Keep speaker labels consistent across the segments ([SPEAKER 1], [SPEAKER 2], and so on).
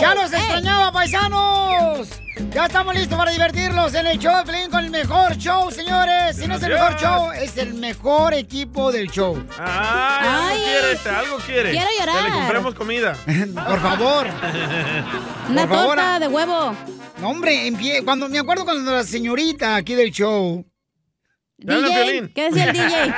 [SPEAKER 1] ¡Ya los extrañaba, paisanos! Ya estamos listos para divertirnos en el show de Piolín con el mejor show, señores. Si no es el mejor
[SPEAKER 2] Gracias.
[SPEAKER 1] show, es el mejor equipo del show.
[SPEAKER 2] Ay, algo quiere este, algo quiere.
[SPEAKER 1] Quiero llorar.
[SPEAKER 2] Que le compremos comida.
[SPEAKER 1] Por favor.
[SPEAKER 2] Una torta
[SPEAKER 1] de huevo. No, hombre, en pie- cuando me acuerdo cuando la señorita aquí del show.
[SPEAKER 2] Te habla DJ, Piolín. ¿qué decía el DJ?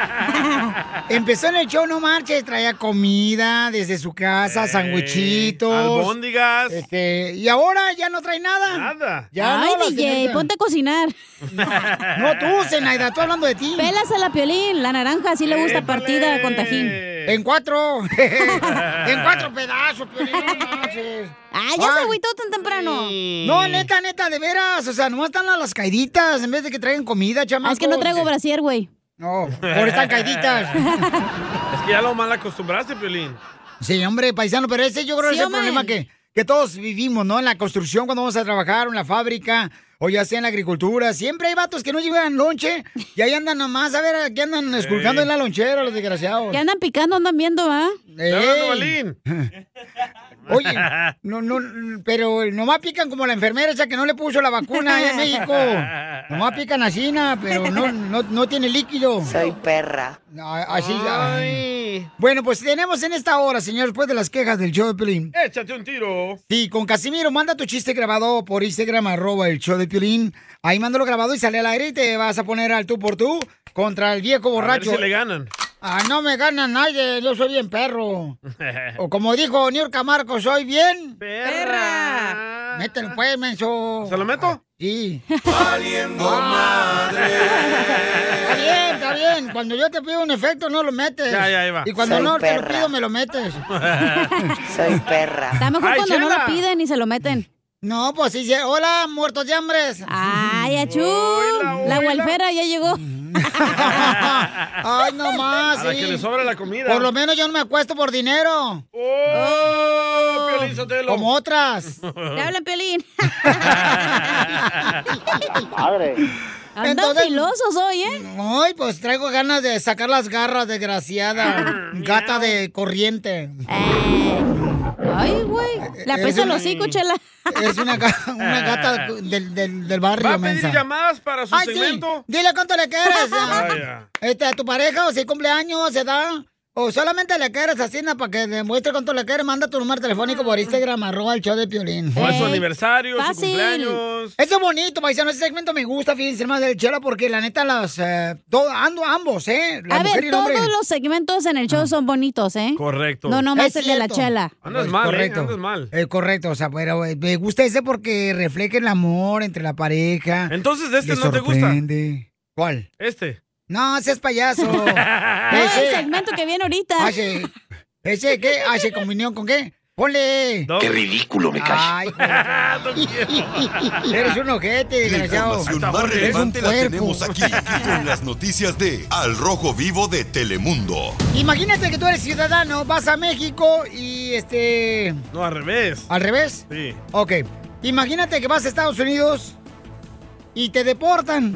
[SPEAKER 1] Empezó en el show, no marches, traía comida desde su casa, sandwichitos.
[SPEAKER 2] albóndigas.
[SPEAKER 1] Este, y ahora ya no trae nada.
[SPEAKER 2] Nada.
[SPEAKER 1] Ya
[SPEAKER 3] Ay,
[SPEAKER 1] no, la
[SPEAKER 3] DJ,
[SPEAKER 1] señorita.
[SPEAKER 3] ponte a cocinar.
[SPEAKER 1] No, Pues tú, Zenaida, tú hablando de ti.
[SPEAKER 3] Pelas a la piolín, la naranja, sí le gusta partida con tajín.
[SPEAKER 1] En cuatro. en cuatro pedazos, Piolín, no marches.
[SPEAKER 3] Ah, ya se agüitó tan temprano.
[SPEAKER 1] No, neta, neta, de veras. O sea, nomás están a las caiditas en vez de que traigan comida, chamacos.
[SPEAKER 3] Ah, es que no traigo brasier, güey.
[SPEAKER 1] No, por estar caiditas.
[SPEAKER 2] Es que ya lo mal acostumbraste, Piolín.
[SPEAKER 1] Sí, hombre, paisano, pero ese yo creo que
[SPEAKER 2] Sí,
[SPEAKER 1] es el
[SPEAKER 2] hombre.
[SPEAKER 1] problema que, que todos vivimos, ¿no? En la construcción, cuando vamos a trabajar, o en la fábrica, o ya sea en la agricultura. Siempre hay vatos que no llevan lonche y ahí andan nomás, a ver, aquí andan esculcando en la lonchera los desgraciados. Que
[SPEAKER 3] andan picando, andan viendo, ¿ah?
[SPEAKER 1] Ey. Oye, no, no, pero nomás pican como la enfermera esa que no le puso la vacuna allá en México. Nomás pican así, na, pero no, no, no tiene líquido. Soy perra. así. ay. Bueno, pues tenemos en esta hora, señor, después de las quejas del show de Pelín.
[SPEAKER 2] Échate un tiro.
[SPEAKER 1] Sí, con Casimiro, manda tu chiste grabado por Instagram, arroba el show de Piolín. Ahí mándalo grabado y sale al aire y te vas a poner al tú por tú contra el viejo
[SPEAKER 2] A ver
[SPEAKER 1] borracho.
[SPEAKER 2] si le ganan.
[SPEAKER 1] Ah, no me gana nadie, yo soy bien perro. O como dijo Niurka Marco, soy bien... ¡Perra! Mételo pues, menso. ¿Se lo meto? Sí. Valiendo Está bien, está bien. Cuando yo te pido un efecto, no lo metes.
[SPEAKER 2] Ya, ya, ahí va.
[SPEAKER 1] Y cuando
[SPEAKER 2] Soy
[SPEAKER 1] no te
[SPEAKER 2] perra.
[SPEAKER 1] lo pido, me lo metes.
[SPEAKER 2] Soy
[SPEAKER 1] perra.
[SPEAKER 3] Está mejor cuando no lo piden y se lo meten.
[SPEAKER 1] No, pues sí, sí. hola, muertos de hambres.
[SPEAKER 3] Ay, achú. La gualfera ya llegó.
[SPEAKER 1] Ay, no más.
[SPEAKER 2] A la que le sobra la comida.
[SPEAKER 1] Ah, Por lo menos yo no me acuesto por dinero. Ah,
[SPEAKER 2] ¡Oh! Piolín Sotelo.
[SPEAKER 1] Como otras.
[SPEAKER 2] Te
[SPEAKER 3] hablan, Pelín.
[SPEAKER 1] Madre.
[SPEAKER 3] Andan filosos hoy, ¿eh?
[SPEAKER 1] Ay, pues traigo ganas de sacar las garras, desgraciada. Gata de corriente.
[SPEAKER 3] Ay, güey. La
[SPEAKER 1] pesa
[SPEAKER 3] pesa los hocico, chela.
[SPEAKER 1] Es una, ga- una gata del, del, del barrio,
[SPEAKER 2] Va a pedir
[SPEAKER 1] mensa.
[SPEAKER 2] llamadas para su
[SPEAKER 1] Ay, sí.
[SPEAKER 2] segmento.
[SPEAKER 1] Dile cuánto le quieres. a-
[SPEAKER 2] Vaya.
[SPEAKER 1] este, a tu pareja, o si cumpleaños, se da. O solamente le quieres así, na, para que demuestre cuánto le quieres. Manda tu número telefónico por Instagram, arroba el show de Piolín.
[SPEAKER 2] Ah.
[SPEAKER 1] Eh,
[SPEAKER 2] O es su aniversario, su cumpleaños.
[SPEAKER 1] Eso es bonito, paisano. Ese segmento me gusta, fíjense, más del chela, porque la neta, las, eh, todo- ando ambos, ¿eh? La
[SPEAKER 3] A
[SPEAKER 1] mujer y
[SPEAKER 3] ver,
[SPEAKER 1] el hombre.
[SPEAKER 3] todos los segmentos en el show son bonitos, ¿eh?
[SPEAKER 2] Correcto.
[SPEAKER 3] No, no más
[SPEAKER 1] Es
[SPEAKER 3] el de la
[SPEAKER 1] cierto.
[SPEAKER 3] chela.
[SPEAKER 2] Andas
[SPEAKER 1] Es
[SPEAKER 2] mal,
[SPEAKER 1] correcto.
[SPEAKER 2] eh, andas mal.
[SPEAKER 1] Eh, correcto, o sea, pero eh, me gusta ese porque refleja el amor entre la pareja.
[SPEAKER 2] Entonces, ¿este
[SPEAKER 1] Le
[SPEAKER 2] no te gusta?
[SPEAKER 1] sorprende. ¿Cuál?
[SPEAKER 2] Este.
[SPEAKER 1] No, seas payaso.
[SPEAKER 2] el
[SPEAKER 3] segmento que viene ahorita.
[SPEAKER 1] Hace, ¿Ese qué? ¿Hace comunión con qué? Ponle.
[SPEAKER 4] Qué ridículo, me cae.
[SPEAKER 1] Ay, Eres un ojete,
[SPEAKER 5] La
[SPEAKER 1] desgraciado.
[SPEAKER 5] información más relevante la
[SPEAKER 1] cuerpo.
[SPEAKER 5] tenemos aquí con las noticias de Al Rojo Vivo de Telemundo.
[SPEAKER 1] Imagínate que tú eres ciudadano, vas a México y este.
[SPEAKER 2] No, al revés.
[SPEAKER 1] ¿Al revés?
[SPEAKER 2] Sí.
[SPEAKER 1] Ok. Imagínate que vas a Estados Unidos y te deportan,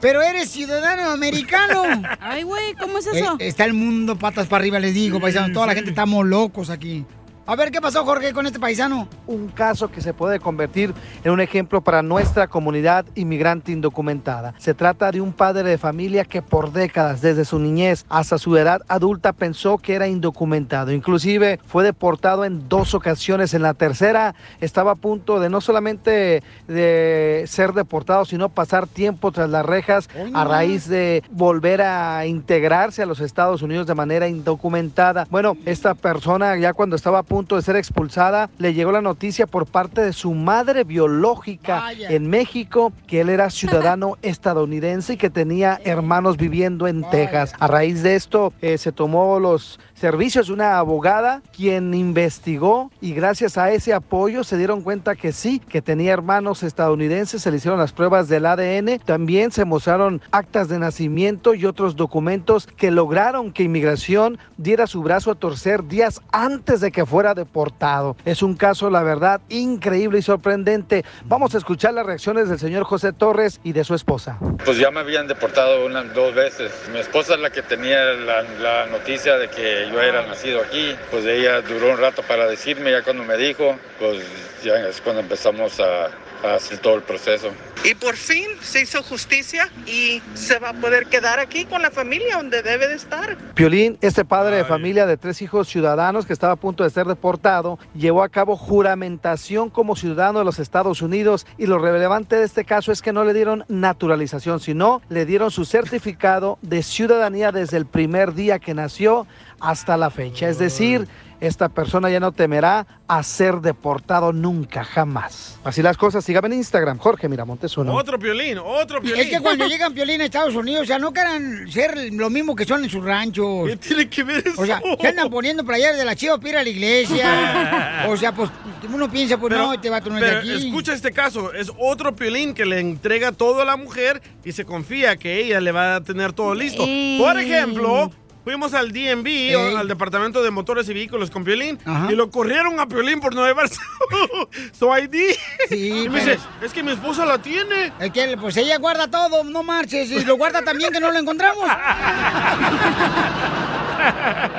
[SPEAKER 1] pero eres ciudadano americano.
[SPEAKER 3] Ay, güey, ¿cómo es
[SPEAKER 1] Eh,
[SPEAKER 3] eso?
[SPEAKER 1] está el mundo patas para arriba, les digo, paisanos. Toda la gente estamos locos aquí. A ver, ¿qué pasó, Jorge, con este paisano?
[SPEAKER 4] Un caso que se puede convertir en un ejemplo para nuestra comunidad inmigrante indocumentada. Se trata de un padre de familia que por décadas, desde su niñez hasta su edad adulta, pensó que era indocumentado. Inclusive fue deportado en dos ocasiones. En la tercera estaba a punto de no solamente de ser deportado, sino pasar tiempo tras las rejas a raíz de volver a integrarse a los Estados Unidos de manera indocumentada. Bueno, esta persona ya cuando estaba a punto de ser expulsada, le llegó la noticia por parte de su madre biológica
[SPEAKER 1] Vaya.
[SPEAKER 4] en México que él era ciudadano estadounidense y que tenía hermanos viviendo en Texas. A raíz de esto eh, se tomó los servicios de una abogada quien investigó y gracias a ese apoyo se dieron cuenta que sí, que tenía hermanos estadounidenses, se le hicieron las pruebas del ADN, también se mostraron actas de nacimiento y otros documentos que lograron que inmigración diera su brazo a torcer días antes de que fuera deportado. Es un caso, la verdad, increíble y sorprendente. Vamos a escuchar las reacciones del señor José Torres y de su esposa.
[SPEAKER 6] Pues ya me habían deportado una- dos veces. Mi esposa es la que tenía la, la noticia de que yo era nacido aquí. Pues ella duró un rato para decirme, ya cuando me dijo, pues ya es cuando empezamos a, a hacer todo el proceso.
[SPEAKER 7] Y por fin se hizo justicia y se va a poder quedar aquí con la familia donde debe de estar.
[SPEAKER 4] Piolín, este padre de familia de tres hijos ciudadanos que estaba a punto de ser deportado, llevó a cabo juramentación como ciudadano de los Estados Unidos y lo relevante de este caso es que no le dieron naturalización, sino le dieron su certificado de ciudadanía desde el primer día que nació hasta la fecha. Es decir, esta persona ya no temerá a ser deportado nunca, jamás. Así las cosas, síganme en Instagram, Jorge Miramontes uno.
[SPEAKER 2] Otro piolín, otro piolín.
[SPEAKER 1] Es que cuando llegan Piolín a Estados Unidos, o sea, no quieran ser lo mismo que son en sus ranchos. ¿Qué
[SPEAKER 2] tiene que ver eso?
[SPEAKER 1] O sea, se andan poniendo playas de la chiva para ir a la iglesia. o sea, pues uno piensa, pues no, este vato no es de
[SPEAKER 2] Pero
[SPEAKER 1] aquí.
[SPEAKER 2] escucha este caso, es otro piolín que le entrega todo a la mujer y se confía que ella le va a tener todo listo.
[SPEAKER 8] Ey.
[SPEAKER 2] Por ejemplo, fuimos al DMV, o al Departamento de Motores y Vehículos con Piolín, y lo corrieron a Piolín por no llevar su, su ID. y me
[SPEAKER 1] pero-
[SPEAKER 2] dice, es que mi esposa la tiene.
[SPEAKER 1] Es que, pues ella guarda todo, no marches. Y lo guarda también que no lo encontramos.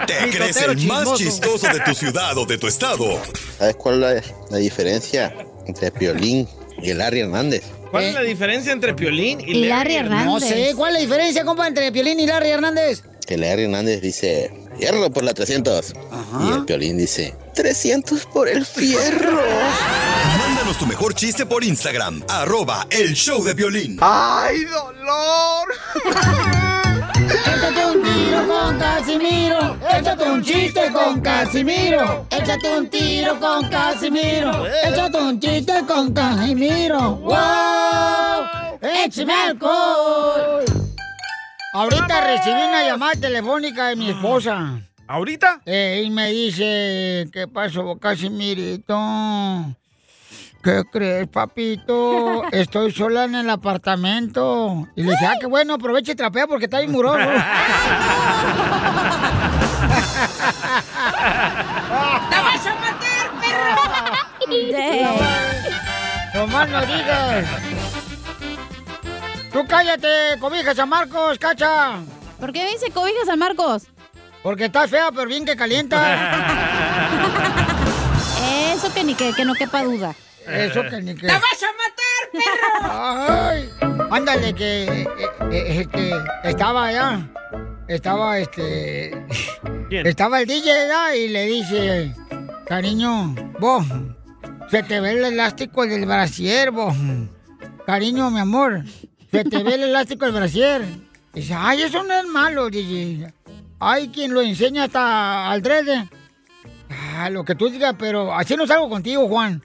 [SPEAKER 5] ¿Te crees
[SPEAKER 1] Sotero
[SPEAKER 5] el más
[SPEAKER 1] chismoso.
[SPEAKER 5] chistoso de tu ciudad o de tu estado?
[SPEAKER 9] ¿Sabes cuál es la, la diferencia entre Piolín y el Larry Hernández?
[SPEAKER 2] ¿Cuál es la diferencia entre Piolín y,
[SPEAKER 1] eh. No sé, ¿cuál es la diferencia, compa, entre Piolín y Larry Hernández?
[SPEAKER 9] Que Larry Hernández dice, hierro por la 300. Y el Piolín dice, 300 por el fierro.
[SPEAKER 5] Mándanos tu mejor chiste por Instagram, arroba el show de violín.
[SPEAKER 1] dolor! Échate un tiro con Casimiro. Échate un chiste con Casimiro. Échate un tiro con Casimiro. Échate un chiste con Casimiro. ¡Wow! ¡Échame alcohol! Ahorita recibí una llamada telefónica de mi esposa.
[SPEAKER 2] ¿Ahorita?
[SPEAKER 1] Eh, y me dice, ¿qué pasó, Casimirito? ¿Qué crees, papito? Estoy sola en el apartamento. Y le dije, ah, qué bueno, aproveche y trapea porque está bien muroso.
[SPEAKER 8] ¡La vas a matar, perro!
[SPEAKER 1] Nomás no digas. Tú cállate, cobijas a Marcos, cacha. ¿Por qué dice cobijas a Marcos? Porque está fea, pero bien que calienta.
[SPEAKER 3] Eso que ni que, que no quepa duda.
[SPEAKER 1] Eso que ni que.
[SPEAKER 3] ¡La
[SPEAKER 8] vas a matar, perro!
[SPEAKER 1] Ay, ándale, que eh, eh, este, estaba allá. Estaba este. Estaba el DJ allá y le dice, cariño, vos, se te ve el elástico del brasier, vos. Cariño, mi amor, se te ve el elástico del brasier. Dice, ay, eso no es malo, DJ. Hay quien lo enseña hasta al 3 Ah, lo que tú digas, pero así no salgo contigo, Juan.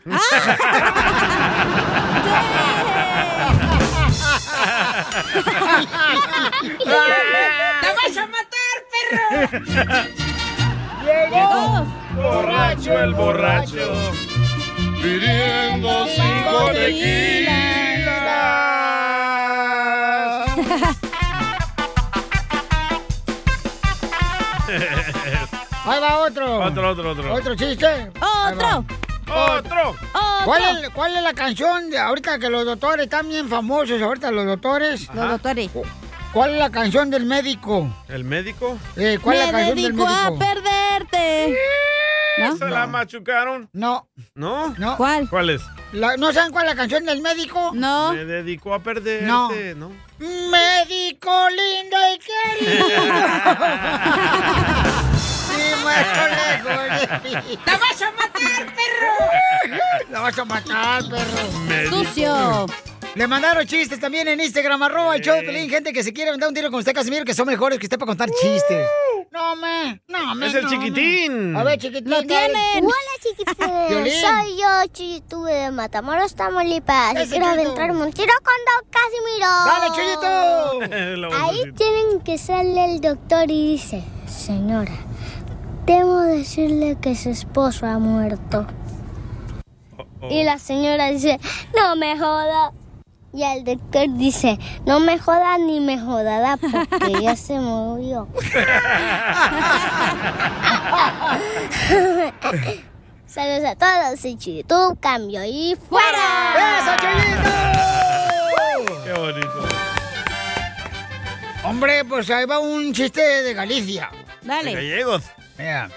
[SPEAKER 8] ¡La vas a matar, perro!
[SPEAKER 1] Llegó
[SPEAKER 8] borracho el borracho
[SPEAKER 2] pidiendo cinco tequilas.
[SPEAKER 1] Ahí va otro.
[SPEAKER 2] Otro, otro, otro.
[SPEAKER 1] ¿Otro chiste? ¡Otro!
[SPEAKER 2] ¡Otro!
[SPEAKER 1] ¿Cuál es, cuál es la canción de ahorita que los doctores están bien famosos? Ahorita los doctores. Los doctores. ¿Cuál es la canción del médico?
[SPEAKER 2] ¿El médico?
[SPEAKER 1] Eh, ¿Cuál es la canción del médico?
[SPEAKER 3] perderte. ¿No?
[SPEAKER 2] se la machucaron?
[SPEAKER 1] No.
[SPEAKER 2] ¿No?
[SPEAKER 1] No.
[SPEAKER 3] ¿Cuál?
[SPEAKER 2] ¿Cuál es?
[SPEAKER 1] La- ¿No saben cuál es la canción del médico? No.
[SPEAKER 2] Me dedicó a perderte,
[SPEAKER 1] No.
[SPEAKER 2] ¿no?
[SPEAKER 1] Médico lindo y querido. Y más lejos de ti.
[SPEAKER 8] ¡La vas a matar, perro!
[SPEAKER 1] La vas a matar, perro.
[SPEAKER 8] Médico. Sucio.
[SPEAKER 1] Le mandaron chistes también en Instagram, arroba el show de Pelín, gente que se quiere aventar un tiro con usted, Casimiro, que son mejores que usted para contar chistes. No, me, no, me.
[SPEAKER 8] Es el
[SPEAKER 1] no,
[SPEAKER 8] chiquitín.
[SPEAKER 1] me. A ver, chiquitín.
[SPEAKER 8] Lo
[SPEAKER 1] a ver.
[SPEAKER 8] tienen.
[SPEAKER 10] Hola chiquitín,
[SPEAKER 1] Piolín.
[SPEAKER 10] soy yo, Chuyito de Matamoros, Tamaulipas. Y
[SPEAKER 8] Ese
[SPEAKER 10] quiero
[SPEAKER 8] Chuyito.
[SPEAKER 10] aventarme un tiro con Don Casimiro.
[SPEAKER 8] La
[SPEAKER 10] Ahí
[SPEAKER 8] vocecita.
[SPEAKER 10] tienen que sale el doctor y dice, señora, debo decirle que su esposo ha muerto. Y la señora dice, no me joda. Y el doctor dice, no me joda ni me jodará porque ya se murió. Saludos a todos, soy Chuyito, cambio y fuera.
[SPEAKER 1] ¡Eso,
[SPEAKER 2] Qué bonito.
[SPEAKER 1] Hombre, pues ahí va un chiste de Galicia.
[SPEAKER 3] Dale.
[SPEAKER 2] Gallegos.
[SPEAKER 1] Mira.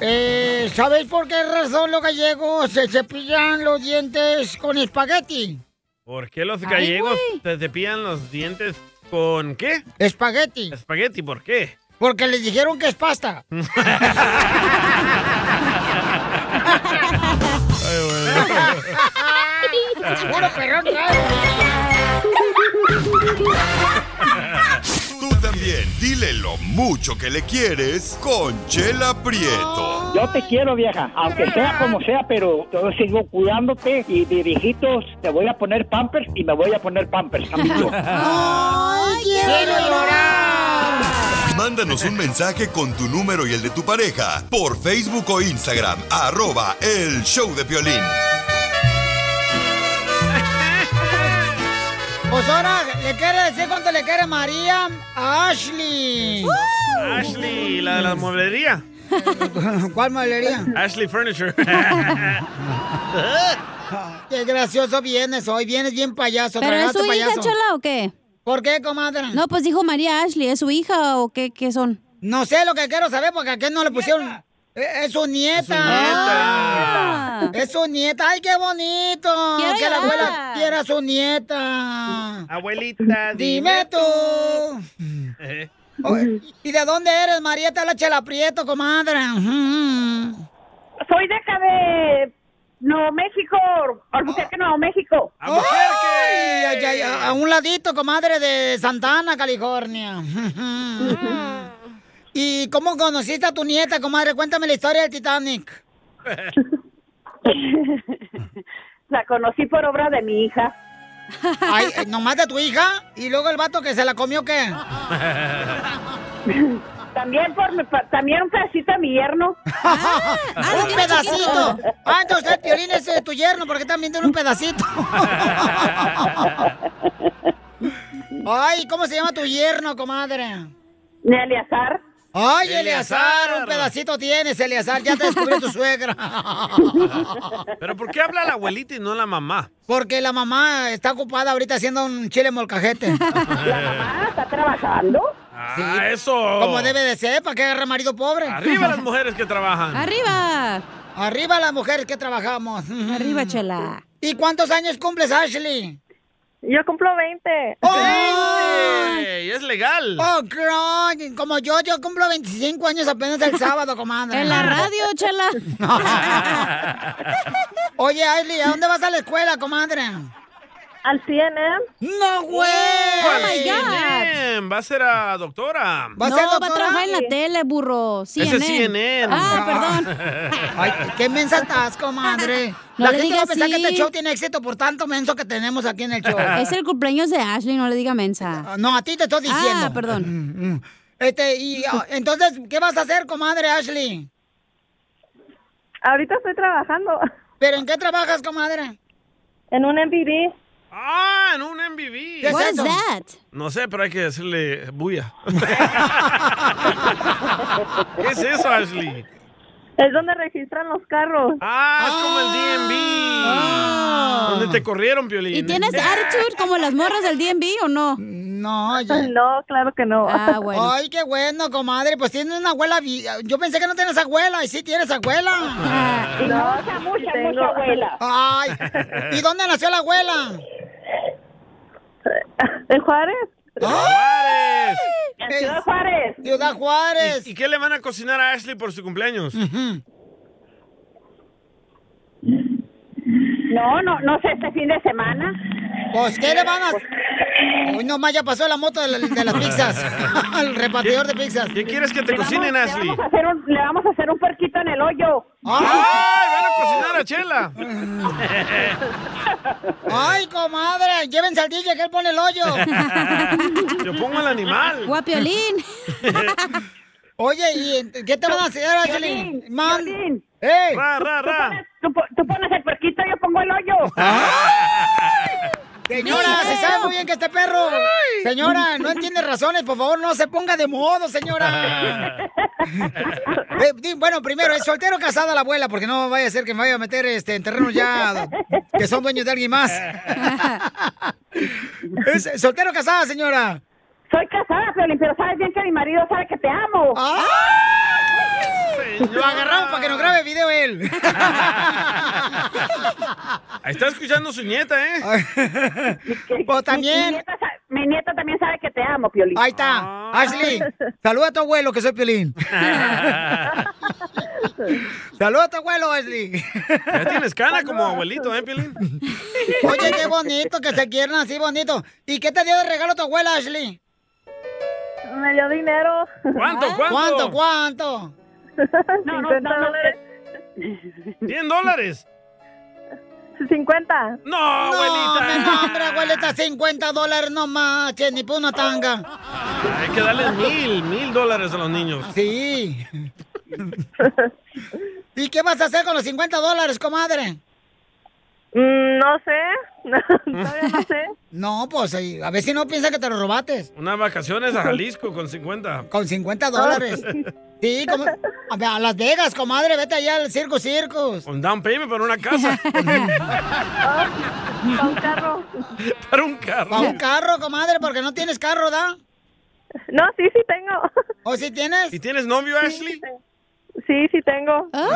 [SPEAKER 1] Eh, ¿Sabéis por qué razón los gallegos se cepillan los dientes con espagueti?
[SPEAKER 2] ¿Por qué los
[SPEAKER 1] Ay,
[SPEAKER 2] gallegos se cepillan los dientes con qué?
[SPEAKER 1] Espagueti.
[SPEAKER 2] Espagueti, ¿por qué?
[SPEAKER 1] Porque les dijeron que es pasta. Puro perrón
[SPEAKER 5] Tú también, dile lo mucho que le quieres con Chela Prieto.
[SPEAKER 11] Yo te quiero, vieja, aunque sea como sea, pero yo sigo cuidándote y de viejitos te voy a poner pampers y me voy a poner pampers, amigo.
[SPEAKER 8] ¡Ay, quiero llorar!
[SPEAKER 5] Mándanos un mensaje con tu número y el de tu pareja por Facebook o Instagram, arroba el show de Piolín.
[SPEAKER 1] Pues ahora le quiere decir cuánto le quiere María a Ashley.
[SPEAKER 2] Ashley, la de la mueblería.
[SPEAKER 1] ¿Cuál mueblería?
[SPEAKER 2] Ashley Furniture.
[SPEAKER 1] Ah, Qué gracioso vienes hoy, vienes bien payaso.
[SPEAKER 3] ¿Pero es
[SPEAKER 1] tragaste
[SPEAKER 3] su hija,
[SPEAKER 1] payaso.
[SPEAKER 3] Chela, o qué?
[SPEAKER 1] ¿Por qué, comadre?
[SPEAKER 3] No, pues dijo María Ashley, ¿es su hija o qué, qué son?
[SPEAKER 1] No sé lo que quiero saber porque a qué no le pusieron. Eh, Es su nieta. Es su
[SPEAKER 3] Ah.
[SPEAKER 1] nieta. Es su nieta. Ay, qué bonito.
[SPEAKER 8] Quiero
[SPEAKER 1] que la
[SPEAKER 8] llorar.
[SPEAKER 1] abuela quiera a su nieta.
[SPEAKER 2] Abuelita,
[SPEAKER 1] Dime tú. Oye, ¿Y de dónde eres, Marieta la Chela Prieto, comadre?
[SPEAKER 12] Soy de acá de Nuevo México,
[SPEAKER 1] Ah.
[SPEAKER 12] Albuquerque, Nuevo México.
[SPEAKER 1] Ay, ay, ay, a un ladito, comadre, de Santana, California. ¿Y cómo conociste a tu nieta, comadre? Cuéntame la historia del Titanic.
[SPEAKER 12] La conocí por obra de mi hija.
[SPEAKER 1] Ay, eh, nomás de tu hija y luego el vato que se la comió, ¿qué?
[SPEAKER 12] También por mi pa- también un pedacito a mi yerno.
[SPEAKER 1] Ah, un pedacito. Ah, entonces el piolín es eh, tu yerno, porque también tiene un pedacito. Ay, ¿cómo se llama tu yerno, comadre?
[SPEAKER 12] Eleazar.
[SPEAKER 1] Ay,
[SPEAKER 12] Eleazar.
[SPEAKER 1] Eleazar, un pedacito tienes, Eleazar, ya te descubrió tu suegra.
[SPEAKER 2] ¿Pero por qué habla la abuelita y no la mamá?
[SPEAKER 1] Porque la mamá está ocupada ahorita haciendo un chile molcajete.
[SPEAKER 12] Ah, ¿Está trabajando?
[SPEAKER 2] Ah, eso.
[SPEAKER 1] Como debe de ser, ¿para qué agarra marido pobre?
[SPEAKER 2] Arriba las mujeres que trabajan.
[SPEAKER 1] ¡Arriba! ¡Arriba las mujeres que trabajamos! ¡Arriba, chela! ¿Y cuántos años cumples, Ashley?
[SPEAKER 12] Yo cumplo 20.
[SPEAKER 2] Ey, es legal.
[SPEAKER 1] ¡Oh, girl! Como yo, yo cumplo 25 años apenas el sábado, comadre.
[SPEAKER 3] En la radio,
[SPEAKER 1] chela. Oye, Ashley, ¿a dónde vas a la escuela, comadre?
[SPEAKER 12] Al CNN.
[SPEAKER 1] ¡No, güey!
[SPEAKER 3] Oh,
[SPEAKER 2] Bien, va a ser a doctora.
[SPEAKER 3] no, va a trabajar en la tele, burro.
[SPEAKER 2] Ese es
[SPEAKER 3] CNN.
[SPEAKER 2] CNN.
[SPEAKER 3] Ah,
[SPEAKER 1] Ay, qué mensa estás, comadre.
[SPEAKER 3] No
[SPEAKER 1] la
[SPEAKER 3] le
[SPEAKER 1] gente va a
[SPEAKER 3] digas
[SPEAKER 1] pensar que
[SPEAKER 3] sí.
[SPEAKER 1] este show tiene éxito por tanto menso que tenemos aquí en el show. Ah,
[SPEAKER 3] perdón. Es el cumpleaños de Ashley, no le diga mensa.
[SPEAKER 1] No, a ti te estoy diciendo.
[SPEAKER 3] Ah, perdón.
[SPEAKER 1] Este, y ah, entonces, ¿qué vas a hacer, comadre Ashley?
[SPEAKER 12] Ahorita estoy trabajando.
[SPEAKER 1] ¿Pero en qué trabajas, comadre?
[SPEAKER 12] En un MVD.
[SPEAKER 2] Ah, en un MVB.
[SPEAKER 12] ¿Qué es What is eso?
[SPEAKER 3] that?
[SPEAKER 2] No sé, pero hay que decirle bulla. ¿Qué es eso, Ashley?
[SPEAKER 12] Es donde registran los carros.
[SPEAKER 2] Ah, es como el DMV.
[SPEAKER 1] Ah.
[SPEAKER 2] Donde te corrieron, Piolín. Ah.
[SPEAKER 3] ¿Y tienes attitude como las morras del DMV o no?
[SPEAKER 1] No, ya.
[SPEAKER 13] No, claro que no.
[SPEAKER 1] Ay, qué bueno, comadre. Pues tienes una abuela. vi- Yo pensé que no tenías abuela. Y sí tienes abuela.
[SPEAKER 8] No,
[SPEAKER 1] mucha,
[SPEAKER 8] mucha, tengo- mucha abuela.
[SPEAKER 1] Ay, ¿y dónde nació la abuela?
[SPEAKER 13] ¿En Juárez?
[SPEAKER 8] ¡Ah!
[SPEAKER 2] ¡Juárez!
[SPEAKER 13] En Ciudad Juárez.
[SPEAKER 1] Ciudad Juárez.
[SPEAKER 2] ¿Y, y qué le van a cocinar a Ashley por su cumpleaños?
[SPEAKER 14] No, no, no sé, este fin de semana.
[SPEAKER 1] Pues, ¿qué le van a...? Uy, nomás ya pasó la moto de, la- de las pizzas. El repartidor de pizzas.
[SPEAKER 2] ¿Qué quieres que te
[SPEAKER 1] Le vamos-
[SPEAKER 2] cocinen,
[SPEAKER 1] le
[SPEAKER 2] Ashley?
[SPEAKER 1] vamos
[SPEAKER 14] a hacer un- le vamos a hacer un puerquito en el hoyo.
[SPEAKER 1] Ah.
[SPEAKER 2] ¡Ay, van a cocinar a Chela!
[SPEAKER 1] Ay, comadre, llévense al DJ que él pone el hoyo.
[SPEAKER 2] Yo pongo el animal.
[SPEAKER 1] Guapiolín. Oye, ¿y qué te van a hacer, Ashley? Man. eh. ¡Ey!
[SPEAKER 2] Ra, ra, ra.
[SPEAKER 14] Tú, po- tú pones el puerquito, yo pongo el hoyo.
[SPEAKER 1] Señora, se sabe muy bien que este perro. Señora, no entiende razones, por favor, no se ponga de modo, señora. Eh, di- bueno, primero, ¿es soltero o casada la abuela? Porque no vaya a ser que me vaya a meter este, en terrenos ya que son dueños de alguien más. ¿Es soltero o casada, señora?
[SPEAKER 14] Soy casada, Piolín, pero sabes bien que mi marido sabe que te amo.
[SPEAKER 1] Ah, Lo agarramos para que nos grabe video él.
[SPEAKER 2] Ahí está escuchando su nieta, ¿eh?
[SPEAKER 1] Pues también.
[SPEAKER 14] Mi nieta, sa- mi nieta también sabe que te amo, Piolín.
[SPEAKER 1] Ahí está. Ashley, saluda a tu abuelo, que soy Piolín. saluda a tu abuelo, Ashley.
[SPEAKER 2] Ya tienes cara como abuelito, ¿eh, Piolín?
[SPEAKER 1] Oye, qué bonito que se quieran así bonito. ¿Y qué te dio de regalo tu abuela, Ashley?
[SPEAKER 13] Me dio dinero.
[SPEAKER 2] ¿Cuánto, cuánto?
[SPEAKER 1] ¿Cuánto, cuánto?
[SPEAKER 13] No, no, 50 no, no. dólares.
[SPEAKER 2] ¿100 dólares?
[SPEAKER 13] 50.
[SPEAKER 2] No,
[SPEAKER 1] abuelita. No, hombre, abuelita, 50 dólares no manches, ni por una tanga.
[SPEAKER 2] Hay que darle mil, mil dólares a los niños.
[SPEAKER 1] Sí. ¿Y qué vas a hacer con los 50 dólares, comadre?
[SPEAKER 13] Mm, No sé. no sé.
[SPEAKER 1] No, pues eh, a ver si no piensa que te lo robates.
[SPEAKER 2] Unas vacaciones a Jalisco con 50.
[SPEAKER 1] Con 50 dólares. Sí, como, a ver, a Las Vegas, comadre, vete allá al Circo Circus.
[SPEAKER 2] Un down payment para una casa.
[SPEAKER 1] Para un carro.
[SPEAKER 2] para un carro.
[SPEAKER 1] Para un carro, comadre, porque no tienes carro, ¿da?
[SPEAKER 13] No, sí, sí tengo.
[SPEAKER 1] ¿O sí tienes?
[SPEAKER 2] ¿Y tienes novio, Ashley?
[SPEAKER 13] Sí, sí tengo.
[SPEAKER 1] Ah.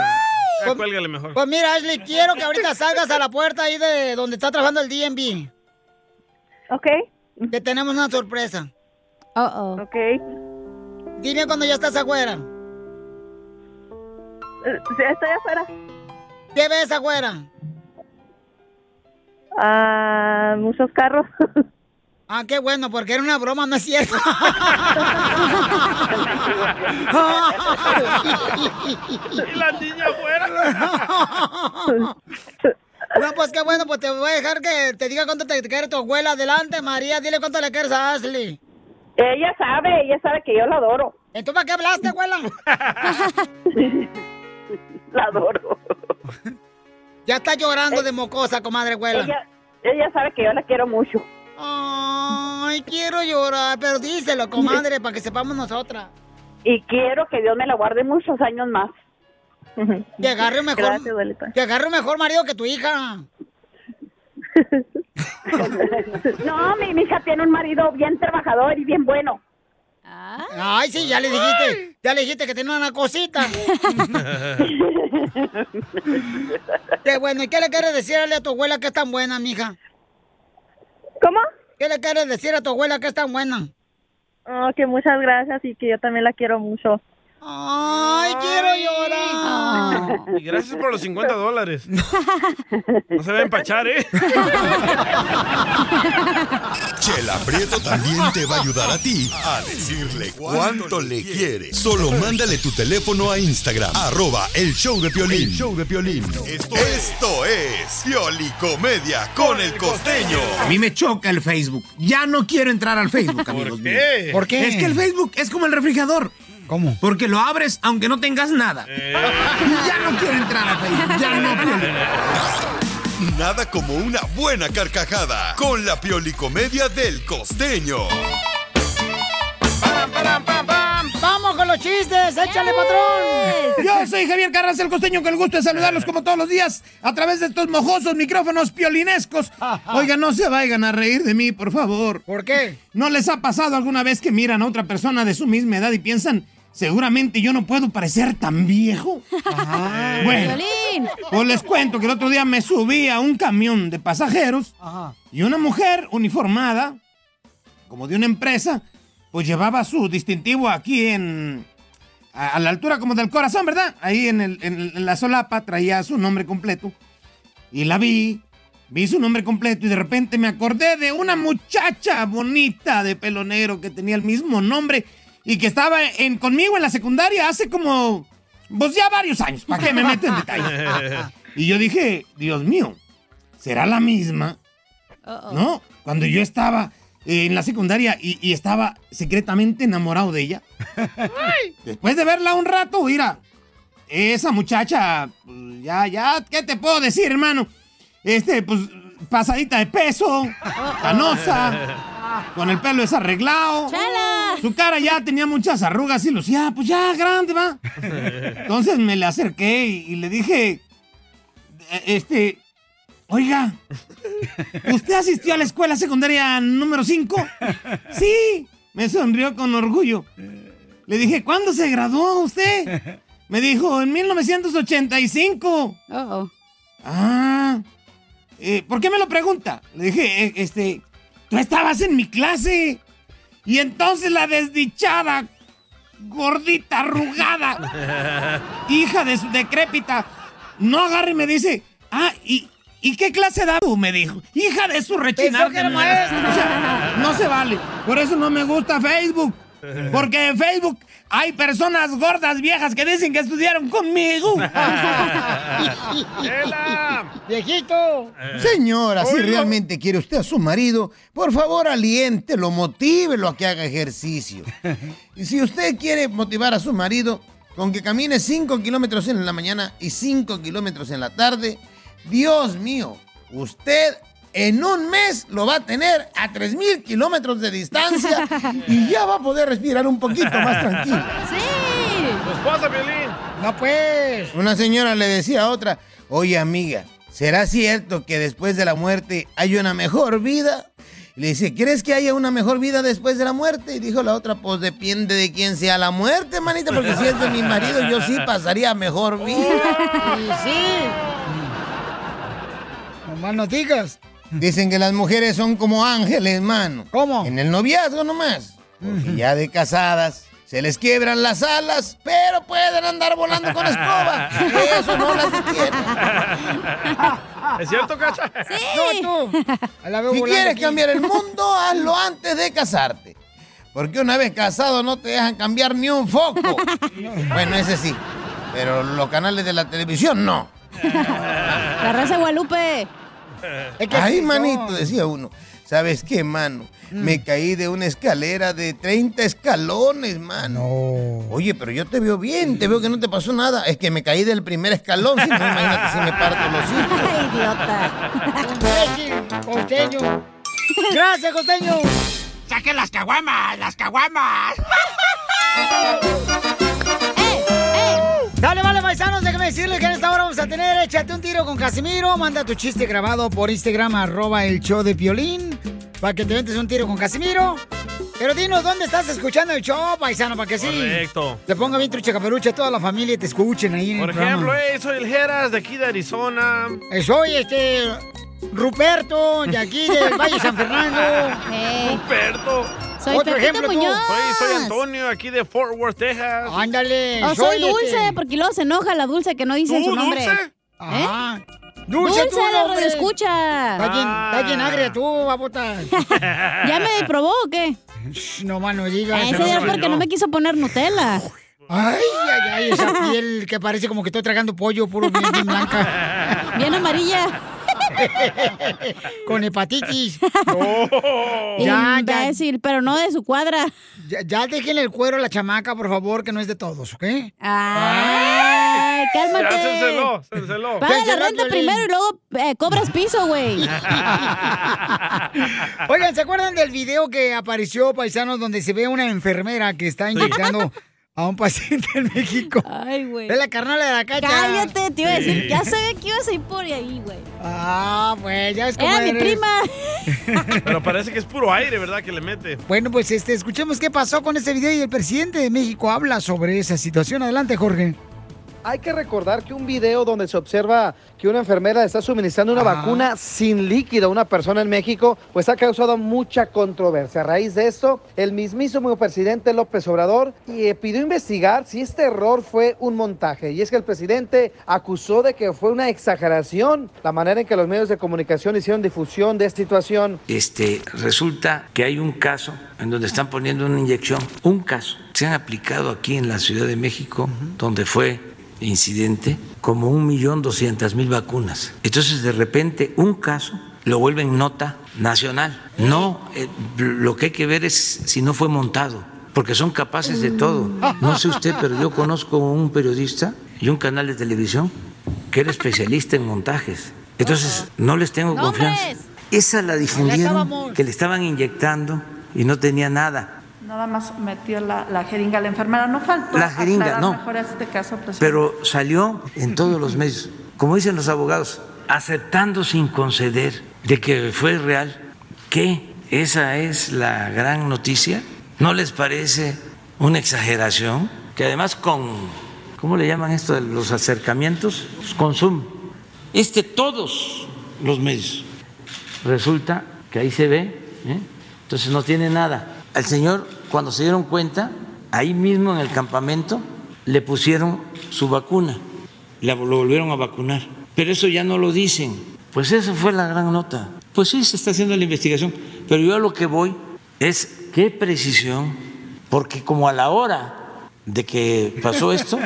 [SPEAKER 2] Ya, cuélgale mejor.
[SPEAKER 1] Pues mira, Ashley, quiero que ahorita salgas a la puerta ahí de donde está trabajando el DMV.
[SPEAKER 13] Ok.
[SPEAKER 1] Que tenemos una sorpresa.
[SPEAKER 3] Oh, oh.
[SPEAKER 13] Ok.
[SPEAKER 1] Dime cuando ya estás afuera.
[SPEAKER 13] Eh, Estoy afuera.
[SPEAKER 1] ¿Qué ves afuera?
[SPEAKER 13] Ah, muchos carros.
[SPEAKER 1] Ah, qué bueno, porque era una broma, no es cierto.
[SPEAKER 8] Y la niña fuera.
[SPEAKER 1] No, pues qué bueno, pues te voy a dejar que te diga cuánto te quiere tu abuela. Adelante, María, dile cuánto le quieres a Ashley.
[SPEAKER 14] Ella sabe, ella sabe que yo la adoro.
[SPEAKER 1] ¿Entonces para qué hablaste, abuela?
[SPEAKER 14] La adoro. Eh,
[SPEAKER 1] Ya está llorando de mocosa, comadre abuela.
[SPEAKER 14] Ella, ella sabe que yo la quiero mucho.
[SPEAKER 1] Ay, quiero llorar, pero díselo, comadre, para que sepamos nosotras.
[SPEAKER 14] Y quiero que Dios me la guarde muchos años más.
[SPEAKER 1] Que agarre un mejor,
[SPEAKER 14] Gracias, abuelita.
[SPEAKER 1] que agarre un mejor marido que tu hija.
[SPEAKER 14] No, mi, mi hija tiene un marido bien trabajador y bien bueno.
[SPEAKER 1] Ay, sí, ya le dijiste, ya le dijiste que tenía una cosita. Qué bueno, ¿y qué le quieres decirle a tu abuela que es tan buena, mija?
[SPEAKER 13] ¿Cómo?
[SPEAKER 1] ¿Qué le quieres decir a tu abuela que es tan buena?
[SPEAKER 13] Oh, que muchas gracias y que yo también la quiero mucho.
[SPEAKER 1] Ay, quiero llorar.
[SPEAKER 2] Y gracias por los 50 dólares. No se va a empachar, ¿eh?
[SPEAKER 5] Chela Prieto también te va a ayudar a ti a decirle cuánto le quiere. Solo mándale tu teléfono a Instagram, arroba el show de Piolín.
[SPEAKER 15] El
[SPEAKER 5] Esto, esto es Pioli Comedia con el Costeño.
[SPEAKER 16] A mí me choca el Facebook. Ya no quiero entrar al Facebook, amigos míos.
[SPEAKER 5] ¿Por qué?
[SPEAKER 16] Es que el Facebook es como el refrigerador.
[SPEAKER 1] ¿Cómo?
[SPEAKER 16] Porque lo abres aunque no tengas nada.
[SPEAKER 5] Eh.
[SPEAKER 16] Ya no quiero entrar al Facebook. Ya no quiero.
[SPEAKER 5] Nada como una buena carcajada con la Pioli Comedia del Costeño.
[SPEAKER 1] Vamos con los chistes! ¡Échale, patrón!
[SPEAKER 16] Yo soy Javier Carranza el Costeño, con el gusto de saludarlos como todos los días a través de estos mojosos micrófonos piolinescos. Oigan, no se vayan a reír de mí, por favor.
[SPEAKER 1] ¿Por qué?
[SPEAKER 16] ¿No les ha pasado alguna vez que miran a otra persona de su misma edad y piensan, seguramente yo no puedo parecer tan viejo?
[SPEAKER 1] Ah,
[SPEAKER 2] Eh.
[SPEAKER 16] Bueno, pues les cuento que el otro día me subí a un camión de pasajeros
[SPEAKER 1] Ajá.
[SPEAKER 16] y una mujer uniformada, como de una empresa, pues llevaba su distintivo aquí en. a, a la altura como del corazón, ¿verdad? Ahí en, el- en- en la solapa traía su nombre completo. Y la vi, vi su nombre completo y de repente me acordé de una muchacha bonita de pelo negro que tenía el mismo nombre y que estaba en, conmigo en la secundaria hace como. pues ya varios años. ¿Para qué me meto en detalles? Y yo dije, Dios mío, ¿será la misma? ¿No? Cuando yo estaba eh, en la secundaria y, y estaba secretamente enamorado de ella. Después de verla un rato, mira, esa muchacha, pues, ya, ya, ¿qué te puedo decir, hermano? Este, pues, pasadita de peso, canosa, con el pelo desarreglado. Su cara ya tenía muchas arrugas y lucía, pues ya, grande, va. Entonces me le acerqué y, y le dije, eh, este, oiga, ¿usted asistió a la escuela secundaria número 5? Sí, me sonrió con orgullo. Le dije, ¿cuándo se graduó usted? Me dijo, en 1985. Ah, eh, ¿por qué me lo pregunta? Le dije, eh, este, tú estabas en mi clase. Y entonces la desdichada, gordita, arrugada, hija de su decrépita, no agarre y me dice, ah, ¿y, ¿y qué clase da tú? Me dijo, hija de su rechinar.
[SPEAKER 8] Pensó que era
[SPEAKER 16] de
[SPEAKER 8] maestra.
[SPEAKER 16] madre". O sea, no se vale. Por eso no me gusta Facebook. Porque en Facebook hay personas gordas viejas que dicen que estudiaron conmigo.
[SPEAKER 1] ¡Viejito!
[SPEAKER 17] Señora, si
[SPEAKER 1] Oiga.
[SPEAKER 17] realmente quiere usted a su marido, por favor aliéntelo, motívelo a que haga ejercicio. Y si usted quiere motivar a su marido con que camine 5 kilómetros en la mañana y 5 kilómetros en la tarde, Dios mío, usted en un mes lo va a tener a 3.000 kilómetros de distancia y ya va a poder respirar un poquito más tranquilo.
[SPEAKER 3] ¡Sí!
[SPEAKER 2] esposa, Piolín!
[SPEAKER 1] No pues.
[SPEAKER 17] Una señora le decía a otra, oye amiga, ¿será cierto que después de la muerte hay una mejor vida? Y le dice, ¿quieres que haya una mejor vida después de la muerte? Y dijo la otra, pues depende de quién sea la muerte, manita, porque si es de mi marido yo sí pasaría mejor vida.
[SPEAKER 1] Y sí. Nomás no digas.
[SPEAKER 17] Dicen que las mujeres son como ángeles, mano. ¿Cómo? En el noviazgo nomás. Porque ya de casadas se les quiebran las alas, pero pueden andar volando con escoba. Eso no las detiene.
[SPEAKER 2] ¿Es cierto, Cacha?
[SPEAKER 17] No, tú. si
[SPEAKER 2] volando
[SPEAKER 17] quieres
[SPEAKER 2] aquí.
[SPEAKER 17] cambiar el mundo, hazlo antes de casarte. Porque una vez casado no te dejan cambiar ni un foco. bueno, ese sí. Pero los canales de la televisión no.
[SPEAKER 3] La raza de Guadalupe.
[SPEAKER 17] Ay, manito, decía uno. ¿Sabes qué, mano? Me caí de una escalera de 30 escalones, mano. Oye, pero yo te veo bien, te veo que no te pasó nada. Es que me caí del primer escalón, si no, imagínate si me parto los hijos.
[SPEAKER 1] idiota! ¡Costeño! ¡Gracias, costeño!
[SPEAKER 8] ¡Saquen las caguamas! ¡Las caguamas!
[SPEAKER 1] Dale, vale, paisanos, déjenme decirles que en esta hora vamos a tener Échate un tiro con Casimiro. Manda tu chiste grabado por Instagram, arroba el show de Piolín, para que te metes un tiro con Casimiro. Pero dinos, ¿dónde estás escuchando el show, paisano? Para que sí.
[SPEAKER 2] Correcto.
[SPEAKER 1] Te ponga bien trucha caperucha, toda la familia y te escuchen ahí en
[SPEAKER 2] Por
[SPEAKER 1] el
[SPEAKER 2] ejemplo,
[SPEAKER 1] programa.
[SPEAKER 2] hey, soy el Geras de aquí de Arizona.
[SPEAKER 1] Eh, Soy este Ruperto, de aquí del Valle San Fernando.
[SPEAKER 3] Eh,
[SPEAKER 2] Ruperto.
[SPEAKER 1] Soy Otro Pepito ejemplo, tú. Muñoz.
[SPEAKER 2] Soy, Eh. soy Antonio, aquí de Fort Worth, Texas.
[SPEAKER 1] Ándale.
[SPEAKER 16] Oh,
[SPEAKER 1] este
[SPEAKER 3] O soy dulce, porque luego se enoja la dulce que no dice
[SPEAKER 2] ¿Tú,
[SPEAKER 3] su nombre.
[SPEAKER 2] Dulce? Ah,
[SPEAKER 3] ¿Eh?
[SPEAKER 2] Ajá.
[SPEAKER 1] Dulce, tú,
[SPEAKER 3] la
[SPEAKER 1] hombre.
[SPEAKER 3] radioescucha.
[SPEAKER 1] Está bien, está bien agria tú, babota.
[SPEAKER 3] ¿Ya me probó o qué?
[SPEAKER 1] No más no digas.
[SPEAKER 3] Ese día porque no me quiso poner Nutella.
[SPEAKER 1] Ay, ay, ay, esa piel que parece como que estoy tragando pollo puro bien, bien blanca.
[SPEAKER 3] Bien amarilla.
[SPEAKER 1] Con hepatitis. Oh.
[SPEAKER 3] Ya, pero no de su cuadra.
[SPEAKER 1] Ya, ya déjenle el cuero a la chamaca, por favor, que no es de todos, ¿ok?
[SPEAKER 3] Ay, cálmate.
[SPEAKER 1] Ya, cénselo,
[SPEAKER 2] cénselo.
[SPEAKER 3] Paga la
[SPEAKER 1] Cénselo,
[SPEAKER 3] renta
[SPEAKER 1] Piolín.
[SPEAKER 3] primero y luego eh, cobras piso, güey.
[SPEAKER 1] Oigan, ¿se acuerdan del video que apareció, paisanos, donde se ve una enfermera que está inyectando a un paciente en México.
[SPEAKER 3] Ay, güey.
[SPEAKER 1] Es la carnala de la cacha.
[SPEAKER 3] Cállate, te iba a decir. Ya sabía que ibas a ir por ahí, güey.
[SPEAKER 1] Ah, pues ya es como.
[SPEAKER 3] Era mi prima.
[SPEAKER 2] Pero parece que es puro aire, ¿verdad? Que le mete.
[SPEAKER 1] Bueno, pues este, escuchemos qué pasó con este video y el presidente de México habla sobre esa situación. Adelante, Jorge.
[SPEAKER 4] Hay que recordar que un video donde se observa que una enfermera está suministrando una vacuna sin líquido a una persona en México, pues ha causado mucha controversia. A raíz de esto, el mismísimo presidente López Obrador eh, pidió investigar si este error fue un montaje. Y es que el presidente acusó de que fue una exageración la manera en que los medios de comunicación hicieron difusión de esta situación.
[SPEAKER 18] Este, resulta que hay un caso en donde están poniendo una inyección, un caso. Se han aplicado aquí en la Ciudad de México, donde fue incidente, como un millón doscientas mil vacunas. Entonces, de repente, un caso lo vuelven nota nacional. No, eh, lo que hay que ver es si no fue montado, porque son capaces de todo. No sé usted, pero yo conozco un periodista y un canal de televisión que era especialista en montajes. Entonces, no les tengo confianza. Esa la difundieron, que le estaban inyectando y no tenía nada.
[SPEAKER 19] Nada más metió la, la jeringa, la enfermera no faltó.
[SPEAKER 18] La jeringa,
[SPEAKER 19] aclarar
[SPEAKER 18] no.
[SPEAKER 19] mejor este caso, presidente.
[SPEAKER 18] pero salió en todos los medios, como dicen los abogados, aceptando sin conceder de que fue real, que esa es la gran noticia. ¿No les parece una exageración? Que además con, ¿cómo le llaman esto de los acercamientos? Con Zoom. Este todos los medios. Resulta que ahí se ve, ¿eh? entonces no tiene nada. Al señor, cuando se dieron cuenta, ahí mismo en el campamento, le pusieron su vacuna, la- lo volvieron a vacunar. Pero eso ya no lo dicen. Pues esa fue la gran nota. Pues sí, se está haciendo la investigación. Pero yo a lo que voy es qué precisión, porque como a la hora de que pasó esto,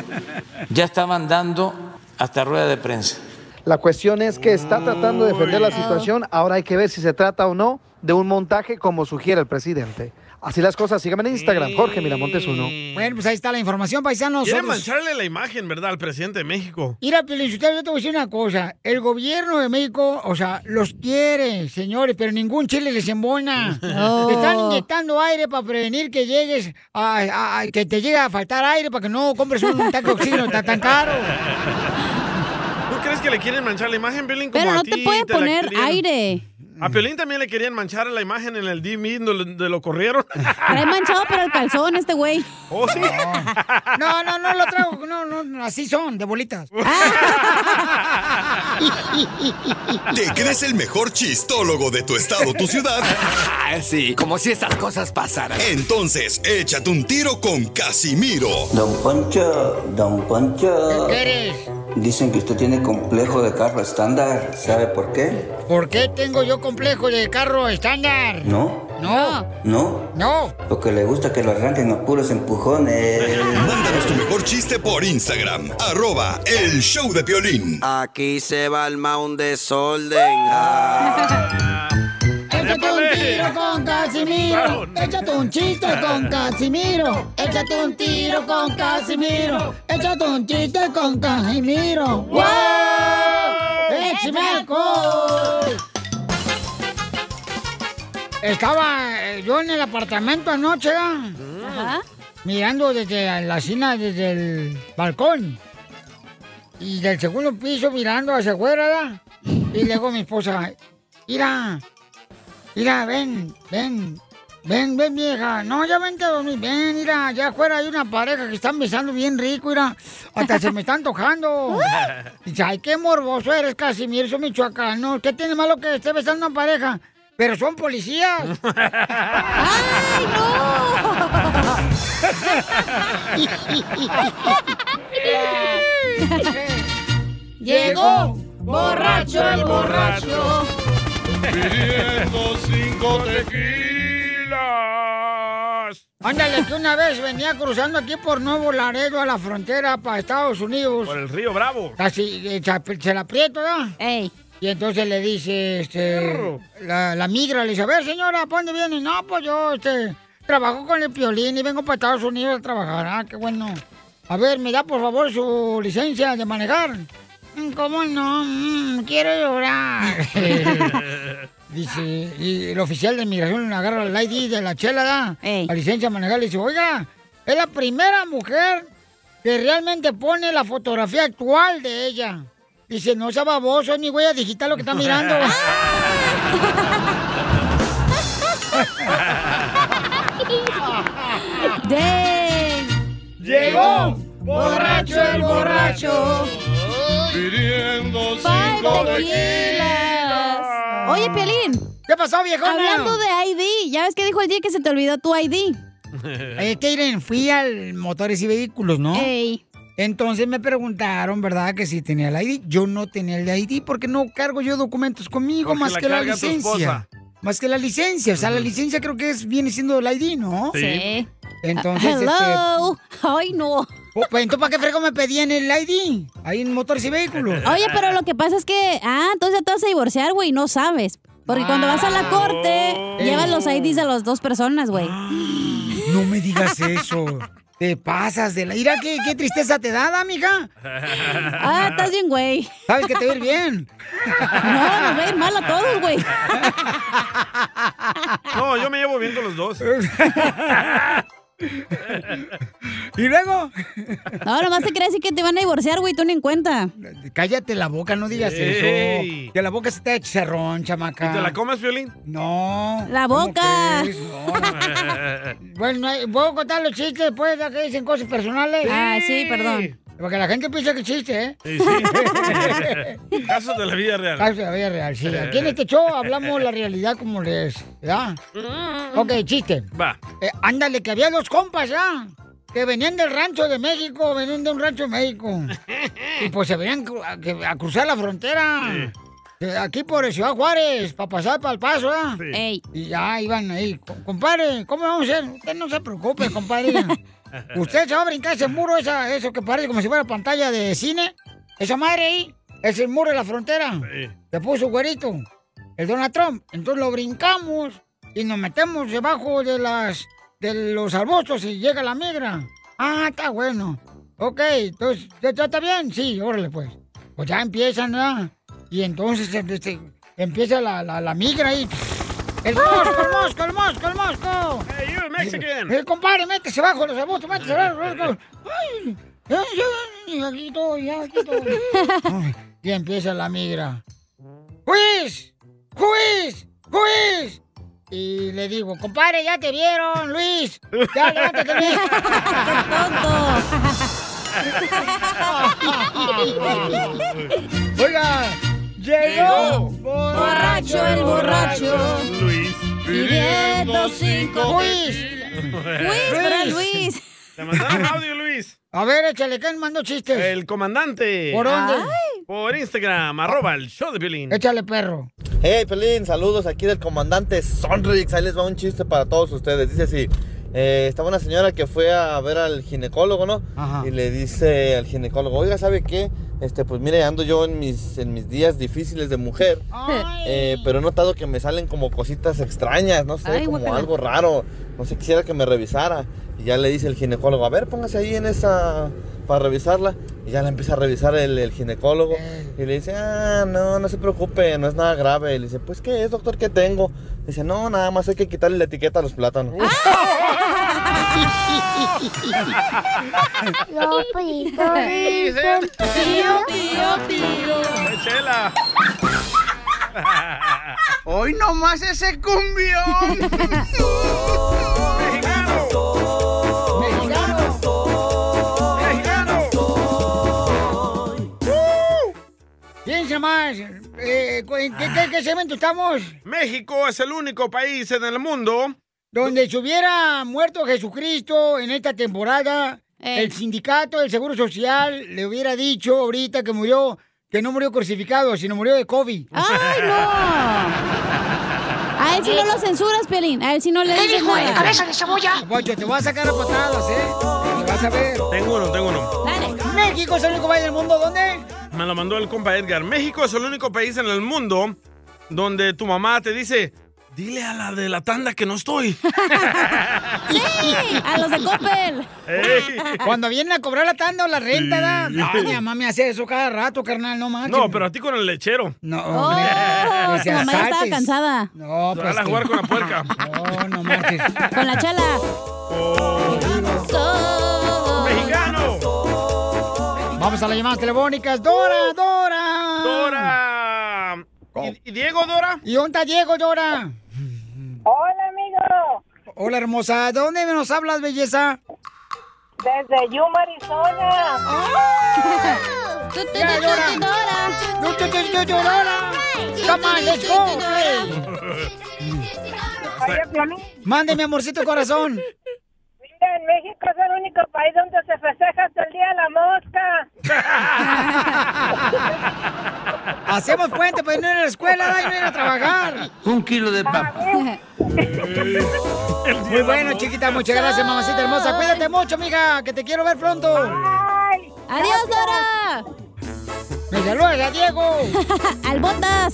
[SPEAKER 18] ya estaban dando hasta rueda de prensa.
[SPEAKER 4] La cuestión es que está tratando de defender la
[SPEAKER 1] Mm.
[SPEAKER 4] situación. Ahora hay que ver si se trata o no de un montaje como sugiere el presidente. Así las cosas. Síganme en Instagram, Jorge Miramontes uno.
[SPEAKER 1] Bueno, pues ahí está la información, paisanos.
[SPEAKER 2] Quiere
[SPEAKER 1] Nosotros-
[SPEAKER 2] mancharle la imagen, ¿verdad? Al presidente de México.
[SPEAKER 1] Mira, Piolín, si usted- yo te voy a decir una cosa. El gobierno de México, o sea, los quiere, señores, pero ningún chile les embona.
[SPEAKER 3] No.
[SPEAKER 1] Te están inyectando aire para prevenir que llegues a, a- a- que te llegue a faltar aire para que no compres un tanque de oxígeno tan, tan caro.
[SPEAKER 2] ¿Tú crees que le quieren manchar la imagen, Piolín? Como
[SPEAKER 3] Pero
[SPEAKER 2] a
[SPEAKER 3] no
[SPEAKER 2] ti
[SPEAKER 3] te puede
[SPEAKER 2] la
[SPEAKER 3] poner
[SPEAKER 2] querían-
[SPEAKER 3] aire.
[SPEAKER 2] A Piolín también le querían manchar la imagen en el DMI donde lo corrieron.
[SPEAKER 3] Trae manchado para el calzón este güey.
[SPEAKER 2] Oh, sí.
[SPEAKER 1] No, no, no lo traigo. No, no, no, así son, de bolitas.
[SPEAKER 5] ¿Te crees el mejor chistólogo de tu estado, tu ciudad? Ah, sí, como si estas cosas pasaran. Entonces, échate un tiro con Casimiro.
[SPEAKER 12] Don Poncho, don Poncho. Dicen que usted tiene complejo de carro estándar. ¿Sabe por qué?
[SPEAKER 1] ¿Por qué tengo yo complejo de carro estándar?
[SPEAKER 12] ¿No?
[SPEAKER 1] No,
[SPEAKER 12] ¿No?
[SPEAKER 1] no.
[SPEAKER 12] Porque le gusta que lo arranquen a puros empujones.
[SPEAKER 5] Mándanos tu mejor chiste por Instagram, arroba el show de violín.
[SPEAKER 20] Aquí se va el mound desorden.
[SPEAKER 1] Échate un tiro con Casimiro. Échate un chiste con Casimiro. Échate un tiro con Casimiro. Échate un chiste con Casimiro. ¡Wow! ¡Échame alcohol! Estaba eh, yo en el apartamento anoche, ¿ah?
[SPEAKER 3] Ajá.
[SPEAKER 1] mirando desde la cena, desde el balcón. Y del segundo piso mirando hacia afuera, ¿verdad? Y luego mi esposa, mira, mira, ven, ven, ven, ven vieja. No, ya vente a dormir, ven, mira, allá afuera hay una pareja que están besando bien rico, mira. Hasta se me están antojando. Dice, ay, qué morboso eres, Casimir, soy michoacano. ¿Qué tiene malo que esté besando a una pareja? Pero son policías. ¡Ay,
[SPEAKER 8] Llegó
[SPEAKER 1] borracho el borracho.
[SPEAKER 8] Pidiendo cinco tequilas.
[SPEAKER 1] Ándale, que una vez venía cruzando aquí por Nuevo Laredo a la frontera para Estados Unidos.
[SPEAKER 2] Por el río Bravo.
[SPEAKER 1] Casi eh, cha- se la aprieto, ¿verdad? Y entonces le dice, este,
[SPEAKER 2] Perro.
[SPEAKER 1] la, la migra le dice, a ver, señora, ¿para dónde viene? No, pues yo, este, trabajo con el piolín y vengo para Estados Unidos a trabajar. Ah, qué bueno. A ver, ¿me da por favor su licencia de manejar? "Mm, ¿Cómo no? Mm, quiero llorar. Dice, y el oficial de inmigración agarra el ID de la chela, da, la licencia de manejar, le dice, oiga, Es la primera mujer que realmente pone la fotografía actual de ella. Dice, no sea baboso, es ni huella digital lo que está mirando.
[SPEAKER 3] Ah, Ah.
[SPEAKER 8] Llegó borracho el borracho pidiendo cinco tequilas.
[SPEAKER 3] Oye, Pelín.
[SPEAKER 1] Ah. ¿Qué pasó, viejo?
[SPEAKER 3] Hablando de ID, ya ves que dijo el día que se te olvidó tu ID.
[SPEAKER 1] Es que Irene, fui al motores y vehículos, ¿no? Entonces me preguntaron, ¿verdad? Que si tenía el ID. Yo no tenía el ID porque no cargo yo documentos conmigo
[SPEAKER 2] Porque
[SPEAKER 1] más
[SPEAKER 2] la
[SPEAKER 1] que la
[SPEAKER 2] carga tu
[SPEAKER 1] licencia.
[SPEAKER 2] esposa.
[SPEAKER 1] Más que la licencia. O sea, la licencia creo que es, viene siendo el ID, ¿no?
[SPEAKER 3] Sí. Ah,
[SPEAKER 1] Entonces, este,
[SPEAKER 3] Hello. Ay, no.
[SPEAKER 1] pues, entonces, ¿para qué frego me pedían el ID? Ahí en motores y vehículos.
[SPEAKER 3] Oye, pero lo que pasa es que, ah, entonces ya te vas a divorciar, güey, no sabes. Porque cuando vas a la corte,
[SPEAKER 1] Oh.
[SPEAKER 3] llevas los
[SPEAKER 1] Eh.
[SPEAKER 3] IDs de las dos personas, güey.
[SPEAKER 1] No me digas eso. Te pasas de la ira. ¿Qué, qué tristeza te da, amiga?
[SPEAKER 3] Ah, estás bien, güey.
[SPEAKER 1] Sabes que te va a ir bien.
[SPEAKER 3] No, nos va a ir mal a todos, güey.
[SPEAKER 2] No, yo me llevo bien con los dos.
[SPEAKER 1] ¿Y luego?
[SPEAKER 3] No, nomás te crees decir que te van a divorciar, güey, tú ni en cuenta.
[SPEAKER 1] Cállate la boca, no digas
[SPEAKER 2] Ey.
[SPEAKER 1] eso. Que la boca se te da chicharrón, chamaca.
[SPEAKER 2] ¿Y te la comes, Violín?
[SPEAKER 1] No.
[SPEAKER 3] La
[SPEAKER 1] ¿cómo
[SPEAKER 3] boca.
[SPEAKER 1] crees? No, no. Bueno, eh, ¿puedo contar los chistes después de que dicen cosas personales?
[SPEAKER 3] Ah, sí, perdón.
[SPEAKER 1] Porque la gente piensa que es chiste, ¿eh?
[SPEAKER 2] Sí, sí. Casos de la vida real.
[SPEAKER 1] Casos de la vida real, sí. Aquí en este show hablamos la realidad como les, ¿verdad?
[SPEAKER 3] Mm.
[SPEAKER 1] Ok, chiste.
[SPEAKER 2] Va.
[SPEAKER 1] Eh, ándale, que había dos compas, ¿ya? Que venían del rancho de México, venían de un rancho de México. Y pues se venían cru- a, que- a cruzar la frontera. Eh, Aquí por Ciudad Juárez, para pasar para el paso, ¿ah?
[SPEAKER 3] Sí. Ey.
[SPEAKER 1] Y ya iban ahí. "Co- Compadre, ¿cómo vamos a hacer? Usted no se preocupe, compadre. Usted se va a brincar ese muro, esa, eso que parece como si fuera pantalla de cine. Esa madre ahí, es el muro de la frontera. Se puso güerito, el Donald Trump. Entonces lo brincamos y nos metemos debajo de las de los arbustos y llega la migra. Ah, está bueno. Ok, entonces, ¿ya, ya está bien? Sí, órale pues. Pues ya empiezan, ¿verdad? Y entonces este, empieza la, la, la migra ahí.
[SPEAKER 8] ¡Ah!
[SPEAKER 1] ¡El mosco, el mosco, el mosco, el mosco!
[SPEAKER 2] ¡Hey, you Mexican!
[SPEAKER 1] Eh, compadre, métese bajo los arbustos, métese bajo los arbustos. ¡Ay! ya, ya, Aquí estoy, ya, aquí estoy. Ay, Y empieza la migra. ¡Luis! ¡Luis! ¡Luis! Y le digo, compadre, ya te vieron, Luis. Ya, levántate bien. ¡Qué tonto! Oiga, llegó.
[SPEAKER 8] Borracho el borracho. Luis.
[SPEAKER 3] pidiendo
[SPEAKER 8] cinco
[SPEAKER 1] Luis.
[SPEAKER 8] Luis,
[SPEAKER 1] para
[SPEAKER 3] Luis.
[SPEAKER 2] Te mandaron audio, Luis.
[SPEAKER 1] A ver, échale, ¿quién mandó chistes?
[SPEAKER 2] El comandante.
[SPEAKER 1] ¿Por dónde?
[SPEAKER 2] Por Instagram, arroba el show de Piolín.
[SPEAKER 1] Échale, perro.
[SPEAKER 21] Hey, Pelín, saludos aquí del comandante Sonrix. Ahí les va un chiste para todos ustedes. Dice así: eh, Estaba una señora que fue a ver al ginecólogo, ¿no? Y le dice al ginecólogo: Oiga, ¿sabe qué? Este, pues mire, ando yo en mis, en mis días difíciles de mujer, eh, pero he notado que me salen como cositas extrañas, no sé,
[SPEAKER 22] Ay,
[SPEAKER 21] como
[SPEAKER 22] guácala.
[SPEAKER 21] algo raro. No sé, quisiera que me revisara. Y ya le dice el ginecólogo: A ver, póngase ahí en esa. para revisarla. Y ya la empieza a revisar el, el ginecólogo.
[SPEAKER 22] Eh.
[SPEAKER 21] Y le dice: Ah, no, no se preocupe, no es nada grave. Y le dice: Pues, ¿qué es, doctor? ¿Qué tengo? Dice: No, nada más hay que quitarle la etiqueta a los plátanos.
[SPEAKER 8] Lopito,
[SPEAKER 21] dicen,
[SPEAKER 8] tío, tío, tío. Chela.
[SPEAKER 1] Hoy nomás ese cumbión. Mexicano. Mexicano. ¡Uh! Piensa más. eh, ¿cu- ¿En qué, qué, qué segmento estamos?
[SPEAKER 2] México es el único país en el mundo.
[SPEAKER 1] Donde se hubiera muerto Jesucristo en esta temporada,
[SPEAKER 3] Eh.
[SPEAKER 1] el sindicato del Seguro Social le hubiera dicho ahorita que murió, que no murió crucificado, sino murió de COVID.
[SPEAKER 3] ¡Ay, no! A él sí no lo censuras, Pelín. A él sí no le
[SPEAKER 1] ¿Qué
[SPEAKER 3] dices
[SPEAKER 1] dijo
[SPEAKER 3] nada.
[SPEAKER 1] el cabeza de cebolla? Poncho, te voy a sacar a patadas, ¿eh? Vas a ver.
[SPEAKER 2] Tengo uno, tengo uno.
[SPEAKER 1] México es el único país del mundo donde
[SPEAKER 2] Me lo mandó el compa Edgar. México es el único país en el mundo donde tu mamá te dice, dile a la de la tanda que no estoy.
[SPEAKER 3] ¡Sí! ¡A los de Coppel!
[SPEAKER 1] Cuando vienen a cobrar la tanda o la renta, da. No, mi mamá me hace eso cada rato, carnal, no manches.
[SPEAKER 2] No, pero a ti con el lechero.
[SPEAKER 1] No,
[SPEAKER 3] hombre,
[SPEAKER 1] que se
[SPEAKER 3] Oh, tu mamá ya estaba
[SPEAKER 1] asaltes.
[SPEAKER 3] cansada.
[SPEAKER 1] No, pues
[SPEAKER 2] Te van a jugar con la puerca.
[SPEAKER 1] No, no manches.
[SPEAKER 3] Con la chala.
[SPEAKER 2] ¡Mexicano!
[SPEAKER 1] Vamos a las llamadas telefónicas. Dora,
[SPEAKER 3] Uh.
[SPEAKER 1] Dora.
[SPEAKER 2] Dora. ¿Y, y Diego, Dora?
[SPEAKER 1] ¿Y dónde está Diego, Dora?
[SPEAKER 6] Hola, amigo.
[SPEAKER 1] Hola, hermosa. ¿De dónde nos hablas, belleza?
[SPEAKER 6] Desde Yuma, Arizona.
[SPEAKER 1] ¡Ah! Ya, Dora. Tú, tú, tú, tú, Dora. Come on, let's go, play. Mande, mi amorcito corazón.
[SPEAKER 6] Mira, en México es el único país donde se festeja hasta el Día de la Mosca.
[SPEAKER 1] Hacemos pues. puente para no ir a la escuela, Dai, no ir a trabajar.
[SPEAKER 18] Un kilo de papa.
[SPEAKER 1] Muy bueno, chiquita. Muchas gracias, mamacita hermosa. Cuídate mucho, mija, que te quiero ver pronto.
[SPEAKER 3] Adiós, Dora.
[SPEAKER 1] Me saluda, Diego.
[SPEAKER 3] Al botas.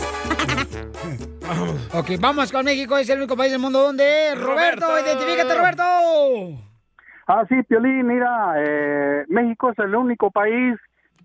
[SPEAKER 1] ok, vamos con México. Es el único país del mundo donde... Roberto,
[SPEAKER 8] Roberto.
[SPEAKER 1] identifícate, Roberto.
[SPEAKER 22] Ah, sí, Piolín, mira, eh, México es el único país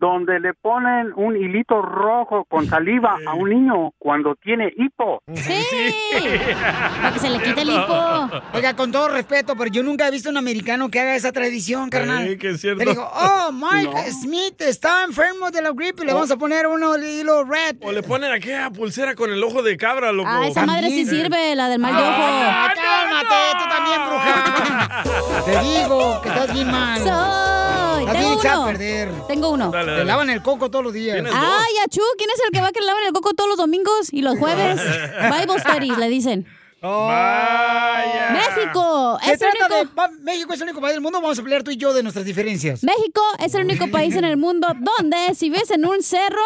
[SPEAKER 22] donde le ponen un hilito rojo con saliva a un niño cuando tiene hipo.
[SPEAKER 1] Para que se le quite el hipo. Oiga, con todo respeto, pero yo nunca he visto un americano que haga esa tradición, carnal.
[SPEAKER 8] Sí, que es cierto.
[SPEAKER 1] Le digo, oh, Mike
[SPEAKER 8] No. Oh.
[SPEAKER 1] Smith está enfermo de la gripe, le vamos a poner uno de hilo red.
[SPEAKER 2] O le ponen aquella pulsera con el ojo de cabra, loco.
[SPEAKER 3] Ah, esa madre sí sirve, la del mal de
[SPEAKER 1] Ah,
[SPEAKER 3] ojo.
[SPEAKER 1] cálmate, tú también, bruja. Te digo que estás bien mal.
[SPEAKER 3] Soy.
[SPEAKER 1] Estás
[SPEAKER 3] Tengo
[SPEAKER 1] bien echado a
[SPEAKER 3] uno.
[SPEAKER 1] perder.
[SPEAKER 3] Tengo uno. Ah.
[SPEAKER 1] Te lavan el coco todos los días.
[SPEAKER 3] Ay, Achú, ¿quién es el que va a que le lavan el coco todos los domingos y los jueves? Bible studies, le dicen. México,
[SPEAKER 1] Se
[SPEAKER 3] es el
[SPEAKER 1] trata
[SPEAKER 3] único...
[SPEAKER 1] de- va- México es el único país del mundo. Vamos a pelear tú y yo de nuestras diferencias.
[SPEAKER 3] México es el único país en el mundo donde si ves en un cerro,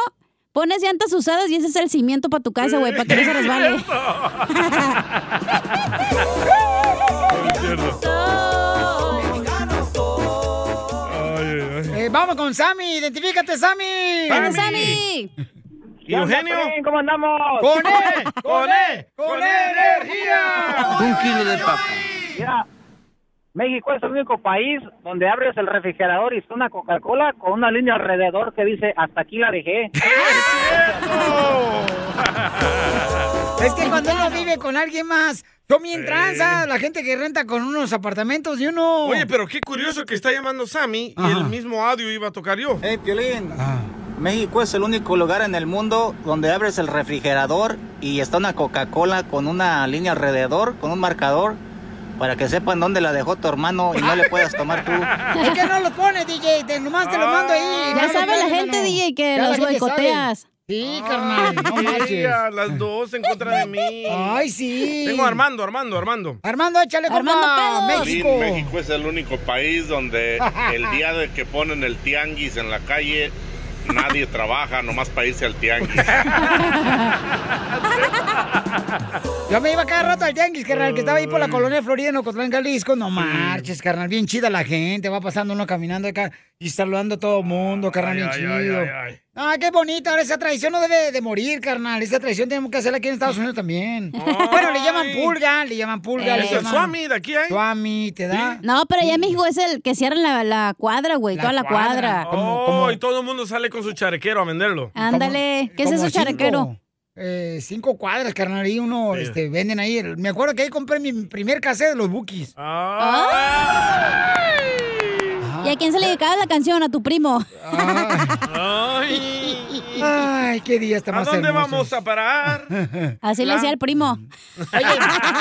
[SPEAKER 3] pones llantas usadas y ese es el cimiento para tu casa, güey, para que no se resbale.
[SPEAKER 1] Eh, vamos con Sammy. Identifícate, Sammy.
[SPEAKER 8] Vamos,
[SPEAKER 1] Sammy.
[SPEAKER 8] ¿Y Eugenio?
[SPEAKER 1] ¿Cómo andamos? Con él.
[SPEAKER 8] ¡Con E! ¡Con E energía!
[SPEAKER 18] Un kilo de papa.
[SPEAKER 22] Mira, México es el único país donde abres el refrigerador y está una Coca-Cola con una línea alrededor que dice hasta aquí la dejé.
[SPEAKER 1] Es que cuando uno vive con alguien más, yo mi tranza, la gente que renta con unos apartamentos de uno.
[SPEAKER 2] Oye, pero qué curioso que está llamando Sammy y el mismo audio iba a tocar yo.
[SPEAKER 22] Hey, Piolín. México es el único lugar en el mundo donde abres el refrigerador y está una Coca-Cola con una línea alrededor, con un marcador, para que sepan dónde la dejó tu hermano y no le puedas tomar tú.
[SPEAKER 1] Es que no los pones, DJ, te, nomás te los mando
[SPEAKER 2] Ah,
[SPEAKER 1] ahí.
[SPEAKER 3] Ya
[SPEAKER 1] No los
[SPEAKER 3] sabe la
[SPEAKER 1] pones,
[SPEAKER 3] gente,
[SPEAKER 1] no.
[SPEAKER 3] DJ, que
[SPEAKER 1] Ya la
[SPEAKER 3] los
[SPEAKER 1] gente sabe.
[SPEAKER 3] boicoteas.
[SPEAKER 1] Sí, carnal, no marches.
[SPEAKER 2] Ella, las dos en contra de mí.
[SPEAKER 1] Ay, sí.
[SPEAKER 2] Tengo a Armando, Armando, Armando.
[SPEAKER 1] Armando, échale compa. México.
[SPEAKER 23] Piolín, México es el único país donde el día de que ponen el tianguis en la calle, nadie trabaja, nomás para irse al tianguis.
[SPEAKER 1] Yo me iba cada rato al Yankees, carnal, que estaba ahí por la colonia Florida en Ocotlán, Jalisco. No marches, carnal, bien chida la gente. Va pasando uno caminando acá y saludando a todo el mundo, carnal, bien
[SPEAKER 8] ay, ay,
[SPEAKER 1] chido.
[SPEAKER 8] ay, ay.
[SPEAKER 1] Ah, qué bonito. Ahora esa tradición no debe de morir, carnal. Esa tradición tenemos que hacerla aquí en Estados Unidos también. Bueno, le llaman pulga, le llaman pulga.
[SPEAKER 3] Eh.
[SPEAKER 1] le
[SPEAKER 3] Es el
[SPEAKER 1] llaman...
[SPEAKER 3] swami
[SPEAKER 2] de aquí, ¿eh?
[SPEAKER 1] Swami, te da.
[SPEAKER 3] No, pero allá en México es el que cierran la, la cuadra, güey, toda la cuadra.
[SPEAKER 2] Oh, y todo el mundo sale con su charequero a venderlo.
[SPEAKER 3] Ándale, ¿qué es
[SPEAKER 1] como
[SPEAKER 3] eso,
[SPEAKER 1] cinco,
[SPEAKER 3] charequero?
[SPEAKER 1] eh, cinco cuadras, carnal, y uno,
[SPEAKER 2] Sí.
[SPEAKER 1] este, venden ahí. Me acuerdo que ahí compré mi primer cassette de los Bookies. Ah.
[SPEAKER 3] ¿Y a quién se le dedicaba la canción? A tu primo.
[SPEAKER 2] Ay.
[SPEAKER 1] Ay, qué día está
[SPEAKER 2] ¿A
[SPEAKER 1] más
[SPEAKER 2] dónde
[SPEAKER 1] hermoso.
[SPEAKER 2] vamos a parar?
[SPEAKER 3] Así le decía el primo.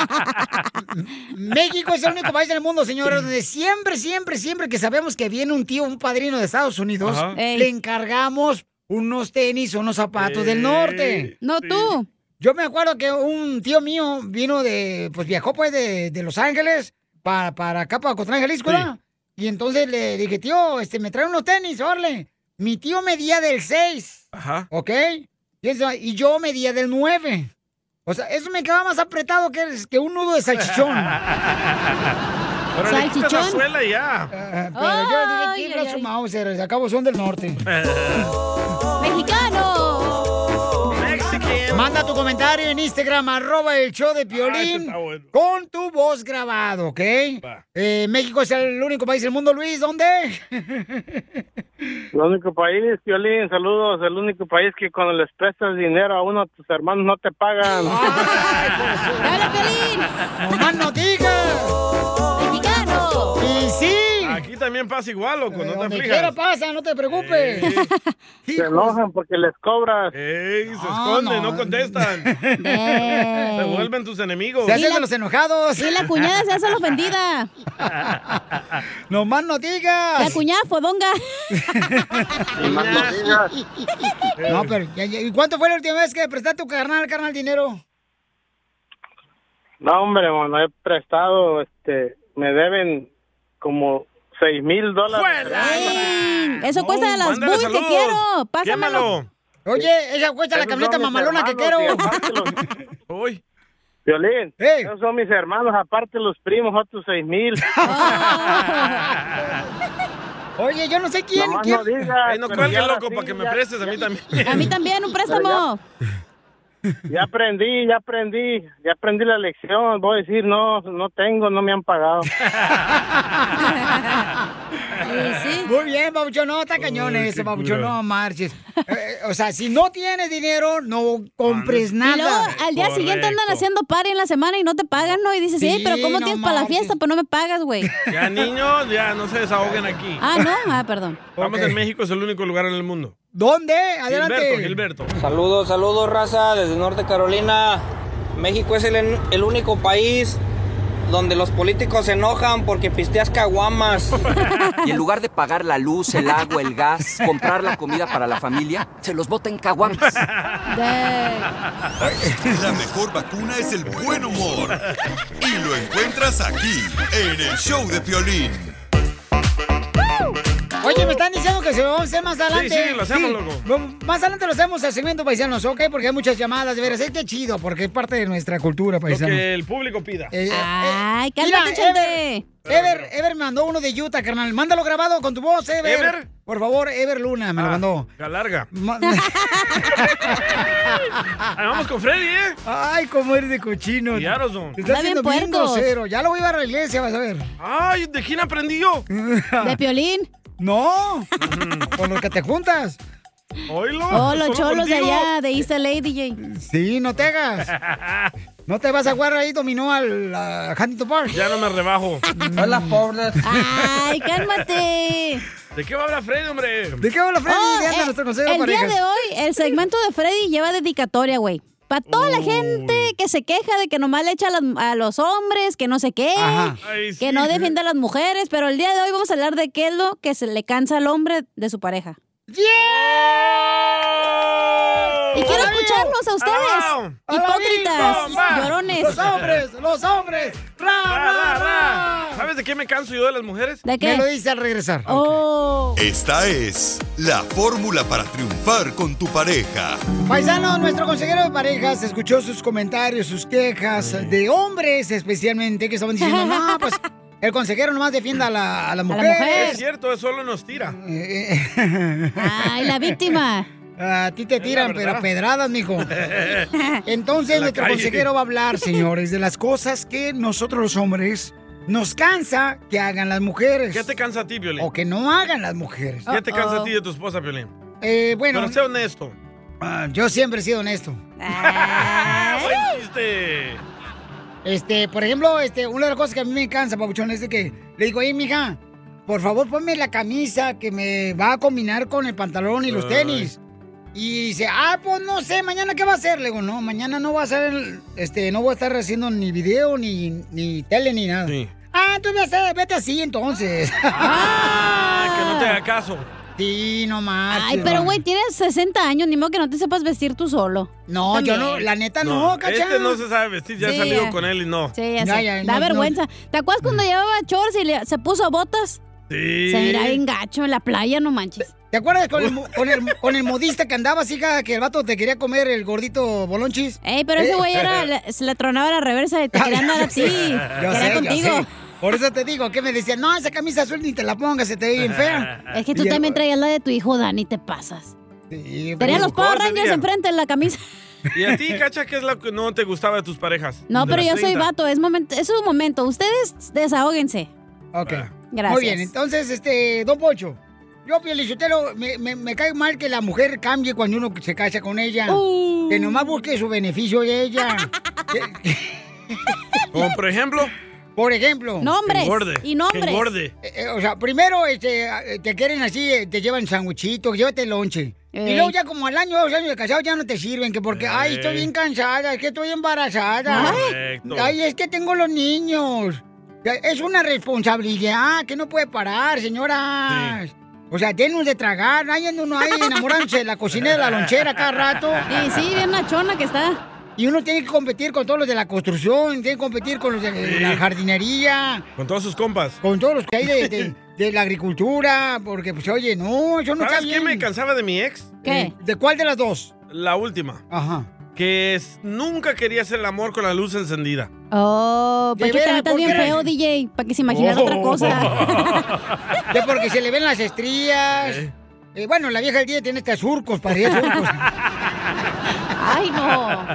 [SPEAKER 1] México es el único país del mundo, señores, donde siempre, siempre, siempre que sabemos que viene un tío, un padrino de Estados Unidos,
[SPEAKER 3] Ajá. Ey.
[SPEAKER 1] le encargamos unos tenis o unos zapatos del
[SPEAKER 3] Ey,
[SPEAKER 1] norte.
[SPEAKER 3] No sí. tú.
[SPEAKER 1] Yo me acuerdo que un tío mío vino de, pues viajó pues de, de Los Ángeles para, para acá, para Cotlán, Jalisco, ¿verdad? Y entonces le dije, tío, este, me trae unos tenis, órale. Mi tío medía del 6.
[SPEAKER 2] Ajá.
[SPEAKER 1] ¿Ok? Y eso- Y yo medía del 9. O sea, eso me quedaba más apretado que, que un nudo de salchichón.
[SPEAKER 2] Pero le quitas la
[SPEAKER 1] Salchichón.
[SPEAKER 2] suela y ya.
[SPEAKER 1] Eh, Pero yo dije,
[SPEAKER 3] Ay,
[SPEAKER 1] ¿quién
[SPEAKER 3] ay,
[SPEAKER 1] era su Mauser? Se acabó, son del norte.
[SPEAKER 3] ¡Mexicano!
[SPEAKER 1] Manda tu comentario en Instagram, arroba el show de Piolín, con tu voz grabado, ¿ok? Eh, México es el único país del mundo, Luis, ¿dónde?
[SPEAKER 22] El único país, Piolín, saludos, el único país que cuando les prestas dinero a uno, tus hermanos no te pagan.
[SPEAKER 1] ¡Dale, Piolín! ¡No más no digas!
[SPEAKER 3] ¡Mexicano!
[SPEAKER 2] aquí también pasa igual, loco, no te
[SPEAKER 1] Eh, Donde
[SPEAKER 2] aflijas.
[SPEAKER 1] quiera pasa, no te preocupes.
[SPEAKER 2] Se enojan porque les cobras. Ey, se esconden,
[SPEAKER 1] Ah, no.
[SPEAKER 2] no, contestan.
[SPEAKER 3] Ey.
[SPEAKER 2] Se vuelven tus enemigos.
[SPEAKER 1] Se hacen de los enojados.
[SPEAKER 3] Sí, la cuñada se hace la ofendida.
[SPEAKER 1] No más no digas.
[SPEAKER 3] La cuñada fodonga.
[SPEAKER 1] No, pero ya- ya- ¿y cuánto fue la última vez que le prestaste a tu carnal, carnal, dinero?
[SPEAKER 7] No, hombre, bueno, he prestado, este, me deben como seis mil dólares.
[SPEAKER 3] Eso cuesta de las
[SPEAKER 7] mándale
[SPEAKER 3] buy que
[SPEAKER 7] saludos.
[SPEAKER 3] quiero. Pásamelo.
[SPEAKER 7] Quémalo.
[SPEAKER 1] Oye, ella cuesta la
[SPEAKER 7] Esos
[SPEAKER 1] camioneta
[SPEAKER 7] son mis
[SPEAKER 1] mamalona que quiero.
[SPEAKER 7] hermanos, Violín, esos son mis hermanos, aparte los primos, otros seis mil.
[SPEAKER 1] Oye, yo no sé quién.
[SPEAKER 7] Nomás
[SPEAKER 1] quién-
[SPEAKER 7] Ah, no digas,
[SPEAKER 2] Ey, no
[SPEAKER 7] pero
[SPEAKER 2] cuelgues,
[SPEAKER 7] ya
[SPEAKER 2] loco,
[SPEAKER 7] sí,
[SPEAKER 2] para que me
[SPEAKER 7] ya-
[SPEAKER 2] prestes a mí también.
[SPEAKER 3] A mí también, un préstamo.
[SPEAKER 7] Ya aprendí, ya aprendí, ya aprendí la lección. Voy a decir, no, no tengo, no me han pagado.
[SPEAKER 1] Muy bien, babuchón, no, está cañón
[SPEAKER 7] Uy,
[SPEAKER 1] ese,
[SPEAKER 7] qué
[SPEAKER 1] babuchón,
[SPEAKER 7] cura.
[SPEAKER 1] no marches. Eh, eh, o sea, si no tienes dinero, no
[SPEAKER 7] Ah,
[SPEAKER 1] compres
[SPEAKER 3] Y
[SPEAKER 1] nada.
[SPEAKER 3] luego, al día siguiente andan haciendo party en la semana y no te pagan, ¿no? Y dices,
[SPEAKER 2] Sí,
[SPEAKER 3] "Ey, pero ¿cómo
[SPEAKER 2] no
[SPEAKER 3] tienes para la fiesta? Pues no me pagas, güey.
[SPEAKER 2] Ya, niños, ya no se desahoguen aquí.
[SPEAKER 3] Ah, no, ah, perdón.
[SPEAKER 2] Estamos en México, es el único lugar en el mundo.
[SPEAKER 1] ¿Dónde?
[SPEAKER 2] Gilberto, Gilberto.
[SPEAKER 23] Saludos, saludos, raza, desde Norte Carolina.
[SPEAKER 22] México es el, el único país donde los políticos se enojan porque pisteas caguamas.
[SPEAKER 9] Y en lugar de pagar la luz, el agua, el gas, comprar la comida para la familia, se los bota en caguamas.
[SPEAKER 5] La mejor vacuna es el buen humor. Y lo encuentras aquí, en el show de Piolín.
[SPEAKER 1] Oye, me están diciendo que se lo vamos a hacer más adelante.
[SPEAKER 7] sí, lo hacemos, loco.
[SPEAKER 1] Lo- Más adelante lo hacemos al segmento paisanos, ¿ok? Porque hay muchas llamadas, de veras. Es que chido, porque es parte de nuestra cultura
[SPEAKER 2] lo
[SPEAKER 1] paisanos.
[SPEAKER 2] que el público pida.
[SPEAKER 1] Eh, eh,
[SPEAKER 3] Ay,
[SPEAKER 1] mira,
[SPEAKER 3] cálmate,
[SPEAKER 1] Ever, Ever, Ever me mandó uno de Utah, carnal. Mándalo grabado con tu voz, Ever.
[SPEAKER 2] ¿Ever?
[SPEAKER 1] Por favor, Ever Luna
[SPEAKER 7] Ah.
[SPEAKER 1] me lo mandó.
[SPEAKER 2] La larga.
[SPEAKER 1] Ma-
[SPEAKER 2] Ahí vamos con Freddy, ¿eh?
[SPEAKER 1] Ay, cómo eres de cochino.
[SPEAKER 2] Y Arizona.
[SPEAKER 1] Te estás
[SPEAKER 2] Está bien
[SPEAKER 1] haciendo bien
[SPEAKER 2] puercos.
[SPEAKER 1] grosero. Ya lo voy a llevar a la iglesia, vas a ver.
[SPEAKER 2] Ay, ¿de quién aprendí yo?
[SPEAKER 1] ¿De
[SPEAKER 3] Piolín?
[SPEAKER 1] No. Con los que te juntas.
[SPEAKER 2] Oilo.
[SPEAKER 3] Oh, los cholos de allá, de East LA, DJ.
[SPEAKER 1] Sí, no te hagas. No te vas a jugar ahí, dominó al a Huntington Park.
[SPEAKER 2] Ya no me rebajo.
[SPEAKER 1] Hola,
[SPEAKER 2] pobres.
[SPEAKER 3] Ay, cálmate.
[SPEAKER 2] ¿De qué va a hablar Freddy, hombre?
[SPEAKER 1] ¿De qué habla Freddy?
[SPEAKER 3] Oh,
[SPEAKER 1] Diana,
[SPEAKER 3] eh,
[SPEAKER 1] nuestro consejero
[SPEAKER 3] el
[SPEAKER 1] de
[SPEAKER 3] día
[SPEAKER 1] parejas.
[SPEAKER 3] de hoy, el segmento de Freddy lleva dedicatoria, güey. Para toda la gente que se queja de que nomás le echa a, las- a los hombres, que no sé qué,
[SPEAKER 8] Ajá. Ay,
[SPEAKER 3] que
[SPEAKER 8] sí.
[SPEAKER 3] no defiende a las mujeres, pero el día de hoy vamos a hablar de qué es lo que se le cansa al hombre de su pareja. Y quiero escucharlos a ustedes, hipócritas, llorones.
[SPEAKER 1] Los hombres, los hombres. Ra, ra, ra.
[SPEAKER 2] ¿Sabes de qué me canso yo de las mujeres?
[SPEAKER 1] Me lo dice al regresar.
[SPEAKER 3] Oh.
[SPEAKER 5] Esta es la fórmula para triunfar con tu pareja.
[SPEAKER 1] Paisano, nuestro consejero de parejas escuchó sus comentarios, sus quejas de hombres especialmente que estaban diciendo, no, pues el consejero nomás defienda a la, a la mujer.
[SPEAKER 2] Es cierto, eso solo nos tira.
[SPEAKER 1] Eh, Ay,
[SPEAKER 3] la víctima.
[SPEAKER 1] A ti te tiran, pero a
[SPEAKER 2] verdad.
[SPEAKER 1] pedradas, mijo. Entonces,
[SPEAKER 2] En la
[SPEAKER 1] nuestro
[SPEAKER 2] calle.
[SPEAKER 1] consejero va a hablar, señores, de las cosas que nosotros los hombres nos cansa que hagan las mujeres.
[SPEAKER 2] ¿Qué te cansa a ti, Violín?
[SPEAKER 1] O que no hagan las mujeres.
[SPEAKER 2] ¿Qué te cansa a ti de tu esposa, Violín?
[SPEAKER 1] Eh, bueno,
[SPEAKER 2] Pero sé honesto.
[SPEAKER 1] ah, yo siempre he sido honesto.
[SPEAKER 2] Ah, buen chiste.
[SPEAKER 1] Este, por ejemplo, este, una de las cosas que a mí me cansa, papuchón, es de que le digo, hey, mija, por favor, ponme la camisa que me va a combinar con el pantalón y los
[SPEAKER 8] Ay.
[SPEAKER 1] tenis. Y dice, ah, pues no sé, mañana qué va a hacer. Le digo, no, mañana no va a ser, el- este, no voy a estar haciendo ni video, ni, ni tele, ni nada. Ah, tú vete, vete así entonces.
[SPEAKER 2] Ah, que no te haga caso.
[SPEAKER 1] sí, no más.
[SPEAKER 3] Ay, pero güey, tienes 60 años, ni modo que no te sepas vestir tú solo.
[SPEAKER 1] No, yo no, la neta no,
[SPEAKER 3] cacha.
[SPEAKER 2] Este no se sabe vestir, ya he
[SPEAKER 3] Sí,
[SPEAKER 2] salido
[SPEAKER 3] ya.
[SPEAKER 2] con él y no.
[SPEAKER 3] Sí, ya, sé.
[SPEAKER 2] sé.
[SPEAKER 3] da vergüenza. ¿Te acuerdas cuando
[SPEAKER 1] Mm.
[SPEAKER 3] llevaba shorts y le- se puso botas?
[SPEAKER 2] Sí.
[SPEAKER 3] Se miraba bien gacho en la playa, no manches.
[SPEAKER 1] ¿Te acuerdas con el, mo- con el- con el modista que andabas, hija, que el vato te quería comer el gordito bolonchis? Eh.
[SPEAKER 3] Ey, pero ese güey era, le- se le tronaba la reversa de te quería andar a ti.
[SPEAKER 1] Yo
[SPEAKER 3] Quería
[SPEAKER 1] sé, yo
[SPEAKER 3] contigo.
[SPEAKER 1] sé. Por eso te digo, que me decían, no, esa camisa azul ni te la pongas, se te ve bien fea.
[SPEAKER 3] Es que tú
[SPEAKER 1] Y el-
[SPEAKER 3] también traías la de tu hijo Dani, te pasas.
[SPEAKER 1] Sí,
[SPEAKER 3] Tenía
[SPEAKER 2] pero-
[SPEAKER 3] los Power
[SPEAKER 2] Mejor
[SPEAKER 3] Rangers
[SPEAKER 2] sería.
[SPEAKER 3] enfrente en la camisa.
[SPEAKER 2] ¿Y a ti, cacha, qué es lo que no te gustaba de tus parejas?
[SPEAKER 3] No,
[SPEAKER 2] De
[SPEAKER 3] pero
[SPEAKER 2] las
[SPEAKER 3] yo soy
[SPEAKER 2] 30.
[SPEAKER 3] vato, es momento, es un momento. Ustedes desahóguense.
[SPEAKER 1] Ok.
[SPEAKER 3] Gracias.
[SPEAKER 1] Muy bien, entonces, este, Don Pocho. Yo, Pielichotelo, me, me, me cae mal que la mujer cambie cuando uno se casa con ella.
[SPEAKER 3] Uh.
[SPEAKER 1] Que nomás busque su beneficio de ella.
[SPEAKER 2] Como por ejemplo,
[SPEAKER 1] Por ejemplo.
[SPEAKER 3] Nombres, Engorde, y nombres. que engorde.
[SPEAKER 1] Eh, eh, o sea, primero este, eh, te quieren así, eh, te llevan sanguchito, llévate el lonche.
[SPEAKER 3] Ey.
[SPEAKER 1] Y luego ya como al año, dos años de casado ya no te sirven, que porque, ay, estoy bien cansada, es que estoy embarazada. Ay,
[SPEAKER 8] Correcto.
[SPEAKER 1] ay, es que tengo los niños. Es una responsabilidad que no puede parar, señoras. O sea, denos de tragar, nadie uno ahí enamorándose de la cocina y de la lonchera cada rato.
[SPEAKER 3] Y sí, bien nachona que está.
[SPEAKER 1] Y uno tiene que competir con todos los de la construcción, tiene que competir con los de la
[SPEAKER 2] Sí.
[SPEAKER 1] jardinería,
[SPEAKER 2] Con todos sus compas.
[SPEAKER 1] con todos los que hay de, de- de la agricultura, porque pues oye, no, yo no
[SPEAKER 2] ¿Sabes qué me cansaba de mi ex? Eh,
[SPEAKER 1] ¿Qué? ¿De cuál de las dos?
[SPEAKER 2] La última.
[SPEAKER 1] Ajá.
[SPEAKER 2] Que es- nunca quería hacer el amor con la luz encendida.
[SPEAKER 3] Oh,
[SPEAKER 1] De
[SPEAKER 3] ¿para qué te
[SPEAKER 1] veras, Oh.
[SPEAKER 3] metas
[SPEAKER 1] ¿por
[SPEAKER 3] bien
[SPEAKER 1] qué?
[SPEAKER 3] feo, DJ? Para que se imaginara otra
[SPEAKER 2] Oh.
[SPEAKER 3] cosa.
[SPEAKER 1] Ya porque se le ven las estrías. Eh, bueno, la vieja del día tiene hasta surcos, parecía surcos.
[SPEAKER 3] Ay, no.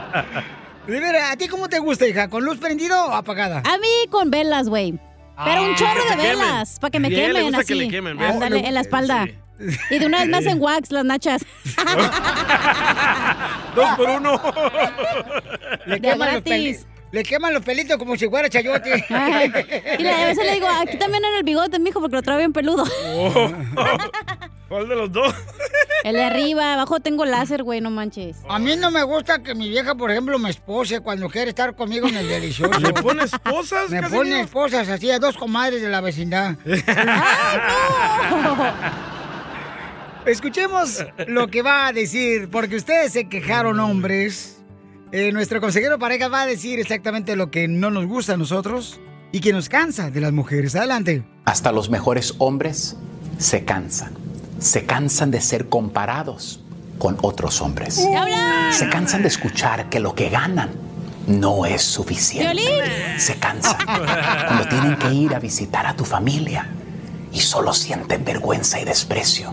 [SPEAKER 1] Rivera, ¿a ti cómo te gusta, hija? ¿Con luz prendida o apagada?
[SPEAKER 3] A mí con velas, güey. Pero un
[SPEAKER 1] Ah,
[SPEAKER 3] chorro
[SPEAKER 1] que
[SPEAKER 3] de
[SPEAKER 1] te quemen.
[SPEAKER 3] velas, para que me
[SPEAKER 1] Sí, le
[SPEAKER 3] quemen
[SPEAKER 1] gusta
[SPEAKER 3] así.
[SPEAKER 1] que le quemen, ¿ves?
[SPEAKER 3] Ándale,
[SPEAKER 1] Oh, le-
[SPEAKER 3] en la espalda. Y de una vez más en wax las nachas.
[SPEAKER 2] Dos por uno.
[SPEAKER 1] Le
[SPEAKER 3] De
[SPEAKER 1] queman, los
[SPEAKER 3] gratis.
[SPEAKER 1] peli- le queman los pelitos como si fuera chayote.
[SPEAKER 3] Ay. Y le- a veces le digo, aquí también en el bigote, mijo, porque lo traigo bien peludo.
[SPEAKER 1] Oh.
[SPEAKER 2] ¿Cuál de los dos?
[SPEAKER 3] El de arriba, abajo tengo láser, güey, no manches.
[SPEAKER 1] A mí no me gusta que mi vieja, por ejemplo, me espose cuando quiere estar conmigo en el delicioso.
[SPEAKER 8] ¿Le pone
[SPEAKER 1] esposas? Me
[SPEAKER 8] Casimiro?
[SPEAKER 1] pone esposas así a dos comadres de la vecindad. Escuchemos lo que va a decir, porque ustedes se quejaron, hombres. Eh, nuestro consejero pareja va a decir exactamente lo que no nos gusta a nosotros y que nos cansa de las mujeres. Adelante.
[SPEAKER 24] Hasta los mejores hombres se cansan. Se cansan de ser comparados con otros hombres.
[SPEAKER 8] Uh.
[SPEAKER 24] Se cansan de escuchar que lo que ganan no es suficiente. Se cansan cuando tienen que ir a visitar a tu familia y solo sienten vergüenza y desprecio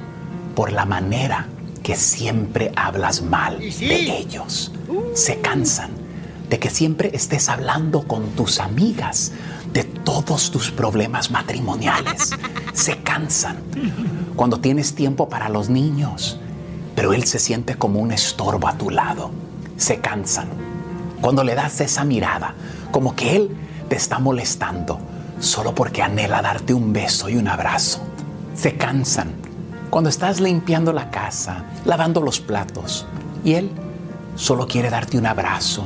[SPEAKER 24] por la manera que siempre hablas mal de ellos. Se cansan de que siempre estés hablando con tus amigas de todos tus problemas matrimoniales. Se cansan cuando tienes tiempo para los niños, pero él se siente como un estorbo a tu lado. Se cansan cuando le das esa mirada, como que él te está molestando, solo porque anhela darte un beso y un abrazo. Se cansan cuando estás limpiando la casa, lavando los platos, y él solo quiere darte un abrazo,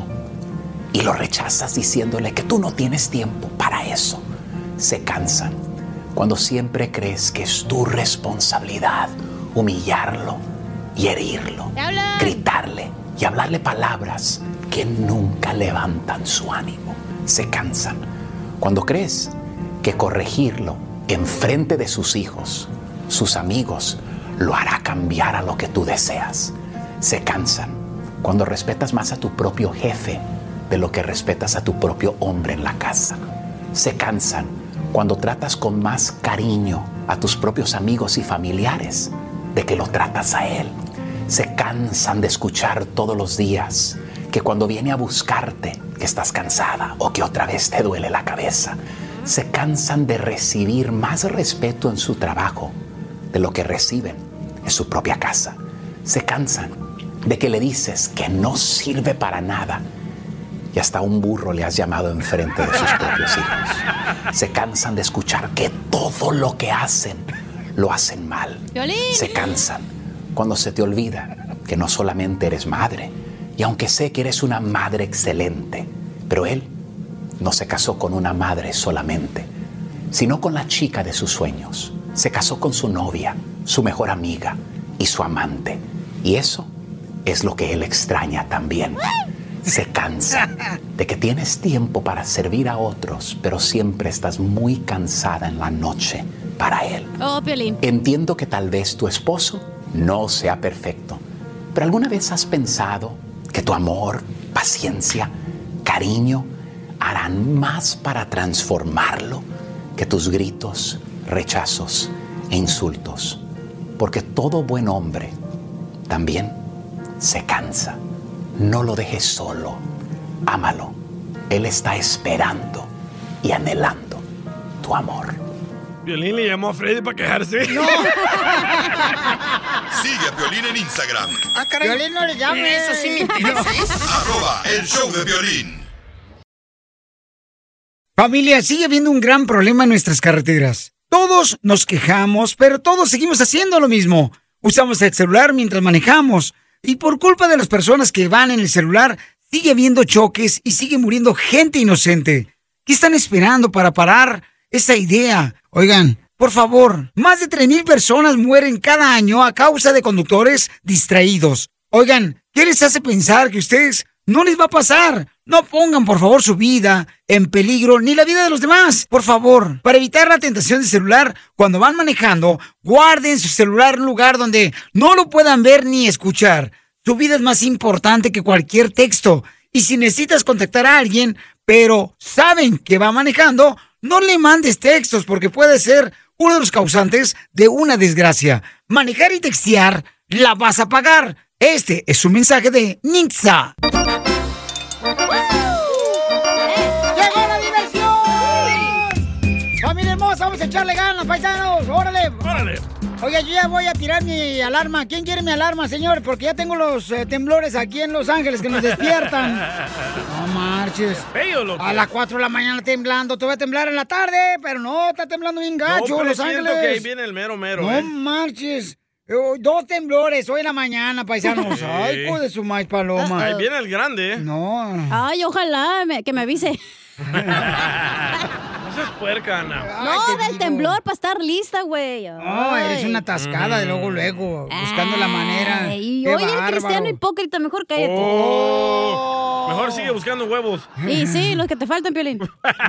[SPEAKER 24] y lo rechazas diciéndole que tú no tienes tiempo para eso. Se cansan cuando siempre crees que es tu responsabilidad humillarlo y herirlo, gritarle y hablarle palabras que nunca levantan su ánimo. Se cansan cuando crees que corregirlo en frente de sus hijos, sus amigos, lo hará cambiar a lo que tú deseas. Se cansan cuando respetas más a tu propio jefe de lo que respetas a tu propio hombre en la casa. Se cansan cuando tratas con más cariño a tus propios amigos y familiares de que lo tratas a él. Se cansan de escuchar todos los días que cuando viene a buscarte que estás cansada o que otra vez te duele la cabeza. Se cansan de recibir más respeto en su trabajo de lo que reciben en su propia casa. Se cansan de que le dices que no sirve para nada y hasta un burro le has llamado enfrente de sus propios hijos. Se cansan de escuchar que todo lo que hacen lo hacen mal. Se cansan cuando se te olvida que no solamente eres madre, y aunque sé que eres una madre excelente, pero él no se casó con una madre solamente, sino con la chica de sus sueños. Se casó con su novia, su mejor amiga y su amante. Y eso es lo que él extraña también. Se cansa de que tienes tiempo para servir a otros, pero siempre estás muy cansada en la noche para él.
[SPEAKER 3] Oh, Piolín.
[SPEAKER 24] Entiendo que tal vez tu esposo no sea perfecto, pero ¿alguna vez has pensado que tu amor, paciencia, cariño harán más para transformarlo que tus gritos, rechazos e insultos? Porque todo buen hombre también se cansa. No lo dejes solo, ámalo. Él está esperando y anhelando tu amor.
[SPEAKER 2] Violín le llamó a Freddy para quejarse.
[SPEAKER 24] No.
[SPEAKER 5] Sigue a Piolín en Instagram.
[SPEAKER 1] Ah,
[SPEAKER 8] caray.
[SPEAKER 1] Violín no le llame.
[SPEAKER 8] Eso sí me interesa.
[SPEAKER 5] Arroba el show de Piolín.
[SPEAKER 1] Familia, sigue habiendo un gran problema en nuestras carreteras. Todos nos quejamos, pero todos seguimos haciendo lo mismo. Usamos el celular mientras manejamos. Y por culpa de las personas que van en el celular, sigue habiendo choques y sigue muriendo gente inocente. ¿Qué están esperando para parar esa idea? Oigan, por favor, más de 3.000 personas mueren cada año a causa de conductores distraídos. Oigan, ¿qué les hace pensar que ustedes no les va a pasar? No pongan, por favor, su vida en peligro ni la vida de los demás. Por favor, para evitar la tentación del celular, cuando van manejando, guarden su celular en un lugar donde no lo puedan ver ni escuchar. Su vida es más importante que cualquier texto. Y si necesitas contactar a alguien, pero saben que va manejando, no le mandes textos porque puede ser uno de los causantes de una desgracia. Manejar y textear la vas a pagar. Este es un mensaje de Nitsa.
[SPEAKER 8] ¡Llegó la
[SPEAKER 1] diversión! Familia hermosa, vamos a echarle ganas, paisanos. Órale. Órale. Oiga, yo ya voy a tirar mi alarma. ¿Quién quiere mi alarma, señor? Porque ya tengo los eh, temblores aquí en Los Ángeles que nos despiertan. No Ah. marches.
[SPEAKER 8] Feo, loco.
[SPEAKER 1] A las 4 de la mañana temblando. Te voy a temblar en la tarde, pero no, está temblando bien gacho,
[SPEAKER 2] No
[SPEAKER 1] Los
[SPEAKER 2] presiento
[SPEAKER 1] Ángeles.
[SPEAKER 2] que ahí viene el mero mero,
[SPEAKER 1] No
[SPEAKER 2] ¿eh?
[SPEAKER 1] marches. Eh, Dos temblores hoy en la mañana, paisanos.
[SPEAKER 2] Sí.
[SPEAKER 1] Ay, hijo de su maíz paloma.
[SPEAKER 2] Ahí viene el grande, ¿eh?
[SPEAKER 1] No.
[SPEAKER 3] Ay, ojalá Ah, me- que me avise.
[SPEAKER 2] no seas puerca, Ana.
[SPEAKER 3] no, del temblor para estar lista, güey.
[SPEAKER 1] No, eres una atascada de luego, luego, buscando la manera.
[SPEAKER 3] Ay,
[SPEAKER 1] Qué
[SPEAKER 3] oye, el
[SPEAKER 1] bárbaro.
[SPEAKER 3] cristiano hipócrita, mejor cállate.
[SPEAKER 2] Oh, mejor sigue buscando huevos.
[SPEAKER 3] Y sí, los que te faltan, Piolín.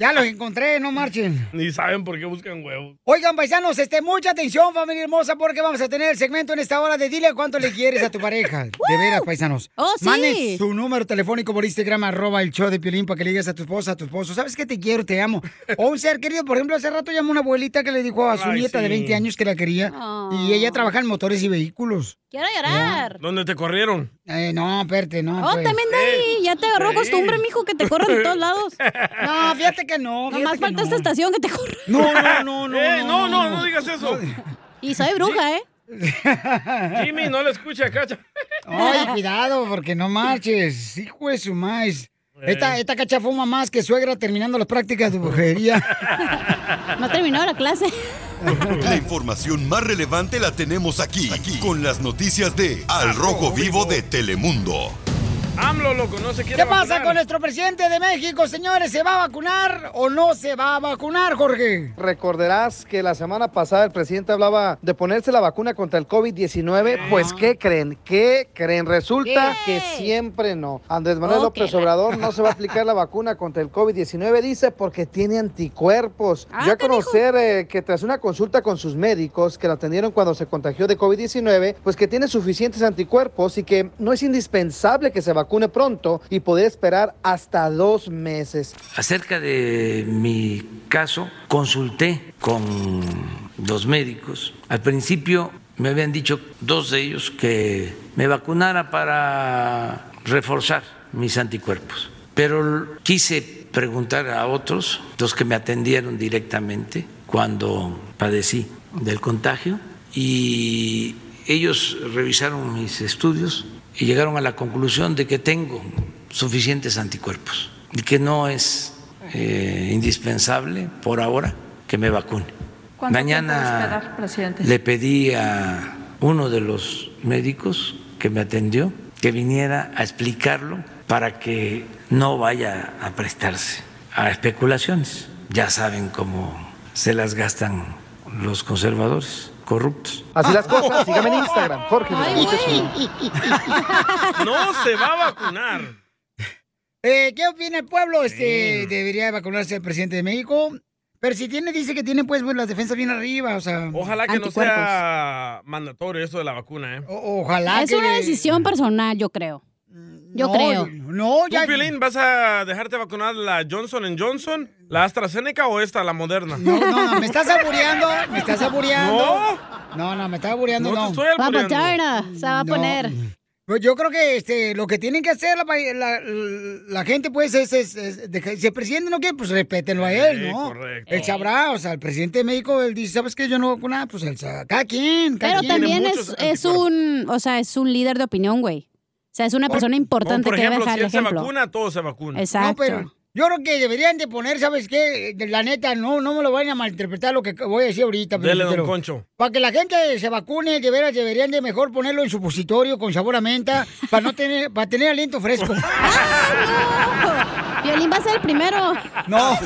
[SPEAKER 1] ya los encontré, no marchen.
[SPEAKER 2] Ni saben por qué buscan huevos.
[SPEAKER 1] Oigan, paisanos, este, mucha atención, familia hermosa, porque vamos a tener el segmento en esta hora de Dile cuánto le quieres a tu pareja. De veras, paisanos.
[SPEAKER 3] Oh, sí.
[SPEAKER 1] Manden su número telefónico por Instagram, arroba el show de Piolín, para que le digas a tu esposa, a tu esposo, ¿sabes que te quiero, te amo? O un ser querido, por ejemplo, hace rato llamó una abuelita que le dijo a su
[SPEAKER 2] Ay,
[SPEAKER 1] nieta de
[SPEAKER 2] sí.
[SPEAKER 1] 20 años que la quería y ella trabaja en motores y vehículos.
[SPEAKER 3] Quiero llorar.
[SPEAKER 2] ¿Dónde te corrieron?
[SPEAKER 1] Eh, no, espérate, no.
[SPEAKER 3] Oh,
[SPEAKER 1] pues.
[SPEAKER 3] también de ahí. Ya te agarró
[SPEAKER 1] Sí.
[SPEAKER 3] costumbre, mijo, que te corren de todos lados.
[SPEAKER 1] No, fíjate que no.
[SPEAKER 3] Nomás falta esta estación que te corre.
[SPEAKER 1] No, no, no, no.
[SPEAKER 2] Eh, no, no, no digas eso.
[SPEAKER 3] Y soy bruja, ¿eh?
[SPEAKER 2] Jimmy, no la escucha, cacha.
[SPEAKER 1] Ay, cuidado, porque no marches. Hijo de su maíz.
[SPEAKER 2] Eh.
[SPEAKER 1] Esta, esta cacha fuma más que suegra terminando las prácticas de brujería.
[SPEAKER 3] No terminó la clase.
[SPEAKER 5] La información más relevante la tenemos aquí, aquí, con las noticias de Al Rojo Vivo de Telemundo.
[SPEAKER 2] AMLO, loco, no se quiere
[SPEAKER 1] ¿Qué pasa
[SPEAKER 2] vacunar.
[SPEAKER 1] con nuestro presidente de México, señores? ¿Se va a vacunar o no se va a vacunar, Jorge?
[SPEAKER 4] Recordarás que la semana pasada el presidente hablaba de ponerse la vacuna contra el COVID-19. Pues,
[SPEAKER 1] Ah.
[SPEAKER 4] ¿qué creen? ¿Qué creen? Resulta que siempre no. Andrés Manuel
[SPEAKER 25] Oh,
[SPEAKER 4] López
[SPEAKER 25] qué
[SPEAKER 4] Obrador no se va a aplicar la vacuna contra el COVID-19, dice, porque tiene anticuerpos. Yo a conocer eh, que tras una consulta con sus médicos que lo atendieron cuando se contagió de COVID-19, pues que tiene suficientes anticuerpos y que no es indispensable que se vacune pronto y poder esperar hasta dos meses.
[SPEAKER 18] Acerca de mi caso, consulté con los médicos. Al principio me habían dicho dos de ellos que me vacunara para reforzar mis anticuerpos. Pero quise preguntar a otros, los que me atendieron directamente cuando padecí del contagio, y ellos revisaron mis estudios y llegaron a la conclusión de que tengo suficientes anticuerpos y que no es eh, indispensable por ahora que me vacune.
[SPEAKER 19] ¿Cuánto
[SPEAKER 18] Mañana
[SPEAKER 19] tiempo esperar, presidente?
[SPEAKER 18] le pedí a uno de los médicos que me atendió que viniera a explicarlo para que no vaya a prestarse a especulaciones. Ya saben cómo se las gastan los conservadores corruptos.
[SPEAKER 4] Así las cosas, sígame en Instagram, Jorge Miramontes uno.
[SPEAKER 2] No se va a vacunar.
[SPEAKER 1] Eh, ¿Qué opina el pueblo? Este, ¿Debería vacunarse el presidente de México? Pero si tiene, dice que tiene pues, pues, las defensas bien arriba, o sea...
[SPEAKER 2] Ojalá que no
[SPEAKER 1] anticuerpos.
[SPEAKER 2] sea mandatorio eso de la vacuna, ¿eh?
[SPEAKER 1] O- ojalá
[SPEAKER 3] es
[SPEAKER 1] que
[SPEAKER 3] una
[SPEAKER 1] le-
[SPEAKER 3] decisión personal, yo creo. Yo
[SPEAKER 1] No,
[SPEAKER 3] creo.
[SPEAKER 1] No,
[SPEAKER 2] ¿Tú, Piolín, vas a dejarte vacunar la Johnson Johnson, la AstraZeneca o esta, la Moderna?
[SPEAKER 1] No, no, no, me estás abureando, me estás abureando. No, no, me estás abureando,
[SPEAKER 2] No
[SPEAKER 1] no.
[SPEAKER 2] te estoy albureando.
[SPEAKER 3] Papuchona, se va a poner.
[SPEAKER 1] Pues yo creo que este, lo que tienen que hacer la, pa- la- la gente, pues, es, es- es dejar- si el presidente no quiere, pues respétenlo a él,
[SPEAKER 8] Sí,
[SPEAKER 1] ¿no?
[SPEAKER 8] correcto.
[SPEAKER 1] Él sabrá, o sea, el presidente de México, él dice, ¿sabes qué? Yo no voy nada, pues él sabe. Cada quien, cada
[SPEAKER 3] Pero
[SPEAKER 1] quien.
[SPEAKER 3] también es, es un, o sea, es un líder de opinión, güey. O sea, es una persona
[SPEAKER 2] Como,
[SPEAKER 3] importante
[SPEAKER 2] por
[SPEAKER 3] que debe
[SPEAKER 2] ejemplo,
[SPEAKER 3] dejar
[SPEAKER 2] si
[SPEAKER 3] el
[SPEAKER 2] él se
[SPEAKER 3] ejemplo.
[SPEAKER 2] vacuna, todo se vacuna.
[SPEAKER 3] Exacto.
[SPEAKER 1] No, pero Yo creo que deberían de poner, ¿sabes qué? De La neta, no, no me lo vayan a malinterpretar lo que voy a decir ahorita. pues,
[SPEAKER 2] Dele, don
[SPEAKER 1] pero-
[SPEAKER 2] Concho.
[SPEAKER 1] Para que la gente se vacune, de veras deberían de mejor ponerlo en supositorio con sabor a menta para no tener, para tener aliento fresco. Violín va a ser el primero. No.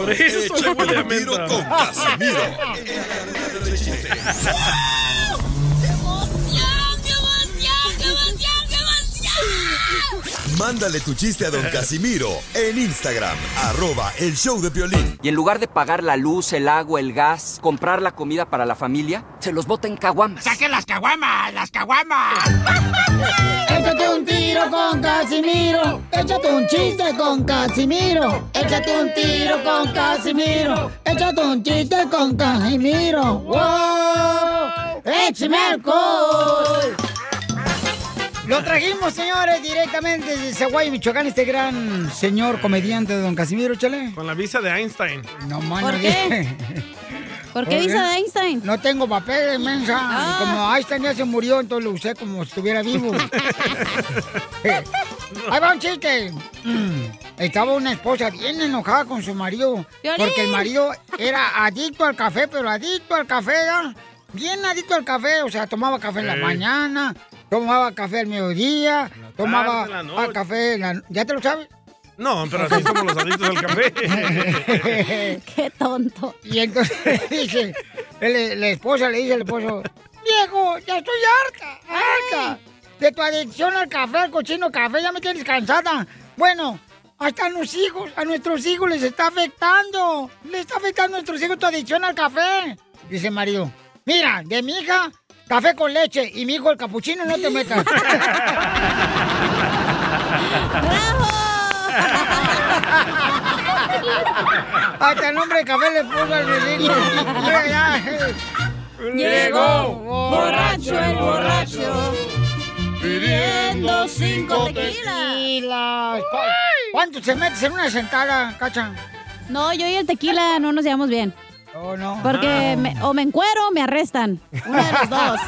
[SPEAKER 8] Por eso
[SPEAKER 5] Échate
[SPEAKER 8] huele a
[SPEAKER 5] un tiro
[SPEAKER 8] menta.
[SPEAKER 5] con Casimiro. Mándale tu chiste a don Casimiro en Instagram, arroba el show de violín.
[SPEAKER 9] Y en lugar de pagar la luz, el agua, el gas, comprar la comida para la familia, se los bota en caguamas.
[SPEAKER 8] ¡Saquen las caguamas! ¡Las caguamas!
[SPEAKER 1] Échate un tiro con Casimiro. Échate un chiste con Casimiro. Échate un tiro con Casimiro. Échate un chiste con Casimiro. ¡Wow! ¡Échame alcohol! Lo trajimos, señores, directamente desde Zaguay, Michoacán, este gran señor comediante de Don Casimiro, chale.
[SPEAKER 2] Con la visa de Einstein.
[SPEAKER 1] No man,
[SPEAKER 2] ¿Por
[SPEAKER 1] no
[SPEAKER 2] qué?
[SPEAKER 1] dije.
[SPEAKER 3] ¿Por qué visa de Einstein?
[SPEAKER 1] No tengo papel, mensa.
[SPEAKER 3] Ah.
[SPEAKER 1] Y Como Einstein ya se murió, entonces lo usé como si estuviera vivo. Eh, Ahí va un chiste. Mm, Estaba una esposa bien enojada con su marido.
[SPEAKER 8] Piolín.
[SPEAKER 1] Porque el marido era adicto al café, pero adicto al café, ¿verdad? Bien adicto al café. O sea, tomaba café en la
[SPEAKER 8] Ey.
[SPEAKER 1] mañana, tomaba café al mediodía, tomaba
[SPEAKER 8] en la
[SPEAKER 1] ah, café en la... ¿Ya te lo sabes?
[SPEAKER 2] No, pero así somos los adictos al café.
[SPEAKER 1] Qué tonto. Y entonces dice, el- la esposa le dice al esposo, viejo, ya estoy harta, harta de tu adicción al café, al cochino café, ya me tienes cansada. Bueno, hasta a los hijos, a nuestros hijos les está afectando, les está afectando a nuestros hijos tu adicción al café. Dice el marido, mira, de mi hija, café con leche, y mi hijo el capuchino, no te metas. Hasta el nombre de café le puso al ridículo. Mira ya.
[SPEAKER 8] Llegó borracho el borracho,
[SPEAKER 1] pidiendo
[SPEAKER 8] cinco
[SPEAKER 1] tequilas. ¿Cu- ¿Cuánto se metes en una sentada, cacha?
[SPEAKER 3] No, yo y el tequila no nos llevamos bien.
[SPEAKER 1] Oh, no.
[SPEAKER 3] Porque me- o me encuero o me arrestan. Una de las dos.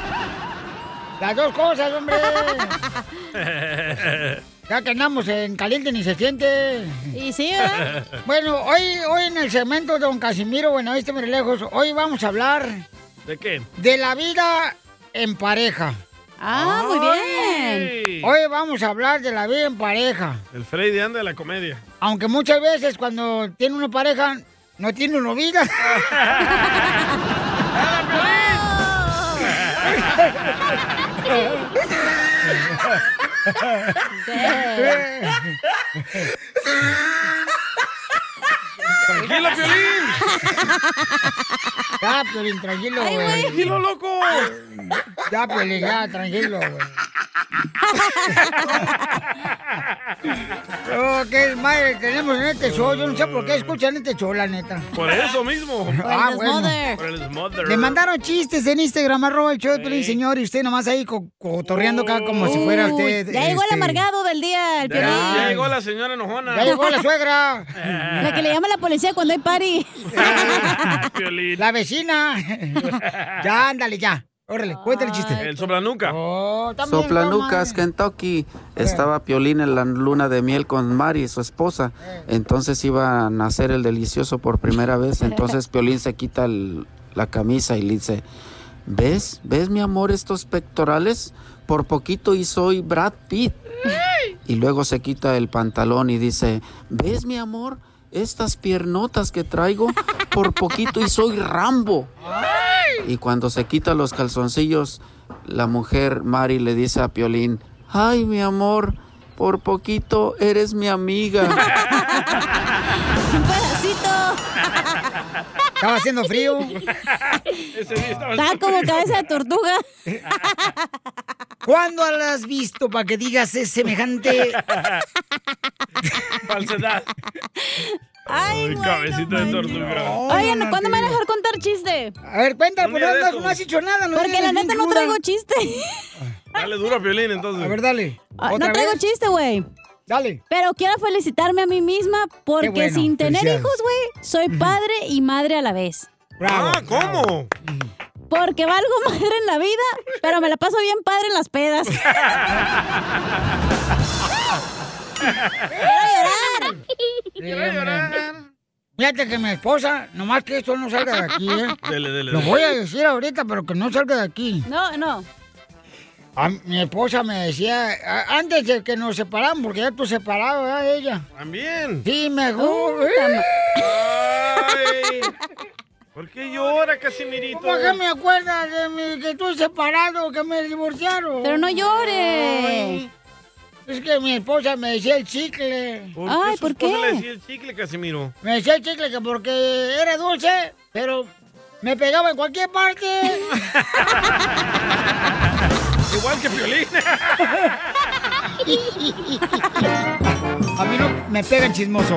[SPEAKER 1] Las dos cosas, hombre. Ya que andamos en caliente ni se siente.
[SPEAKER 3] Y sí,
[SPEAKER 8] ¿verdad?
[SPEAKER 1] Bueno, hoy, hoy en el segmento de Don Casimiro, bueno, este me lejos, hoy vamos a hablar
[SPEAKER 2] ¿De qué?
[SPEAKER 1] de la vida en pareja.
[SPEAKER 3] Ah,
[SPEAKER 2] muy Ay. bien.
[SPEAKER 1] Hoy vamos a hablar de la vida en pareja.
[SPEAKER 2] El Freddy anda de la comedia.
[SPEAKER 1] Aunque muchas veces cuando tiene una pareja, no tiene una vida.
[SPEAKER 8] ¡Tranquilo,
[SPEAKER 1] Ya, Piolín, tranquilo,
[SPEAKER 8] Ay,
[SPEAKER 1] güey.
[SPEAKER 8] güey. Tranquilo,
[SPEAKER 1] loco! Ya, Piolín, ya, tranquilo, güey. Oh, qué madre tenemos en este show. Yo no sé por qué escuchan este show, la neta.
[SPEAKER 2] Por eso mismo.
[SPEAKER 1] Ah, bueno.
[SPEAKER 2] Por el smother.
[SPEAKER 1] Le mandaron chistes en Instagram, arroba el show de Piolín, señor, y usted nomás ahí co- cotorreando acá como si fuera
[SPEAKER 3] Uy,
[SPEAKER 1] usted.
[SPEAKER 3] Ya llegó el
[SPEAKER 1] este,
[SPEAKER 3] amargado del día, el
[SPEAKER 2] Ya, ya
[SPEAKER 3] Piolín.
[SPEAKER 2] llegó la señora enojona. Ah,
[SPEAKER 1] Ya llegó la suegra.
[SPEAKER 3] La que le llama la policía cuando hay party.
[SPEAKER 1] La vecina. ya, ándale, ya. Órale, cuéntale el chiste. Oh,
[SPEAKER 2] El soplanuca.
[SPEAKER 25] Soplanucas, Kentucky. Estaba Piolín en la luna de miel con Mari, su esposa. Entonces iba a nacer el delicioso por primera vez. Entonces Piolín se quita el- la camisa y le dice, ¿ves? ¿Ves, mi amor, estos pectorales? Por poquito y soy Brad Pitt. Y luego se quita el pantalón y dice, ¿ves, mi amor? Estas piernotas que traigo, por poquito y soy Rambo. Y cuando se quita los calzoncillos, la mujer Mari le dice a Piolín, ay mi amor, por poquito eres mi amiga.
[SPEAKER 3] Un pedacito.
[SPEAKER 1] Estaba haciendo frío.
[SPEAKER 2] Ese día estaba
[SPEAKER 3] Está como cabeza de tortuga.
[SPEAKER 1] ¿Cuándo la has visto para que digas es semejante?
[SPEAKER 2] Falsedad.
[SPEAKER 3] Ay,
[SPEAKER 2] Ay, cabecita de tortuga.
[SPEAKER 3] Oigan, ¿cuándo me van a dejar contar chiste?
[SPEAKER 1] A ver, cuéntale,
[SPEAKER 2] Un día porque de no- estos. no has
[SPEAKER 1] dicho nada.
[SPEAKER 3] Porque la neta no traigo chiste.
[SPEAKER 2] Dale duro a Piolín, entonces.
[SPEAKER 1] A ver, dale.
[SPEAKER 3] Ah, No traigo chiste, güey.
[SPEAKER 1] Dale.
[SPEAKER 3] Pero quiero felicitarme a mí misma porque
[SPEAKER 2] bueno,
[SPEAKER 3] sin tener
[SPEAKER 2] felicidades.
[SPEAKER 3] hijos, güey, soy padre y madre a la vez.
[SPEAKER 2] ah, ¿cómo?
[SPEAKER 3] Porque valgo madre en la vida, pero me la paso bien padre en las pedas. ¡Quiero llorar!
[SPEAKER 1] Dios mío. Fíjate que mi esposa, nomás que esto no salga de aquí, ¿eh?
[SPEAKER 2] Dele, dele,
[SPEAKER 1] Lo
[SPEAKER 2] dele.
[SPEAKER 1] voy a decir ahorita, pero que no salga de aquí.
[SPEAKER 3] No, no.
[SPEAKER 1] A- mi esposa me decía, a- antes de que nos separaran, porque ya tú separado, ¿verdad? Ella.
[SPEAKER 2] También.
[SPEAKER 1] Sí, me ¡Eh! gusta.
[SPEAKER 2] Ay, ¿Por qué llora, Casimirito?
[SPEAKER 1] ¿Por qué me acuerdas de mi- que estoy separado, que me divorciaron?
[SPEAKER 3] Pero no llores.
[SPEAKER 1] Ay, Es que mi esposa me decía el chicle.
[SPEAKER 2] ¿Por qué su esposa le decía el chicle, Casimiro?
[SPEAKER 1] Me decía el chicle que porque era dulce, pero me pegaba en cualquier parte.
[SPEAKER 2] Igual que Piolín.
[SPEAKER 1] A mí no me pega el chismoso.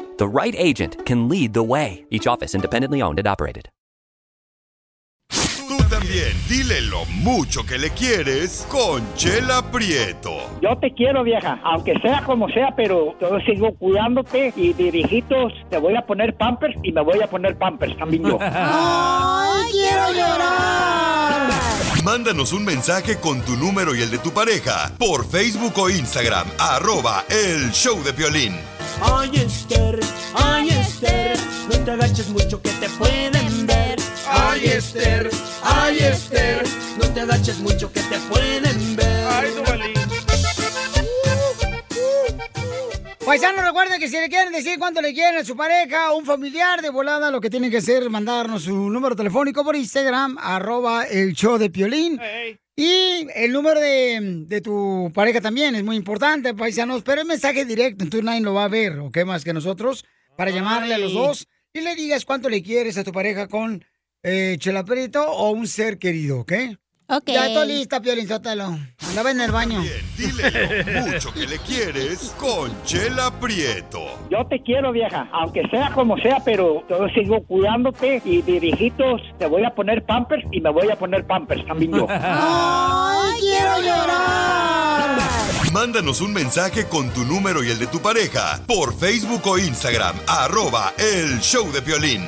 [SPEAKER 26] The right agent can lead the way. Each office independently owned and operated.
[SPEAKER 5] Tú también, dile lo mucho que le quieres con Chela Prieto.
[SPEAKER 11] Yo te quiero, vieja, aunque sea como sea, pero yo sigo cuidándote y de viejitos te voy a poner pampers y me voy a poner pampers también yo.
[SPEAKER 8] ¡Ay, quiero llorar!
[SPEAKER 5] Mándanos un mensaje con tu número y el de tu pareja por Facebook o Instagram, arroba el show de violín.
[SPEAKER 8] ¡Ay, Esther! ¡Ay, Esther! No te agaches mucho que te pueden ver. ¡Ay, Esther! ¡Ay, Esther! No te agaches mucho que te pueden ver. ¡Ay,
[SPEAKER 1] Paisanos, recuerden que si le quieren decir cuánto le quieren a su pareja o un familiar de volada, lo que tienen que hacer es mandarnos su número telefónico por Instagram, arroba el show de Piolín. Y el número de, de tu pareja también es muy importante, paisanos, pero es mensaje directo, entonces nadie lo va a ver, ¿ok? Más que nosotros, para llamarle a los dos y le digas cuánto le quieres a tu pareja con eh, Chela Prieto o un ser querido, ¿ok?
[SPEAKER 3] Ok.
[SPEAKER 1] Ya estoy lista, Piolín, sótalo. Andaba en el baño.
[SPEAKER 5] Lo mucho que le quieres con Chela Prieto.
[SPEAKER 11] Yo te quiero, vieja, aunque sea como sea, pero yo sigo cuidándote y de viejitos te voy a poner pampers y me voy a poner pampers también yo.
[SPEAKER 8] ¡Ay, quiero llorar!
[SPEAKER 5] Mándanos un mensaje con tu número y el de tu pareja por Facebook o Instagram, arroba el show de violín.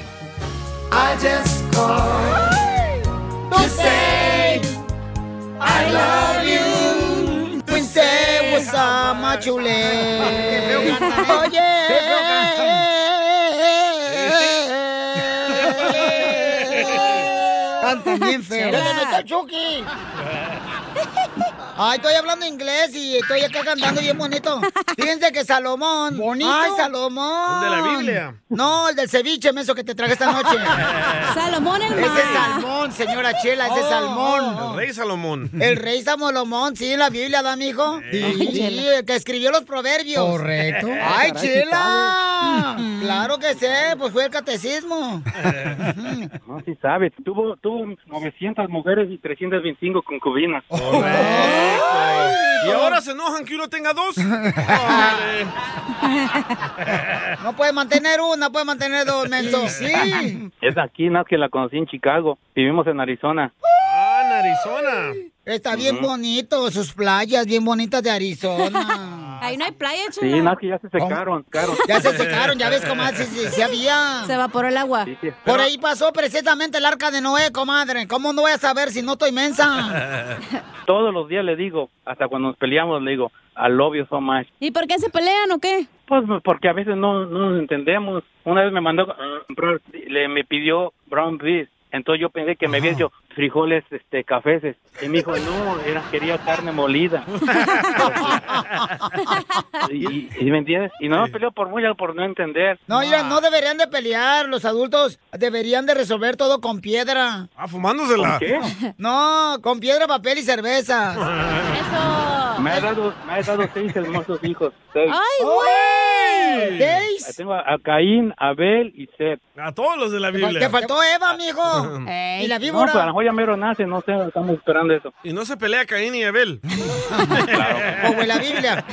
[SPEAKER 8] I just called to say I love you.
[SPEAKER 1] Princess was a machule. Oye. Cantan bien feo.
[SPEAKER 8] Chela.
[SPEAKER 1] ¿Dónde está el Chucky? Ay, estoy hablando inglés y estoy acá cantando bien bonito. Fíjense que Salomón.
[SPEAKER 8] ¿Bonito?
[SPEAKER 1] Ay, Salomón.
[SPEAKER 8] El de la Biblia.
[SPEAKER 1] No, el del ceviche, eso que te traje esta noche.
[SPEAKER 3] Salomón el
[SPEAKER 1] Ese es
[SPEAKER 3] ma.
[SPEAKER 1] salmón, señora Chela, ese es
[SPEAKER 2] Oh,
[SPEAKER 1] salmón.
[SPEAKER 2] El rey Salomón.
[SPEAKER 1] El rey Salomón, sí, la Biblia, ¿da, mijo? Sí, sí, el que escribió los proverbios.
[SPEAKER 8] Correcto. Caray,
[SPEAKER 1] ¡Ay,
[SPEAKER 8] sí
[SPEAKER 1] chela! Claro que sé, pues fue el catecismo.
[SPEAKER 21] No, sí sabe. Tuvo, tuvo 900 mujeres y 325 concubinas.
[SPEAKER 2] Oh, Y ahora se enojan que uno tenga dos.
[SPEAKER 1] No puede mantener una, puede mantener dos, menso. Sí.
[SPEAKER 21] Es de aquí, nada que la conocí en Chicago. Vivimos en Arizona.
[SPEAKER 2] Ah, en Arizona.
[SPEAKER 1] Está bien
[SPEAKER 21] Ujú.
[SPEAKER 1] bonito, sus playas bien bonitas de Arizona.
[SPEAKER 3] Ahí no hay playa,
[SPEAKER 21] Sí,
[SPEAKER 3] chula.
[SPEAKER 21] nada que ya se secaron, claro.
[SPEAKER 1] Ya se secaron, ya ves, comadre, sí, sí, sí había.
[SPEAKER 3] Se evaporó el agua.
[SPEAKER 21] sí.
[SPEAKER 1] Por ahí pasó precisamente el arca de Noé, comadre. ¿Cómo no voy a saber si no estoy mensa?
[SPEAKER 21] Todos los días le digo, hasta cuando nos peleamos, le digo, I love you so much.
[SPEAKER 3] ¿Y por qué se pelean o qué?
[SPEAKER 21] Pues porque a veces no, no nos entendemos. Una vez me mandó a comprar, le, me pidió brown beef. Entonces yo pensé que me había hecho frijoles, este, cafeses. Y me dijo, no, era, quería carne molida. y, y- y, ¿Me entiendes? Y no me peleó por mucho, por no entender.
[SPEAKER 1] No, mira, no deberían de pelear. Los adultos deberían de resolver todo con piedra.
[SPEAKER 2] Ah, fumándosela.
[SPEAKER 21] ¿Con qué?
[SPEAKER 1] No, con piedra, papel y cerveza.
[SPEAKER 21] Me ha dado, me ha dado seis hermosos hijos. seis.
[SPEAKER 1] güey!
[SPEAKER 21] Ahí
[SPEAKER 1] ¿Seis?
[SPEAKER 21] Tengo a, a Caín, Abel y Seth.
[SPEAKER 2] A todos los de la
[SPEAKER 1] Fal- Te faltó Eva, mijo. y la
[SPEAKER 21] No, pues a lo
[SPEAKER 1] víbora.
[SPEAKER 21] mejor ya mero nace, no sé, estamos esperando eso.
[SPEAKER 2] Y no se pelea Caín y Abel.
[SPEAKER 1] Como en la Biblia.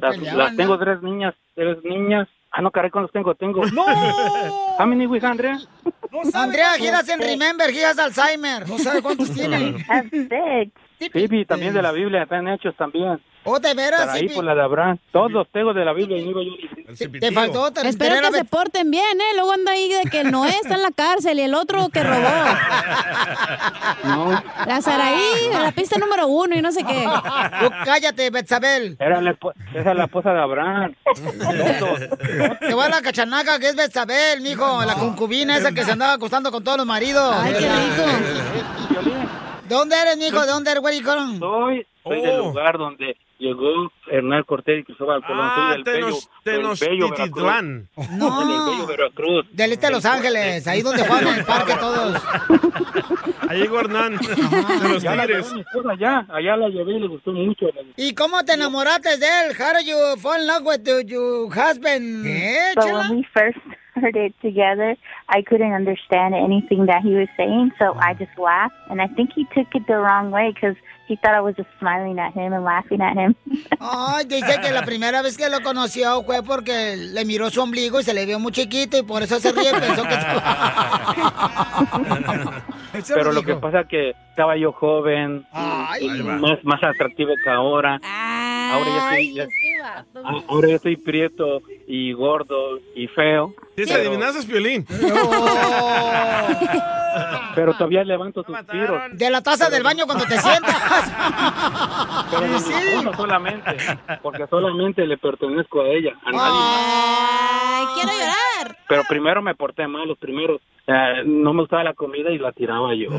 [SPEAKER 21] Las, las tengo tres niñas, tres niñas. Ah, no, caray, ¿cuántos tengo? Tengo.
[SPEAKER 1] ¡No!
[SPEAKER 21] How many we have, Andrea?
[SPEAKER 1] Andrea,
[SPEAKER 21] cuántos- este-
[SPEAKER 1] giras en Remember, giras Alzheimer. No sabe cuántos tiene.
[SPEAKER 21] Baby, también de la Biblia, están hechos también.
[SPEAKER 1] Oh, de veras,
[SPEAKER 21] Para ahí
[SPEAKER 1] sí,
[SPEAKER 21] por la de Abraham. Todos los tengo de la Biblia. Y iba yo
[SPEAKER 3] Te faltó Espero que se porten bien, ¿eh? Luego anda ahí de que el Noé está en la cárcel y el otro que robó.
[SPEAKER 21] No,
[SPEAKER 3] La Saraí, la pista número uno y no sé qué.
[SPEAKER 1] cállate, Betzabel.
[SPEAKER 21] era la, esp- esa es la esposa de Abraham.
[SPEAKER 1] Te voy a la cachanaca que es Betzabel, mijo. La concubina esa que se andaba acostando con todos los maridos. Ay, qué rico. ¿De dónde eres, mijo? ¿De dónde eres, güey?
[SPEAKER 21] Soy, Soy del
[SPEAKER 2] Oh.
[SPEAKER 21] lugar donde llegó Hernán Cortés y Cristóbal Colón.
[SPEAKER 1] Ah,
[SPEAKER 21] Soy del bello,
[SPEAKER 1] Tenos-
[SPEAKER 21] del bello
[SPEAKER 1] Tenochtitlán.
[SPEAKER 21] Veracruz. Del bello Veracruz.
[SPEAKER 1] Del este de Los Ángeles, ahí donde juegan en el parque todos.
[SPEAKER 21] Ahí llegó Hernán. allá, la llevé mi esposa allá, allá la llevé y le gustó mucho.
[SPEAKER 1] ¿Y cómo te enamoraste de él? How did you fall in love with your- your husband? ¿Eh,
[SPEAKER 6] But
[SPEAKER 1] chela?
[SPEAKER 6] when we first started together, I couldn't understand anything that he was saying, so I just laughed. And I think he took it the wrong way because he thought I was just smiling at him and laughing at him.
[SPEAKER 1] Ay, dice que la primera vez que lo conoció fue porque le miró su ombligo y se le vio muy chiquito y por eso se ríe y pensó que...
[SPEAKER 21] Pero lo que pasa que estaba yo joven,
[SPEAKER 1] Ay.
[SPEAKER 21] y más, más atractivo que ahora. ahora ya estoy, ya- a- ahora yo estoy prieto y gordo y feo.
[SPEAKER 2] Dice
[SPEAKER 21] pero-
[SPEAKER 2] adivinanzas, Piolín.
[SPEAKER 21] Pero todavía levanto suspiros.
[SPEAKER 1] De la taza del baño cuando te sientas.
[SPEAKER 21] Pero de mi
[SPEAKER 1] Sí.
[SPEAKER 21] esposa solamente, porque solamente le pertenezco a ella, a nadie.
[SPEAKER 3] Ay, quiero llorar.
[SPEAKER 21] Pero primero me porté mal, los primeros. eh, no me gustaba la comida y la tiraba yo. Le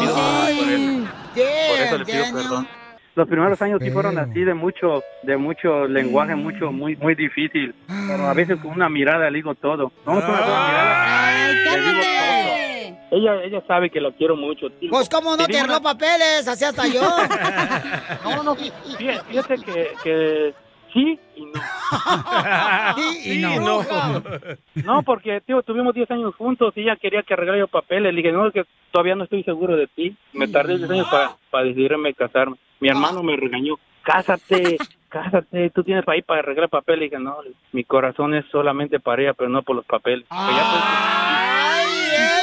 [SPEAKER 21] pido perdón por eso. Por eso le pido perdón. Los primeros años sí fueron así de mucho, de mucho lenguaje, mucho, muy, muy difícil. Pero a veces con una mirada le digo todo. No, con una sola mirada. le digo todo. Ella, ella sabe que lo quiero mucho. tío.
[SPEAKER 1] Pues cómo no
[SPEAKER 21] Te
[SPEAKER 1] te
[SPEAKER 21] digo
[SPEAKER 1] arregló
[SPEAKER 21] una-
[SPEAKER 1] papeles, así hasta yo.
[SPEAKER 21] No, no, fíjate, fíjate que, que sí y no.
[SPEAKER 1] Sí y no.
[SPEAKER 21] no. No, porque, tío, tuvimos 10 años juntos y ella quería que arreglara los papeles. Le dije, no, es que todavía no estoy seguro de ti. Me tardé 10 años para decidirme casarme. Mi hermano me regañó, cásate, cásate, tú tienes ahí para arreglar papeles. Le dije, no, mi corazón es solamente para ella, pero no por los papeles. Pues ya
[SPEAKER 1] ¡Ay,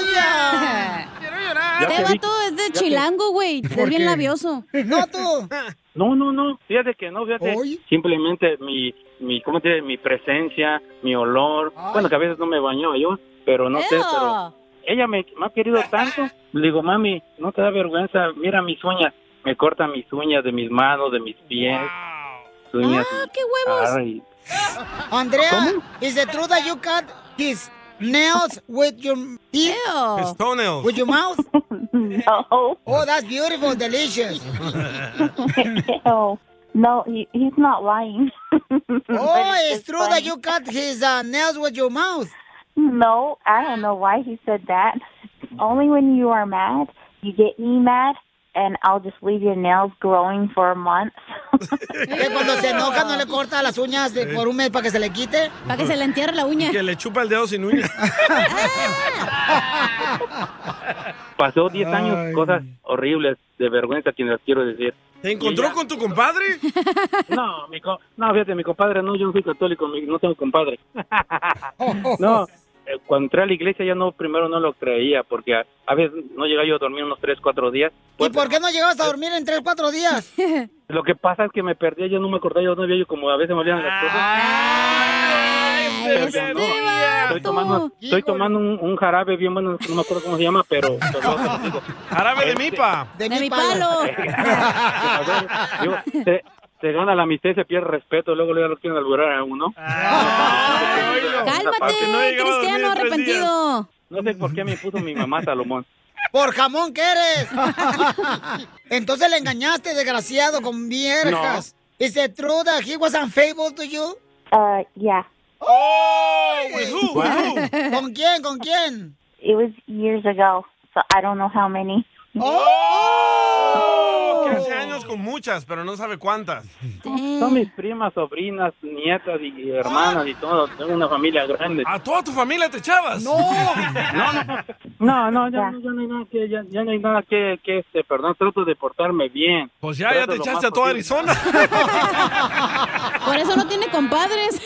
[SPEAKER 1] ella!
[SPEAKER 21] Ya
[SPEAKER 3] Este
[SPEAKER 21] te vi.
[SPEAKER 3] vato es de
[SPEAKER 21] Ya te-
[SPEAKER 3] chilango, güey. Es
[SPEAKER 21] ¿Por
[SPEAKER 3] bien
[SPEAKER 21] qué?
[SPEAKER 3] labioso.
[SPEAKER 1] No, tú.
[SPEAKER 21] No, no, no. Fíjate que no, fíjate.
[SPEAKER 3] Hoy.
[SPEAKER 21] Simplemente mi, mi, ¿cómo te diré? Mi presencia, mi olor. Bueno, que a veces no me bañaba yo, pero no sé, pero ella me, me ha querido tanto. Le digo, mami, no te da vergüenza, mira mis uñas. Me corta mis uñas de mis manos, de mis pies. Uñas.
[SPEAKER 1] ¡Ah, qué huevos!
[SPEAKER 21] Ay,
[SPEAKER 1] Andrea, is the truth that you cut his nails with your teeth?
[SPEAKER 2] His toenails.
[SPEAKER 1] With your mouth? no. Oh, that's beautiful, delicious.
[SPEAKER 6] Ew. No, he, he's not lying.
[SPEAKER 1] Oh, it's true that you cut his uh, nails with your mouth.
[SPEAKER 6] No, I don't know why he said that. Only when you are mad, you get me mad, and I'll just leave your nails growing for a month.
[SPEAKER 1] Que cuando se enoja no le corta las uñas de- por un mes para que se le quite.
[SPEAKER 3] Para que se le entierre la uña.
[SPEAKER 2] Que le chupa el dedo sin uña.
[SPEAKER 21] Pasó 10 años, cosas horribles, de vergüenza, quien las quiero decir.
[SPEAKER 2] ¿Te encontró con tu compadre?
[SPEAKER 21] No, mi co- no, fíjate, mi compadre, no, yo no soy católico, mi- no tengo compadre. no, eh, cuando entré a la iglesia ya no, primero no lo creía, porque a, a veces no llegaba yo a dormir unos 3, 4 días.
[SPEAKER 1] ¿Y por qué no llegabas a dormir en 3, 4 días?
[SPEAKER 21] Lo que pasa es que me perdía, yo no me acordaba, yo no había yo como a veces me olvidan las cosas. Pero no, estoy tomando, estoy tomando un, un jarabe bien bueno, no me acuerdo cómo se llama, pero... pues,
[SPEAKER 2] Jarabe
[SPEAKER 21] Este,
[SPEAKER 2] de mipa.
[SPEAKER 1] De,
[SPEAKER 3] mi palo.
[SPEAKER 21] Digo, se, se gana la amistad, y se pierde el respeto, luego le lo quieren alburar a uno.
[SPEAKER 2] Ah,
[SPEAKER 3] Cálmate, cristiano arrepentido.
[SPEAKER 21] No sé por qué me puso mi mamá Salomón.
[SPEAKER 1] Por jamón que eres. Entonces le engañaste, desgraciado, con viejas. Is it true that he was unfaithful to you?
[SPEAKER 6] Uh, yeah.
[SPEAKER 2] Oh,
[SPEAKER 1] with
[SPEAKER 6] who? With
[SPEAKER 2] Pues
[SPEAKER 1] ¿Con quién? ¿Con quién?
[SPEAKER 6] It was years ago, so I don't know how many.
[SPEAKER 2] ¡Oh! Que hace años con muchas, pero no sabe cuántas.
[SPEAKER 21] Son mis primas, sobrinas, nietas y hermanas y todo. Tengo una familia grande.
[SPEAKER 2] ¿A toda tu familia te echabas?
[SPEAKER 1] No.
[SPEAKER 21] No, no, ya, ya no hay nada que, ya, ya no hay nada que, que este, perdón, trato de portarme bien.
[SPEAKER 2] Pues ya, ya te echaste a toda Arizona.
[SPEAKER 3] Por eso no tiene compadres.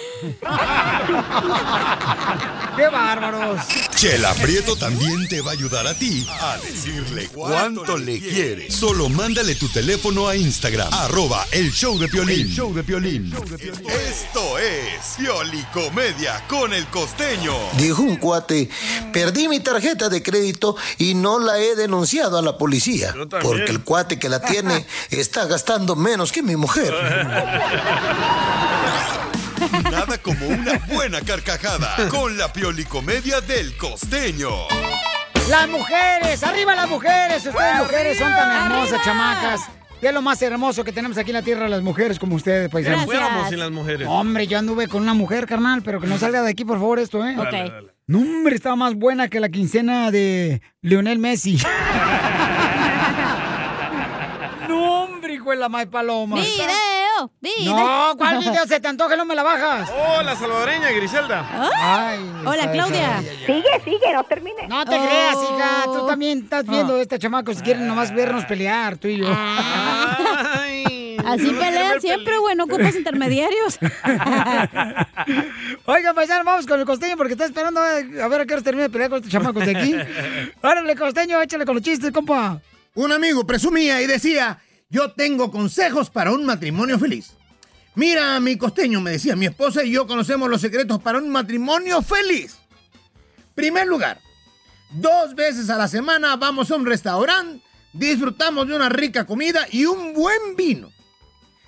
[SPEAKER 1] ¡Qué bárbaros!
[SPEAKER 5] Chela Prieto también te va a ayudar a ti a decirle cuánto le quiere. Solo mándale tu teléfono a Instagram, arroba el show de Piolín.
[SPEAKER 15] El
[SPEAKER 5] show de Piolín. Esto es Pioli Comedia con el Costeño.
[SPEAKER 7] Dijo un cuate, perdí mi tarjeta de crédito y no la he denunciado a la policía,
[SPEAKER 5] Yo también.
[SPEAKER 7] porque el cuate que la tiene está gastando menos que mi mujer.
[SPEAKER 5] Nada como una buena carcajada con la Pioli Comedia del Costeño.
[SPEAKER 1] Las mujeres, arriba las mujeres. Ustedes mujeres son tan hermosas, chamacas. Y es lo más hermoso que tenemos aquí en la tierra, las mujeres como ustedes, paisanos.
[SPEAKER 2] Gracias. Fuéramos sin las mujeres.
[SPEAKER 1] Hombre, yo anduve con una mujer, carnal, pero que no salga de aquí, por favor, esto, ¿eh?
[SPEAKER 2] Dale, Ok. dale.
[SPEAKER 1] No, hombre, estaba más buena que la quincena de Lionel Messi. no, hombre, hijo de la May Paloma.
[SPEAKER 3] Video, video.
[SPEAKER 1] No, ¿cuál video se te antoja? No me la bajas.
[SPEAKER 2] Oh, la salvadoreña, Griselda.
[SPEAKER 3] Oh.
[SPEAKER 1] Ay, esa- esa-
[SPEAKER 2] Sigue,
[SPEAKER 6] sigue, no termine.
[SPEAKER 1] No te creas, hija.
[SPEAKER 3] Oh.
[SPEAKER 1] Tú también estás viendo este chamaco. Si quieren nomás vernos pelear, tú y yo.
[SPEAKER 3] Así pelean siempre, güey. No ocupas intermediarios.
[SPEAKER 1] Oigan, paisano, vamos con el costeño porque está esperando a a ver a qué hora termina de pelear con estos chamacos de aquí. Órale, costeño, échale con los chistes, compa.
[SPEAKER 16] Un amigo presumía y decía, yo tengo consejos para un matrimonio feliz. Mira, mi costeño, me decía, mi esposa y yo conocemos los secretos para un matrimonio feliz. Primer lugar, dos veces a la semana vamos a un restaurante, disfrutamos de una rica comida y un buen vino.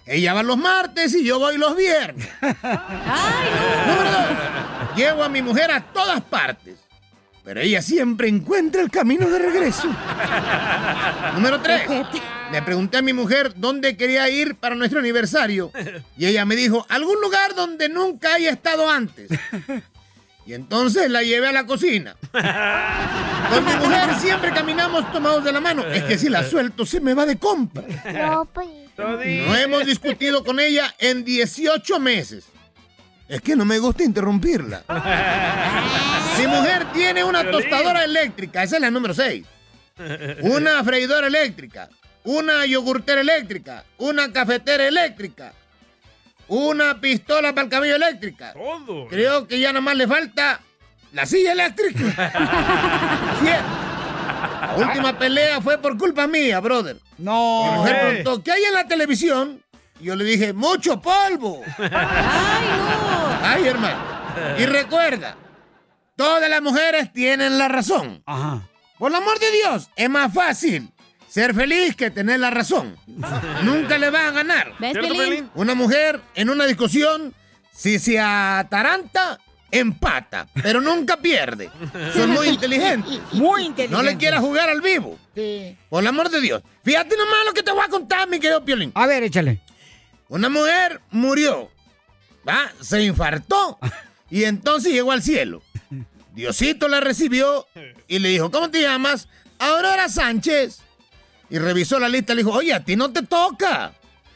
[SPEAKER 16] Ella va los martes y yo voy los viernes. Número dos, llevo a mi mujer a todas partes, pero ella siempre encuentra el camino de regreso. Número 3. Le pregunté a mi mujer dónde quería ir para nuestro aniversario. Y ella me dijo, algún lugar donde nunca haya estado antes. Y entonces la llevé a la cocina. Con mi mujer siempre caminamos tomados de la mano. Es que si la suelto se me va de compra. No hemos discutido con ella en 18 meses. Es que no me gusta interrumpirla. Mi mujer tiene una
[SPEAKER 8] Ah. Violín.
[SPEAKER 16] tostadora eléctrica. Esa es la número 6. Una freidora eléctrica, una yogurtera eléctrica, una cafetera eléctrica, una pistola para el cabello eléctrica.
[SPEAKER 2] Todo.
[SPEAKER 16] Creo que ya nada más le falta la silla eléctrica. Bien. La última pelea fue por culpa mía, brother.
[SPEAKER 1] No.
[SPEAKER 16] Mi mujer
[SPEAKER 8] ¿Por qué?
[SPEAKER 16] preguntó, ¿qué hay en la televisión? Y yo le dije, mucho polvo. Ay, no. Ay, hermano. Y recuerda, todas las mujeres tienen la razón.
[SPEAKER 1] Ajá.
[SPEAKER 16] Por el amor de Dios, es más fácil ser feliz que tener la razón. Nunca le vas a ganar.
[SPEAKER 8] ¿Ves, ¿Cierto, Pelín? Pelín?
[SPEAKER 16] Una mujer en una discusión, si se ataranta, empata, pero nunca pierde. Son muy inteligentes.
[SPEAKER 1] Muy
[SPEAKER 16] No le quieras jugar al vivo.
[SPEAKER 1] Sí.
[SPEAKER 16] Por el amor de Dios. Fíjate nomás lo que te voy a contar, mi querido Piolín.
[SPEAKER 1] A ver, échale.
[SPEAKER 16] Una mujer murió. ¿Va? Se infartó. Y entonces llegó al cielo. Diosito la recibió y le dijo, ¿cómo te llamas? Aurora Sánchez. Y revisó la lista y le dijo, oye, a ti no te toca.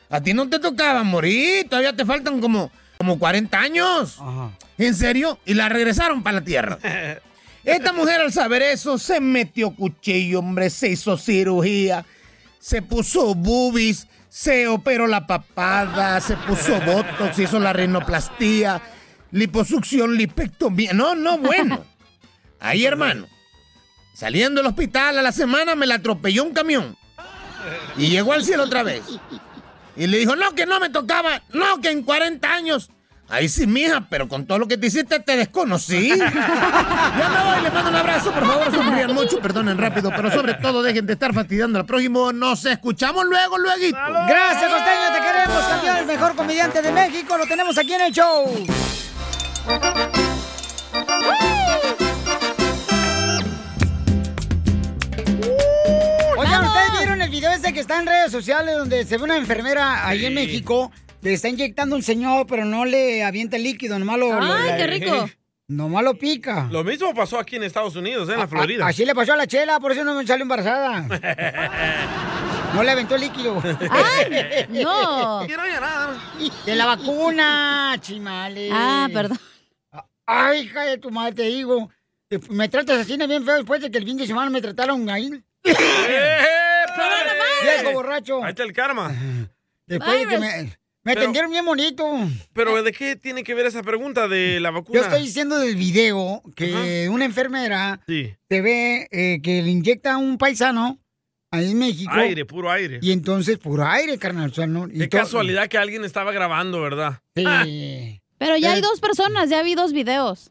[SPEAKER 16] A ti no te tocaba morir. Todavía te faltan como, como 40 años.
[SPEAKER 1] Ah.
[SPEAKER 16] ¿En serio? Y la regresaron para la tierra. Esta mujer al saber eso se metió cuchillo, hombre, se hizo cirugía, se puso boobies, se operó la papada, se puso botox, se hizo la rinoplastía, liposucción, lipectomía. No, no, bueno. Ahí, hermano. Saliendo del hospital a la semana me la atropelló un camión. Y llegó al cielo otra vez. Y le dijo, no, que no me tocaba, no, que en 40 años. Ahí sí, mija, pero con todo lo que te hiciste te desconocí. ya me voy, les mando un abrazo, por favor, sonrían mucho, perdonen rápido, pero sobre todo dejen de estar fastidiando al prójimo. Nos escuchamos luego, luego.
[SPEAKER 1] Gracias, Costeño, te queremos, campeón, el mejor comediante de México, lo tenemos aquí en el show. Oigan, ¿ustedes vieron el video ese que está en redes sociales donde se ve una enfermera ahí en México? Le está inyectando un señor, pero no le avienta el líquido, nomás lo... lo-
[SPEAKER 2] Ay,
[SPEAKER 1] la-
[SPEAKER 2] qué rico.
[SPEAKER 1] Nomás lo pica.
[SPEAKER 2] Lo mismo pasó aquí en Estados Unidos, ¿eh? en la Florida.
[SPEAKER 1] A- así le pasó a la chela, por eso no me salió embarazada. No le aventó el líquido.
[SPEAKER 3] ¡Ay, no!
[SPEAKER 1] Quiero llorar. De la vacuna, chimales.
[SPEAKER 3] Ah, perdón.
[SPEAKER 1] Ay, hija de tu madre, te digo. Me tratas así ¿no? bien feo después de que el fin de semana me trataron ahí. Viejo borracho.
[SPEAKER 2] Ahí está el karma.
[SPEAKER 1] Después de que me, me
[SPEAKER 2] Pero-
[SPEAKER 1] atendieron bien bonito.
[SPEAKER 2] Pero ¿de qué tiene que ver esa pregunta de la vacuna?
[SPEAKER 1] Yo estoy diciendo del video que una enfermera
[SPEAKER 2] Sí.
[SPEAKER 1] te ve eh, que le inyecta a un paisano ahí en México.
[SPEAKER 2] Aire, puro aire.
[SPEAKER 1] Y entonces, por aire, carnal. o sea, no- y
[SPEAKER 2] Qué
[SPEAKER 1] to-
[SPEAKER 2] casualidad que alguien estaba grabando, ¿verdad? Ah.
[SPEAKER 1] Sí.
[SPEAKER 3] Pero ya hay
[SPEAKER 1] Pero-
[SPEAKER 3] dos personas, ya vi dos videos.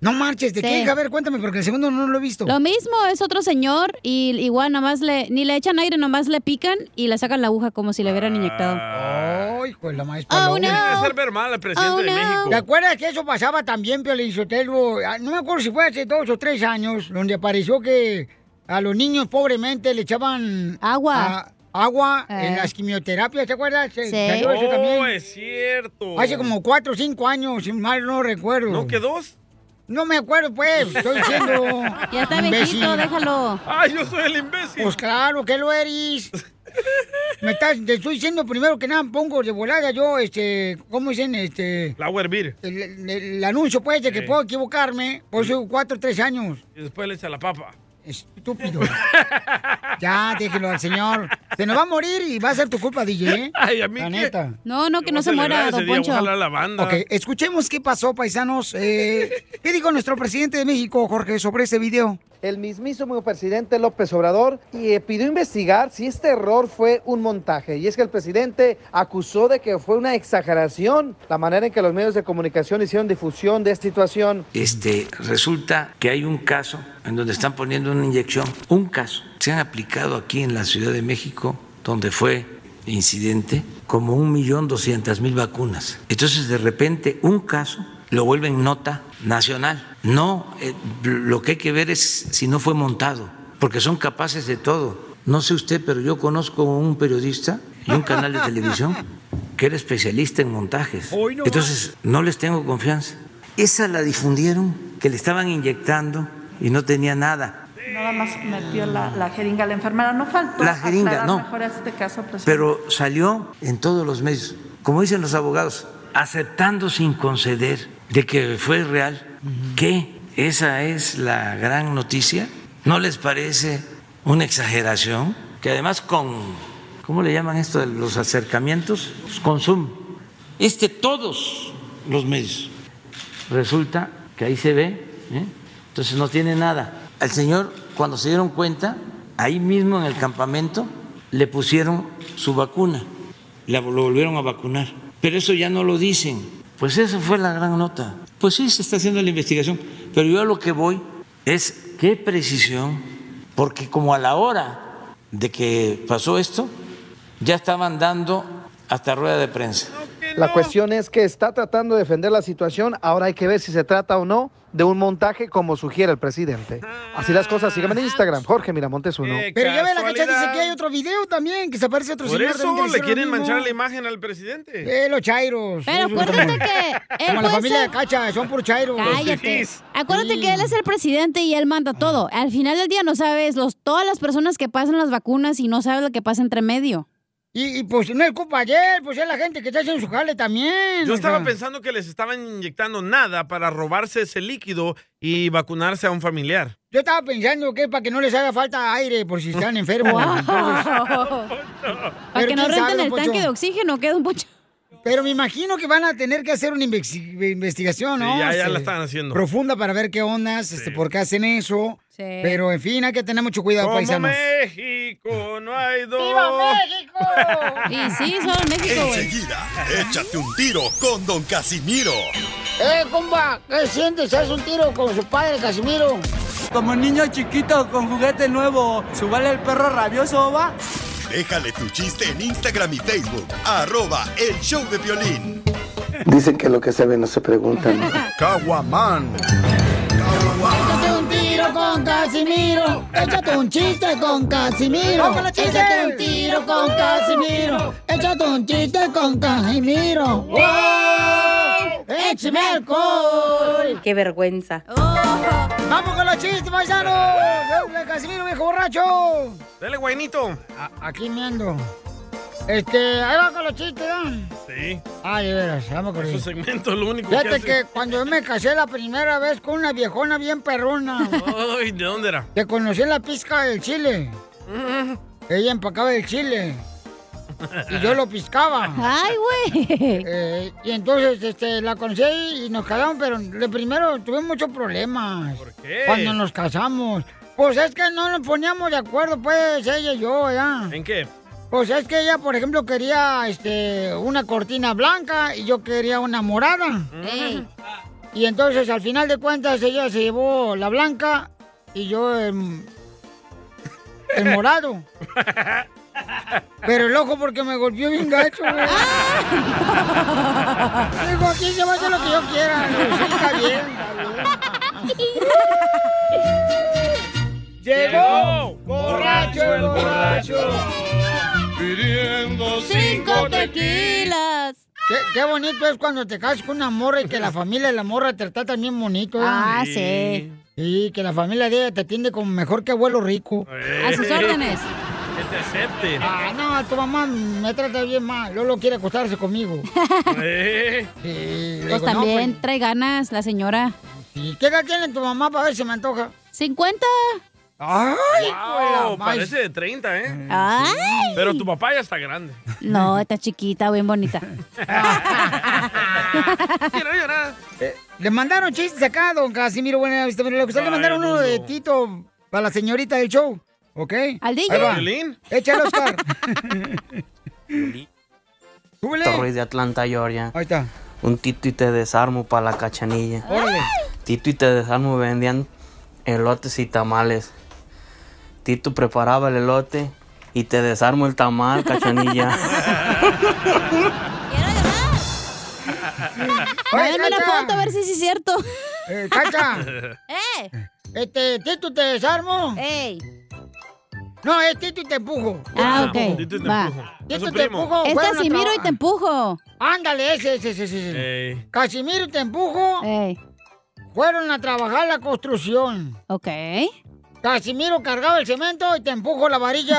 [SPEAKER 1] No marches, ¿de qué?
[SPEAKER 3] Sí.
[SPEAKER 1] A ver, cuéntame, porque el segundo no lo he visto.
[SPEAKER 3] Lo mismo es otro señor y igual nomás le, ni le echan aire, nomás le pican y le sacan la aguja como si le hubieran inyectado.
[SPEAKER 1] Ay, pues la más
[SPEAKER 3] Oh,
[SPEAKER 2] Ah. Tiene que
[SPEAKER 3] no. Oh,
[SPEAKER 2] hacer ver mal al presidente de México.
[SPEAKER 1] ¿Te acuerdas que eso pasaba también, Piolinsotelo? No me acuerdo si fue hace dos o tres años, donde apareció que a los niños pobremente le echaban agua. agua en
[SPEAKER 3] Eh.
[SPEAKER 1] las quimioterapias, ¿te acuerdas? Se-
[SPEAKER 2] Sí.
[SPEAKER 1] salió eso
[SPEAKER 2] Oh,
[SPEAKER 1] también.
[SPEAKER 2] es cierto.
[SPEAKER 1] Hace como cuatro o cinco años, si mal no recuerdo. ¿No
[SPEAKER 2] que dos?
[SPEAKER 1] No me acuerdo, pues, estoy diciendo.
[SPEAKER 3] Ya está
[SPEAKER 1] imbécil.
[SPEAKER 3] viejito, déjalo.
[SPEAKER 2] Ay, yo soy el imbécil.
[SPEAKER 1] Pues claro, que lo eres. Me estás, te estoy diciendo primero que nada, pongo de volada yo, este, ¿cómo dicen? Este.
[SPEAKER 2] La hervir.
[SPEAKER 1] El, el- el anuncio, pues, de que
[SPEAKER 2] Sí.
[SPEAKER 1] puedo equivocarme por eso cuatro o tres años.
[SPEAKER 2] Y después le echa la papa.
[SPEAKER 1] Estúpido. ya, déjelo al señor. Se nos va a morir y va a ser tu culpa, DJ, ¿eh?
[SPEAKER 2] Ay, a mí
[SPEAKER 1] La
[SPEAKER 2] qué.
[SPEAKER 1] neta.
[SPEAKER 3] No, no, que
[SPEAKER 2] no se muera, don Poncho. la banda.
[SPEAKER 1] Ok, escuchemos qué pasó, paisanos. Eh, ¿Qué dijo nuestro presidente de México, Jorge, sobre este video?
[SPEAKER 4] el mismísimo presidente López Obrador y eh, pidió investigar si este error fue un montaje. Y es que el presidente acusó de que fue una exageración la manera en que los medios de comunicación hicieron difusión de esta situación.
[SPEAKER 18] Este, resulta que hay un caso en donde están poniendo una inyección, un caso. Se han aplicado aquí en la Ciudad de México, donde fue incidente, como un millón doscientas mil vacunas. Entonces, de repente, un caso lo vuelven nota nacional. No, eh, lo que hay que ver es si no fue montado, porque son capaces de todo. No sé usted, pero yo conozco un periodista y un canal de televisión que era especialista en montajes.
[SPEAKER 24] Hoy no más.
[SPEAKER 18] Entonces, no les tengo confianza. Esa la difundieron, que le estaban inyectando y no tenía nada.
[SPEAKER 17] Nada más metió la, la jeringa la enfermera, no faltó.
[SPEAKER 18] La jeringa,
[SPEAKER 17] aclarar
[SPEAKER 18] no.
[SPEAKER 17] Mejor este caso, presidente.
[SPEAKER 18] Pero salió en todos los medios, como dicen los abogados, aceptando sin conceder de que fue real, que esa es la gran noticia. ¿No les parece una exageración? Que además con, ¿cómo le llaman esto de los acercamientos? Pues Con Zoom. Este todos los medios. Resulta que ahí se ve, ¿eh? entonces no tiene nada. Al señor, cuando se dieron cuenta, ahí mismo en el campamento le pusieron su vacuna, la- lo volvieron a vacunar. Pero eso ya no lo dicen. Pues esa fue la gran nota. Pues sí, se está haciendo la investigación. Pero yo a lo que voy es qué precisión, porque como a la hora de que pasó esto, ya estaban dando hasta rueda de prensa.
[SPEAKER 4] La cuestión es que está tratando de defender la situación. Ahora hay que ver si se trata o no de un montaje como sugiere el presidente. Así las cosas. Síganme en Instagram, Jorge Miramontes uno.
[SPEAKER 1] Pero ya ve, la cacha dice que hay otro video también, que se aparece otro
[SPEAKER 2] Por
[SPEAKER 1] señor. también que
[SPEAKER 2] eso le
[SPEAKER 1] hicieron
[SPEAKER 2] quieren
[SPEAKER 1] lo mismo.
[SPEAKER 2] manchar la imagen al presidente.
[SPEAKER 1] Eh, los chairos.
[SPEAKER 3] Pero
[SPEAKER 1] Son
[SPEAKER 3] acuérdate
[SPEAKER 1] como-
[SPEAKER 3] que él
[SPEAKER 1] Como la
[SPEAKER 3] puede
[SPEAKER 1] familia
[SPEAKER 3] ser-
[SPEAKER 1] de cacha, son por chairos.
[SPEAKER 3] Cállate. Acuérdate que él
[SPEAKER 1] Mm.
[SPEAKER 3] es el presidente y él manda todo. Al final del día no sabes los, todas las personas que pasan las vacunas y no sabes lo que pasa entre medio.
[SPEAKER 1] Y, pues no es culpa de él, pues es la gente que está haciendo su jale también.
[SPEAKER 2] Yo
[SPEAKER 1] o
[SPEAKER 2] estaba
[SPEAKER 1] sea.
[SPEAKER 2] pensando que les estaban inyectando nada para robarse ese líquido y vacunarse a un familiar.
[SPEAKER 1] Yo estaba pensando que para que no les haga falta aire por si están enfermos.
[SPEAKER 2] Wow.
[SPEAKER 3] Para que no renten el tanque de
[SPEAKER 1] oxígeno, queda un pocho. Pero me imagino que van a tener que hacer una invexi- investigación, ¿no?
[SPEAKER 2] Sí, ya- ya
[SPEAKER 1] Este,
[SPEAKER 2] la están haciendo.
[SPEAKER 1] Profunda para ver qué ondas, este, por qué hacen eso.
[SPEAKER 2] Sí.
[SPEAKER 1] Pero en fin, hay que tener mucho cuidado,
[SPEAKER 2] Como
[SPEAKER 1] paisanos.
[SPEAKER 2] México, no hay dos.
[SPEAKER 1] ¡Viva México!
[SPEAKER 3] Y sí, solo en México, güey.
[SPEAKER 5] Enseguida, échate un tiro con Don Casimiro.
[SPEAKER 1] ¡Eh, compa! ¿Qué sientes? ¿Haz un tiro con su padre, Casimiro?
[SPEAKER 9] Como niño chiquito con juguete nuevo, subale el perro rabioso, va.
[SPEAKER 5] Déjale tu chiste en Instagram y Facebook. Arroba el show de violín.
[SPEAKER 9] Dicen que lo que se ve no se pregunta.
[SPEAKER 5] Caguaman.
[SPEAKER 1] Échate un tiro con Casimiro. Échate un chiste con Casimiro.
[SPEAKER 8] ¡Vamos con los chistes!
[SPEAKER 1] Échate un tiro con Casimiro. Échate un chiste con Casimiro. ¡Wow! ¡Échame alcohol!
[SPEAKER 24] ¡Qué vergüenza!
[SPEAKER 3] Oh,
[SPEAKER 1] ¡Vamos con los chistes, paisanos! ¡Dale, Casimiro, viejo borracho!
[SPEAKER 2] Dale, guainito.
[SPEAKER 1] Aquí me ando. Este, ahí va con los chistes, ¿eh? ¿no?
[SPEAKER 2] Sí.
[SPEAKER 1] Ay, de veras, vamos con
[SPEAKER 2] Su segmento es lo único
[SPEAKER 1] Fíjate
[SPEAKER 2] que
[SPEAKER 1] que cuando yo me casé la primera vez con una viejona bien perrona.
[SPEAKER 2] hace. Ay, Oh, ¿de dónde era?
[SPEAKER 1] Te conocí en la pizca del chile. Ella empacaba el chile. Y yo lo piscaba. Ay, güey. y entonces este, la conocí y nos casamos, pero de primero tuve muchos problemas. ¿Por
[SPEAKER 2] qué?
[SPEAKER 1] Cuando nos casamos. Pues es que no nos poníamos de acuerdo, pues, ella y yo, ya.
[SPEAKER 2] ¿En qué?
[SPEAKER 1] Pues es que ella, por ejemplo, quería este, una cortina blanca y yo quería una morada. Y entonces, al final de cuentas, ella se llevó la blanca y yo em, el, morado. Pero el ojo porque me golpeó bien gacho,
[SPEAKER 3] Ah.
[SPEAKER 1] güey. Digo, aquí se va a hacer lo que yo quiera. güey. Sí, está bien,
[SPEAKER 8] Llegó
[SPEAKER 1] borracho el
[SPEAKER 8] borracho
[SPEAKER 1] pidiendo
[SPEAKER 8] cinco tequilas.
[SPEAKER 1] Qué, qué bonito es cuando te casas con una morra y que la familia de la morra te trata bien bonito. ¿eh?
[SPEAKER 3] Ah, sí.
[SPEAKER 1] Y que la familia de ella te atiende como mejor que abuelo rico.
[SPEAKER 2] A
[SPEAKER 3] sus órdenes.
[SPEAKER 2] Que te acepte.
[SPEAKER 1] Ah, no, tu mamá me trata bien mal. Lolo quiere acostarse conmigo.
[SPEAKER 2] Eh.
[SPEAKER 3] Pues
[SPEAKER 1] digo, no,
[SPEAKER 3] también trae ganas la señora.
[SPEAKER 1] ¿Y qué edad tiene tu mamá para ver si me antoja?
[SPEAKER 3] 50.
[SPEAKER 1] ¡Ay!
[SPEAKER 2] Wow,
[SPEAKER 3] la más.
[SPEAKER 2] parece de 30, ¿eh?
[SPEAKER 3] Ay.
[SPEAKER 2] Pero tu papá ya está grande.
[SPEAKER 3] No, está chiquita, bien bonita.
[SPEAKER 1] Eh, Le mandaron chistes acá, don Casimiro. Bueno, vista, mira, lo que usted le mandaron uno de Tito para la señorita del show. ¿Ok? Al
[SPEAKER 3] DJ.
[SPEAKER 8] Violín.
[SPEAKER 1] Échale, Oscar. Súbele.
[SPEAKER 19] Torres de Atlanta, Georgia.
[SPEAKER 1] Ahí está.
[SPEAKER 19] Un Tito y te desarmo para la cachanilla.
[SPEAKER 1] Órale.
[SPEAKER 19] Tito y te desarmo vendían elotes y tamales. Tito preparaba el elote y te desarmo el tamal, cachanilla.
[SPEAKER 3] Mándame una
[SPEAKER 1] Cacha.
[SPEAKER 3] foto a ver si sí es cierto.
[SPEAKER 1] Eh, Cacha.
[SPEAKER 3] ¡Eh!
[SPEAKER 1] Este, Tito, te desarmo.
[SPEAKER 3] ¡Ey!
[SPEAKER 1] No, es Tito y te empujo.
[SPEAKER 3] Ah,
[SPEAKER 1] Tito y
[SPEAKER 3] ok.
[SPEAKER 1] te empujo.
[SPEAKER 3] Va.
[SPEAKER 1] Tito y te empujo.
[SPEAKER 3] Es
[SPEAKER 1] fueron a
[SPEAKER 3] Casimiro y
[SPEAKER 1] trabajar.
[SPEAKER 3] te empujo.
[SPEAKER 1] Ándale, ese, ese, ese, ese.
[SPEAKER 2] Ey.
[SPEAKER 1] Casimiro y te empujo. Fueron a trabajar la construcción.
[SPEAKER 3] Ok.
[SPEAKER 1] Casimiro cargaba el cemento y te empujo la varilla.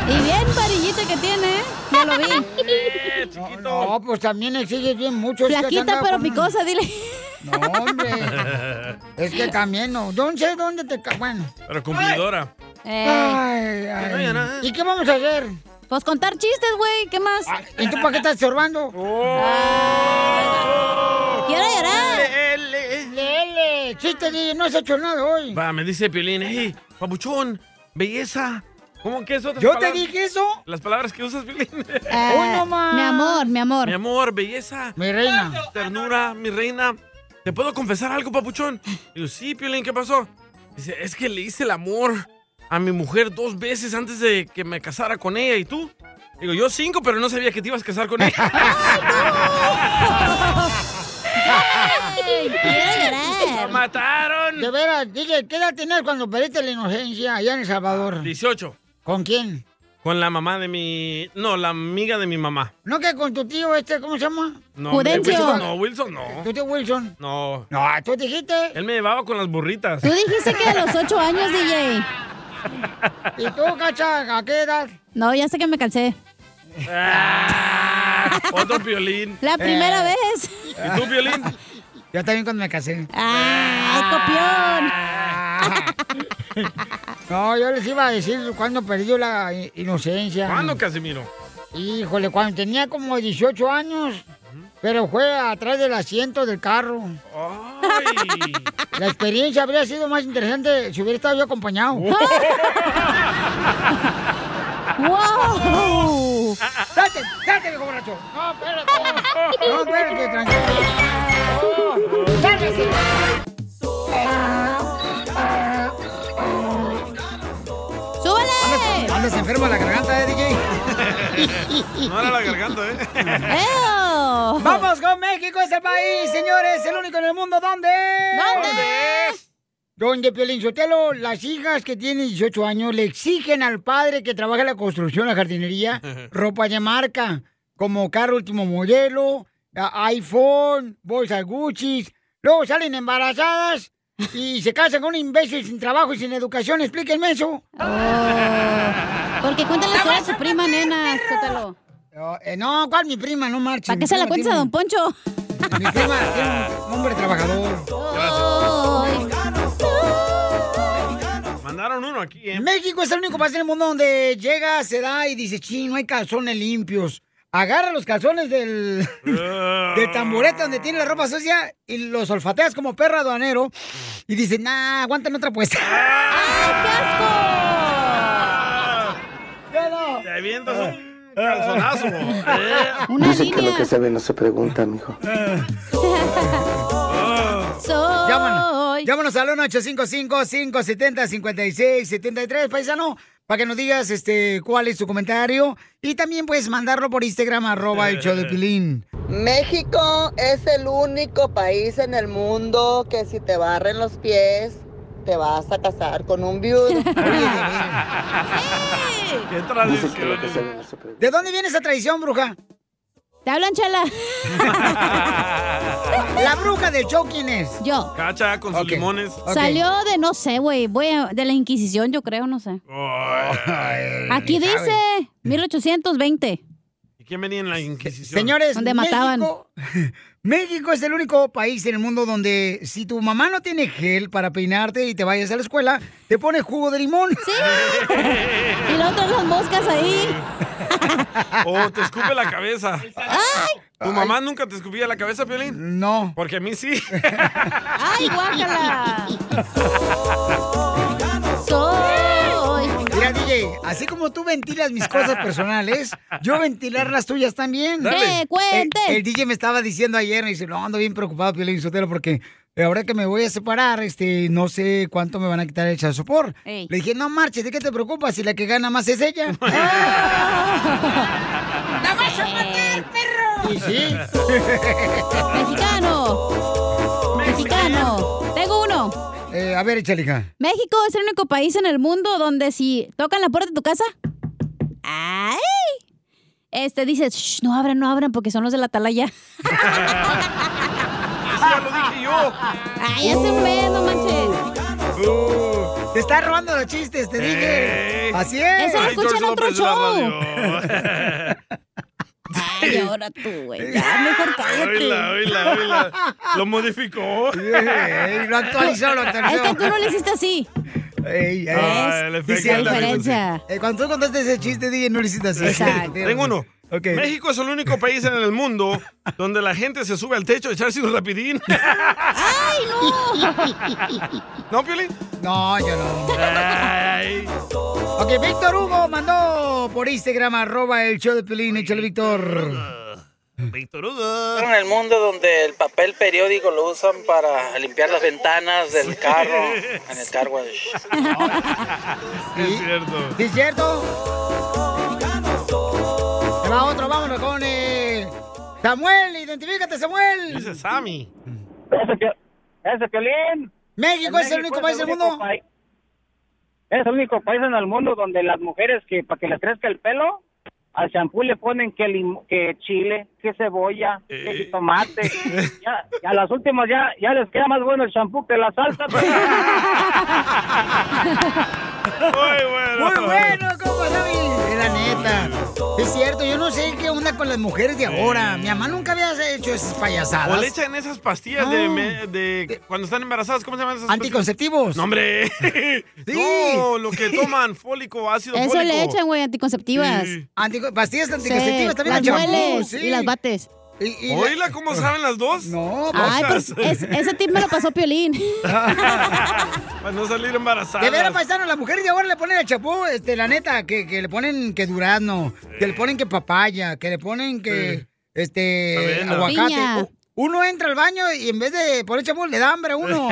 [SPEAKER 3] Y bien varillita que tiene, ¿eh? Ya lo vi.
[SPEAKER 1] No, pues también exiges bien mucho. es que
[SPEAKER 3] Flaquita,
[SPEAKER 1] andaba
[SPEAKER 3] pero
[SPEAKER 1] con un-
[SPEAKER 3] picosa, dile.
[SPEAKER 1] No, hombre. Es que también no. Yo no sé dónde te... ca- Bueno.
[SPEAKER 2] Pero cumplidora.
[SPEAKER 1] Ay, ay. ¿Y qué vamos a hacer?
[SPEAKER 3] Eh.
[SPEAKER 1] Ah,
[SPEAKER 3] Pues contar chistes, güey. ¿Qué más?
[SPEAKER 1] ¿Y tú para qué estás estorbando?
[SPEAKER 2] Oh.
[SPEAKER 3] ¡Quiero llorar!
[SPEAKER 1] Lele, chiste, DJ, no has hecho nada hoy.
[SPEAKER 2] Va, me dice Piolín, hey, papuchón, belleza. ¿Cómo que es otra
[SPEAKER 1] ¿Yo te dije eso?
[SPEAKER 2] Las palabras que usas, Piolín.
[SPEAKER 3] Eh, mi amor, mi amor.
[SPEAKER 2] Mi amor, belleza.
[SPEAKER 1] Mi reina.
[SPEAKER 2] Ternura, mi reina. ¿Te puedo confesar algo, papuchón? Digo, sí, Piolín, ¿qué pasó? Dice, es que le hice el amor a mi mujer dos veces antes de que me casara con ella. ¿Y tú? Digo, yo cinco, pero no sabía que te ibas a casar con ella.
[SPEAKER 1] ¡Lo mataron! De veras, DJ, ¿qué edad tenías cuando perdiste la inocencia allá en El
[SPEAKER 2] Ah,
[SPEAKER 1] Salvador?
[SPEAKER 2] 18.
[SPEAKER 1] ¿Con quién?
[SPEAKER 2] Con la mamá de mi... No, la amiga de mi mamá.
[SPEAKER 1] ¿No que con tu tío este, cómo se llama?
[SPEAKER 2] No, hombre, Wilson no, Wilson no.
[SPEAKER 1] ¿Tú tío Wilson?
[SPEAKER 2] No.
[SPEAKER 1] No, tú dijiste...
[SPEAKER 2] Él me llevaba con las burritas.
[SPEAKER 3] Tú dijiste que a los ocho años, DJ.
[SPEAKER 1] ¿Y tú, Cacha, a qué edad?
[SPEAKER 3] No, ya sé que me cansé.
[SPEAKER 2] Otro violín.
[SPEAKER 3] La
[SPEAKER 1] Eh.
[SPEAKER 3] primera vez.
[SPEAKER 2] ¿Y tú, violín?
[SPEAKER 1] Yo también cuando me casé.
[SPEAKER 3] ¡Ay, copión!
[SPEAKER 1] No, yo les iba a decir cuando perdí la i- inocencia.
[SPEAKER 2] ¿Cuándo, Casimiro?
[SPEAKER 1] Híjole, cuando tenía como 18 años, pero fue atrás del asiento del carro. La experiencia habría sido más interesante si hubiera estado yo acompañado. ¡Wow! ¡Date, date, viejo borracho! ¡No, espérate! ¡No, espérate, tranquilo! ¡Cálmese!
[SPEAKER 3] ¡Súbale!
[SPEAKER 1] Andas enferma la garganta, ¿eh, DJ?
[SPEAKER 2] No era la garganta, ¿eh?
[SPEAKER 1] ¡Vamos con México, es el país, señores! ¡El único en el mundo! ¿Dónde?
[SPEAKER 3] ¿Dónde?
[SPEAKER 1] Donde Piolín Sotelo, las hijas que tienen 18 años le exigen al padre que trabaje en la construcción, la jardinería, ropa de marca, como carro último modelo, a- iPhone, bolsas Gucci. Luego salen embarazadas y se casan con un imbécil sin trabajo y sin educación. Explíquenme eso.
[SPEAKER 3] Oh, Porque cuéntale la historia a su prima, nena. Sótalo.
[SPEAKER 1] Eh, no, ¿cuál mi prima? No marches.
[SPEAKER 3] ¿Para qué se la cuentas a Don Poncho?
[SPEAKER 1] Mi prima tiene un hombre trabajador.
[SPEAKER 3] Oh,
[SPEAKER 2] Mandaron uno aquí, ¿eh?
[SPEAKER 1] México es el único país en el mundo donde llega, se da y dice, ching, no hay calzones limpios. Agarra los calzones del, del tamborete donde tiene la ropa sucia y los olfateas como perro aduanero y dice, nah, aguantan otra pues.
[SPEAKER 2] Te avientas
[SPEAKER 8] Ah.
[SPEAKER 2] un calzonazo. ¿eh?
[SPEAKER 24] Dicen que lo que se ve no se pregunta, mijo.
[SPEAKER 1] Llámanos, llámanos al 1-855-570-5673, paisano, para que nos digas este cuál es tu comentario. Y también puedes mandarlo por Instagram, arroba el show de Pilín.
[SPEAKER 25] México es el único país en el mundo que si te barren los pies, te vas a casar con un viudo.
[SPEAKER 2] ¡Qué
[SPEAKER 24] Dicen que lo que se ve no se pregunta.
[SPEAKER 1] ¿De dónde viene esa tradición, bruja?
[SPEAKER 3] Te hablan, chala.
[SPEAKER 1] La bruja del show, ¿quién es?
[SPEAKER 3] Yo.
[SPEAKER 2] Cacha con sus limones.
[SPEAKER 3] Salió de, no sé, güey, voy a- de la Inquisición, yo creo, no sé.
[SPEAKER 1] Eh,
[SPEAKER 3] Aquí
[SPEAKER 2] ¿sabe?
[SPEAKER 3] dice 1820.
[SPEAKER 2] ¿Y quién venía en la Inquisición?
[SPEAKER 1] Señores,
[SPEAKER 3] Donde mataban.
[SPEAKER 1] México, México es el único país en el mundo donde si tu mamá no tiene gel para peinarte y te vayas a la escuela, te pone jugo de limón. Sí.
[SPEAKER 3] Y luego todas las moscas ahí.
[SPEAKER 2] O te escupe la cabeza. ¿Tu mamá nunca te escupía la cabeza, Piolín?
[SPEAKER 1] No.
[SPEAKER 2] Porque a mí sí.
[SPEAKER 3] ¡Ay, guácala!
[SPEAKER 1] Mira, DJ, así como tú ventilas mis cosas personales, yo ventilar las tuyas también.
[SPEAKER 3] Dale. ¡Que cuente!
[SPEAKER 1] El, el DJ me estaba diciendo ayer, me dice, no, ando bien preocupado, Piolín Sotelo, porque eh, ahora que me voy a separar, este, no sé cuánto me van a quitar el chasopor.
[SPEAKER 3] Ey.
[SPEAKER 1] Le dije, no marches, ¿de qué te preocupas si la que gana más es ella?
[SPEAKER 3] ¡La vas a matar,
[SPEAKER 1] perro! Y sí.
[SPEAKER 3] ¡Mexicano! ¡Mexicano! Tengo uno.
[SPEAKER 1] Eh, a ver, échale, hija.
[SPEAKER 3] México es el único país en el mundo donde si tocan la puerta de tu casa, ¡ay! Este dices, "Shh, no abran, no abran porque son los de la atalaya.
[SPEAKER 2] Eso ya lo dije yo.
[SPEAKER 3] Ay, hace un mes, no manches.
[SPEAKER 1] Te está robando los chistes, te dije. Así es.
[SPEAKER 3] Eso lo escuché en otro show. Ay, ahora tú, güey. Ya, mejor cállate.
[SPEAKER 2] Oíla, oíla, oíla. Lo modificó.
[SPEAKER 1] Ey, lo actualizó, lo actualizó.
[SPEAKER 3] Es que tú no le hiciste así.
[SPEAKER 1] Ey, ey.
[SPEAKER 2] Ah, el efecto.
[SPEAKER 1] Dice,
[SPEAKER 2] La diferencia.
[SPEAKER 1] Eh, cuando tú contaste ese chiste, dije, no lo hiciste así.
[SPEAKER 2] Tengo uno.
[SPEAKER 1] Ok.
[SPEAKER 2] México es el único país en el mundo donde la gente se sube al techo a echarse un rapidín.
[SPEAKER 3] ¡Ay,
[SPEAKER 2] no! ¿No, Piolín?
[SPEAKER 1] No, yo no.
[SPEAKER 2] Ay.
[SPEAKER 1] Ok, Víctor Hugo mandó por Instagram, arroba el show de Pelín. Échale, Víctor.
[SPEAKER 2] Víctor Hugo.
[SPEAKER 14] En el mundo donde el papel periódico lo usan para limpiar las ventanas del carro, en el car wash.
[SPEAKER 2] Es cierto.
[SPEAKER 1] ¿Sí es cierto? Se va otro, vámonos con eh, Samuel, identifícate, Samuel.
[SPEAKER 2] Dice Sammy.
[SPEAKER 13] Ese Piolín.
[SPEAKER 1] México es el único país del mundo.
[SPEAKER 13] pai- Es el único país en el mundo donde las mujeres que para que les crezca el pelo al champú le ponen que, lim- que chile, que cebolla,
[SPEAKER 1] Eh.
[SPEAKER 13] que jitomate. Ya, y a las últimas ya, ya les queda más bueno el champú que la salsa.
[SPEAKER 1] Muy
[SPEAKER 2] pues,
[SPEAKER 1] bueno, compa Sammy. Es la neta. Es cierto, yo no sé qué onda con las mujeres de ahora. Mi mamá nunca había hecho esas
[SPEAKER 2] O
[SPEAKER 1] payasadas.
[SPEAKER 2] le echan esas pastillas de,
[SPEAKER 3] Ah.
[SPEAKER 1] No.
[SPEAKER 2] me- de cuando están embarazadas, ¿cómo se llaman esas?
[SPEAKER 1] Anticonceptivos.
[SPEAKER 2] No, hombre. No, lo que toman, fólico, ácido
[SPEAKER 3] Eso
[SPEAKER 2] fólico.
[SPEAKER 3] le echan, güey, anticonceptivas.
[SPEAKER 2] Sí.
[SPEAKER 1] Antico- pastillas
[SPEAKER 3] Sí,
[SPEAKER 1] anticonceptivas también.
[SPEAKER 3] las
[SPEAKER 1] el champú,
[SPEAKER 3] hueles
[SPEAKER 1] sí.
[SPEAKER 3] y las bates.
[SPEAKER 1] Y- y la-
[SPEAKER 2] Oíla, ¿cómo saben las dos? pues,
[SPEAKER 1] No, pues,
[SPEAKER 3] Ay, pero es- ese tip me lo pasó Piolín.
[SPEAKER 2] Para no salir embarazadas.
[SPEAKER 1] De veras, paisano, las mujeres de ahora le ponen el chapú, este, la neta, que, que le ponen que durazno, que le ponen que papaya, que le ponen que, este,
[SPEAKER 8] Avena.
[SPEAKER 1] aguacate.
[SPEAKER 8] Piña.
[SPEAKER 1] U- Uno entra al baño y en vez de poner champú le da hambre a uno.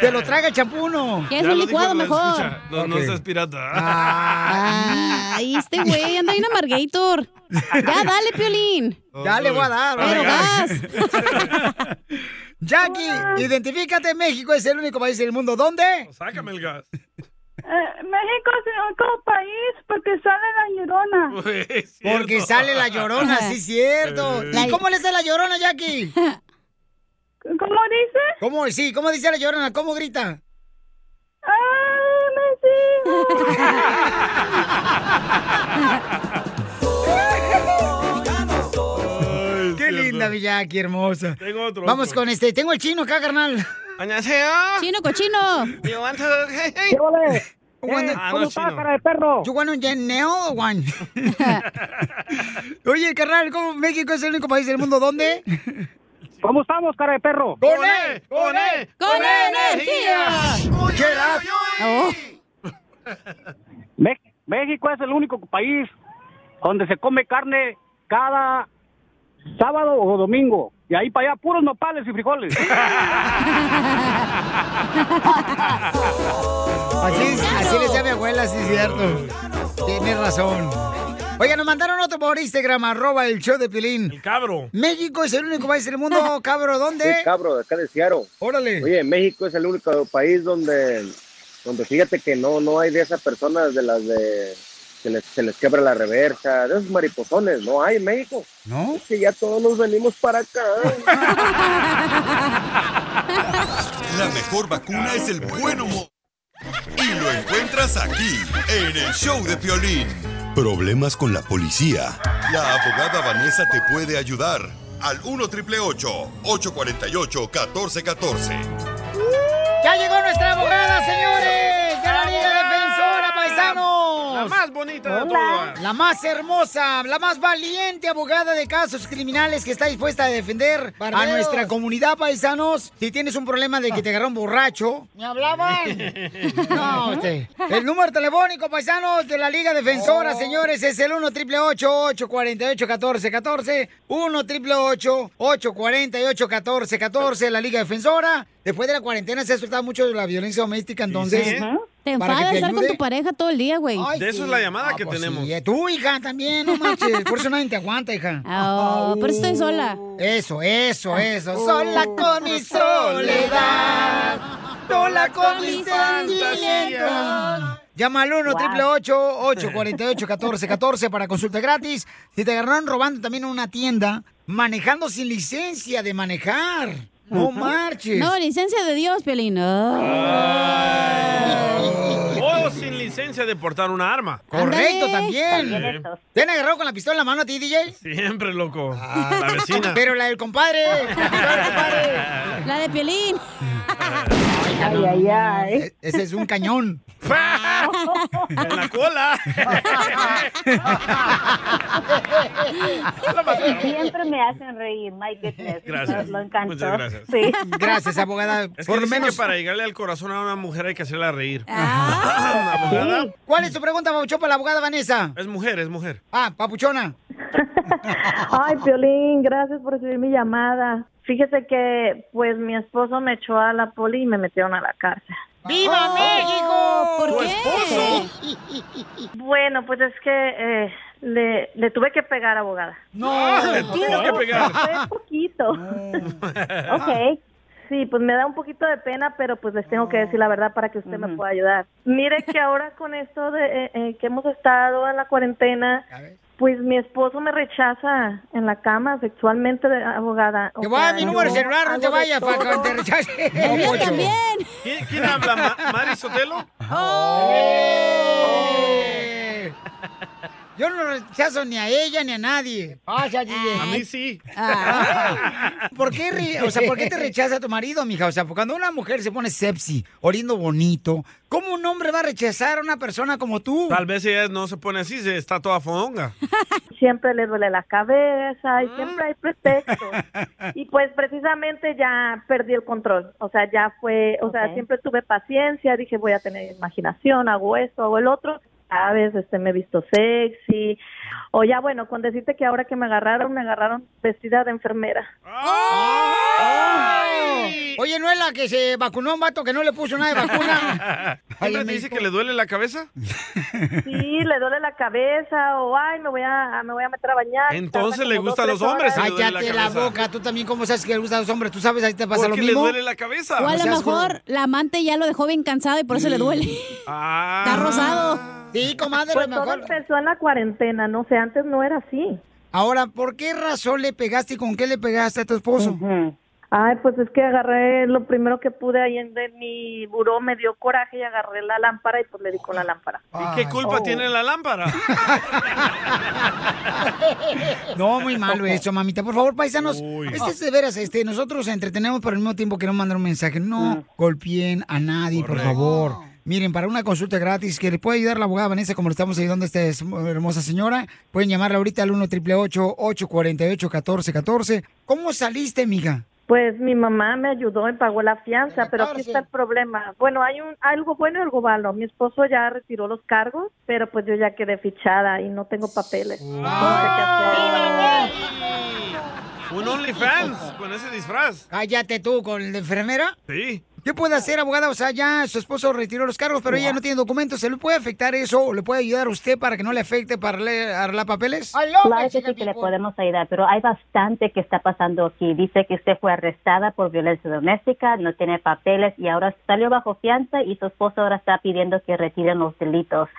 [SPEAKER 1] Te lo traga el champú uno.
[SPEAKER 2] Ya lo dijo la escucha. No, no
[SPEAKER 1] Ok.
[SPEAKER 2] seas pirata.
[SPEAKER 3] Ay, este güey anda en amargator. Ya, dale, Piolín.
[SPEAKER 1] Ya le voy a dar.
[SPEAKER 3] Pero vas.
[SPEAKER 1] Jackie, identifícate, México es el único país del mundo. ¿Dónde?
[SPEAKER 2] Sácame el gas.
[SPEAKER 12] Eh, México es el único país porque sale la llorona.
[SPEAKER 1] Porque sale la llorona, sí, cierto. ¿Y cómo le sale la llorona, Jackie?
[SPEAKER 12] ¿Cómo dice?
[SPEAKER 1] ¿Cómo? Sí, ¿cómo dice la llorona? ¿Cómo grita? Qué linda, mi Jackie, hermosa.
[SPEAKER 2] Tengo otro.
[SPEAKER 1] Vamos
[SPEAKER 2] otro.
[SPEAKER 1] con este. Tengo el chino acá, carnal.
[SPEAKER 3] Chino cochino.
[SPEAKER 2] You want to...
[SPEAKER 1] ¿Qué vale? Eh,
[SPEAKER 2] Ah, no, chino.
[SPEAKER 1] de perro? ¿You want to nail one? Oye, carnal, ¿cómo México es el único país del mundo donde?
[SPEAKER 13] ¿Cómo estamos, cara de perro?
[SPEAKER 1] ¡Con él! ¡Con E, él!
[SPEAKER 8] ¡Con E. energía!
[SPEAKER 1] Get
[SPEAKER 13] Oh.
[SPEAKER 1] up.
[SPEAKER 13] Me- México es el único país donde se come carne cada sábado o domingo. Y ahí para allá, puros nopales y frijoles.
[SPEAKER 1] Así, así le decía mi abuela, sí es cierto. Tienes razón. Oiga, nos mandaron otro por Instagram, arroba el show de Pilín. El
[SPEAKER 2] cabro.
[SPEAKER 1] México es el único país del mundo, cabro, ¿dónde?
[SPEAKER 20] Sí, cabro, de acá de Seattle.
[SPEAKER 1] Órale.
[SPEAKER 20] Oye, México es el único país donde, donde fíjate que no, no hay de esas personas de las de que les, se les quebra la reversa, de esos mariposones, no hay en México.
[SPEAKER 1] No.
[SPEAKER 20] Es que ya todos nos venimos para acá.
[SPEAKER 5] La mejor vacuna es el buen humor. Y lo encuentras aquí, en el show de Piolín.
[SPEAKER 15] Problemas con la policía.
[SPEAKER 5] La abogada Vanessa te puede ayudar. Al 1 848 1414
[SPEAKER 1] ¡Ya llegó nuestra abogada, señores! ¡De la Liga Defensora, paisanos!
[SPEAKER 2] La más bonita de todas.
[SPEAKER 1] La más hermosa, la más valiente abogada de casos criminales que está dispuesta a defender a
[SPEAKER 8] Barberos.
[SPEAKER 1] nuestra comunidad, paisanos. Si tienes un problema
[SPEAKER 2] Ah.
[SPEAKER 1] de que te agarró un borracho...
[SPEAKER 8] ¿Me hablaban?
[SPEAKER 1] No, este. usted. El número telefónico, paisanos, de la Liga
[SPEAKER 3] Oh.
[SPEAKER 1] Defensora, señores, es el 1 888 848 1414 1 888 848 1414 la Liga Defensora. Después de la cuarentena se ha soltado mucho de la violencia doméstica, entonces...
[SPEAKER 3] sí.
[SPEAKER 1] para
[SPEAKER 3] Te
[SPEAKER 1] que
[SPEAKER 3] enfadas estar con
[SPEAKER 1] ayude.
[SPEAKER 3] tu pareja todo el día, güey.
[SPEAKER 1] Ay,
[SPEAKER 2] De eso es la llamada que tenemos.
[SPEAKER 1] Sí, eh, tú, hija, también, no manches. Por eso nadie te aguanta, hija.
[SPEAKER 3] Oh, pero estoy sola. Oh.
[SPEAKER 1] Eso, eso, eso. Sola con mi soledad. Sola con mis sentimientos. Llama al 1 848 1414 para consulta gratis. Si te agarraron robando también en una tienda, manejando sin licencia de manejar. No marches.
[SPEAKER 3] No, licencia de Dios, Piolín. Oh.
[SPEAKER 2] Ah, O Oh, sin licencia de portar una arma.
[SPEAKER 1] Correcto,
[SPEAKER 2] Sí.
[SPEAKER 1] también. ¿Te han agarrado con la pistola en la mano a ti, DJ?
[SPEAKER 2] Siempre, loco. la vecina.
[SPEAKER 1] Ah. Pero la del compadre. la pistola del compadre.
[SPEAKER 3] La de Piolín.
[SPEAKER 1] Ay, ay, ay. E- Ese es un cañón.
[SPEAKER 2] En la cola.
[SPEAKER 12] Siempre me hacen reír, my goodness.
[SPEAKER 2] Gracias.
[SPEAKER 12] Lo encantó.
[SPEAKER 2] Muchas gracias.
[SPEAKER 12] Sí.
[SPEAKER 1] Gracias, abogada.
[SPEAKER 2] Es que
[SPEAKER 1] Por lo
[SPEAKER 2] dicen
[SPEAKER 1] menos.
[SPEAKER 2] que para llegarle al corazón a una mujer hay que hacerla reír.
[SPEAKER 1] ¿Cuál es tu pregunta, Papuchón, para la abogada Vanessa?
[SPEAKER 2] Es mujer, es mujer.
[SPEAKER 1] Ah, Papuchona.
[SPEAKER 12] Ay, Piolín, gracias por recibir mi llamada. Fíjese que, pues, mi esposo me echó a la poli y me metieron a la cárcel.
[SPEAKER 1] ¡Viva
[SPEAKER 8] Oh,
[SPEAKER 2] Oh,
[SPEAKER 1] México!
[SPEAKER 12] ¿Por qué? Bueno, pues es que eh, le, le tuve que pegar, abogada.
[SPEAKER 8] No, Ah, le tuvo que pegar.
[SPEAKER 12] Fue poquito. Ok. Sí, pues me da un poquito de pena, pero pues les tengo que decir la verdad para que usted me pueda ayudar. Mire que ahora con esto de eh, eh, que hemos estado en la cuarentena, pues mi esposo me rechaza en la cama sexualmente, de, abogada.
[SPEAKER 1] Te voy a dar mi número de celular, no te vayas para que te rechace.
[SPEAKER 12] El mío también.
[SPEAKER 2] ¿Quién, quién habla? Ma- ¿Mari Sotelo?
[SPEAKER 1] Oh. ¡Eh! Yo no rechazo ni a ella ni a nadie. Pasa, DJ.
[SPEAKER 2] A mí sí.
[SPEAKER 1] Ah. ¿Por qué, re- o sea, ¿Por qué te rechaza tu marido, mija? O sea, cuando una mujer se pone sepsi, oliendo bonito, ¿cómo un hombre va a rechazar a una persona como tú?
[SPEAKER 2] Tal vez ella no se pone así, se está toda fodonga.
[SPEAKER 12] Siempre le duele la cabeza
[SPEAKER 2] Ah.
[SPEAKER 12] y siempre hay pretextos. Y pues precisamente ya perdí el control. O sea, ya fue, o sea, siempre tuve paciencia, dije voy a tener imaginación, hago esto, hago el otro. A veces este, me he visto sexy. O ya bueno, con decirte que ahora que me agarraron, me agarraron vestida de enfermera.
[SPEAKER 2] Ah.
[SPEAKER 1] Oye, ¿no es la que se vacunó a un vato que no le puso nada de vacuna?
[SPEAKER 2] ¿Hombre te dice que le duele la cabeza?
[SPEAKER 12] Sí, le duele la cabeza o ay, me voy a, me voy a meter a bañar.
[SPEAKER 2] Entonces le gustan los hombres. si le duele
[SPEAKER 1] Cállate la, boca, tú también, ¿cómo sabes que le gustan los hombres? ¿Tú sabes, ahí te pasa
[SPEAKER 2] ¿Por
[SPEAKER 1] lo
[SPEAKER 2] qué le
[SPEAKER 1] mismo?
[SPEAKER 2] duele la cabeza?
[SPEAKER 3] Oh. O a
[SPEAKER 1] No
[SPEAKER 3] lo
[SPEAKER 1] seas
[SPEAKER 3] mejor la amante ya lo dejó bien cansado y por eso le duele.
[SPEAKER 2] Ah.
[SPEAKER 3] Está rosado.
[SPEAKER 1] Sí, comadre,
[SPEAKER 12] Pues
[SPEAKER 1] a lo
[SPEAKER 12] todo
[SPEAKER 1] mejor-
[SPEAKER 12] empezó en la cuarentena, no sé, antes no era así.
[SPEAKER 1] Ahora, ¿por qué razón le pegaste y con qué le pegaste a tu esposo?
[SPEAKER 12] Ay, pues es que agarré lo primero que pude ahí en de mi buró, me dio coraje y agarré la lámpara y pues le di con la lámpara.
[SPEAKER 2] ¿Y qué culpa tiene la lámpara?
[SPEAKER 1] No, muy malo eso, mamita. Por favor, paisanos, este es de veras, este, nosotros entretenemos, pero al mismo tiempo queremos mandar un mensaje. No golpeen a nadie, por favor. Miren, para una consulta gratis que le puede ayudar la abogada Vanessa, como le estamos ayudando a esta es- hermosa señora, pueden llamarla ahorita al 1 888 848 1414 ¿Cómo saliste, mija?
[SPEAKER 12] Pues mi mamá me ayudó y pagó la fianza, pero aquí está el problema. Bueno, hay un algo bueno y algo malo. Mi esposo ya retiró los cargos, pero pues yo ya quedé fichada y no tengo papeles.
[SPEAKER 2] Un OnlyFans con ese disfraz.
[SPEAKER 1] Cállate tú, con la enfermera.
[SPEAKER 2] Sí.
[SPEAKER 1] ¿Qué puede hacer, abogada? O sea, ya su esposo retiró los cargos, pero ella no tiene documentos. ¿Se le puede afectar eso o le puede ayudar a usted para que no le afecte para le- arreglar papeles?
[SPEAKER 27] Claro que sí que le podemos ayudar, pero hay bastante que está pasando aquí. Dice que usted fue arrestada por violencia doméstica, no tiene papeles y ahora salió bajo fianza y su esposo ahora está pidiendo que retiren los delitos.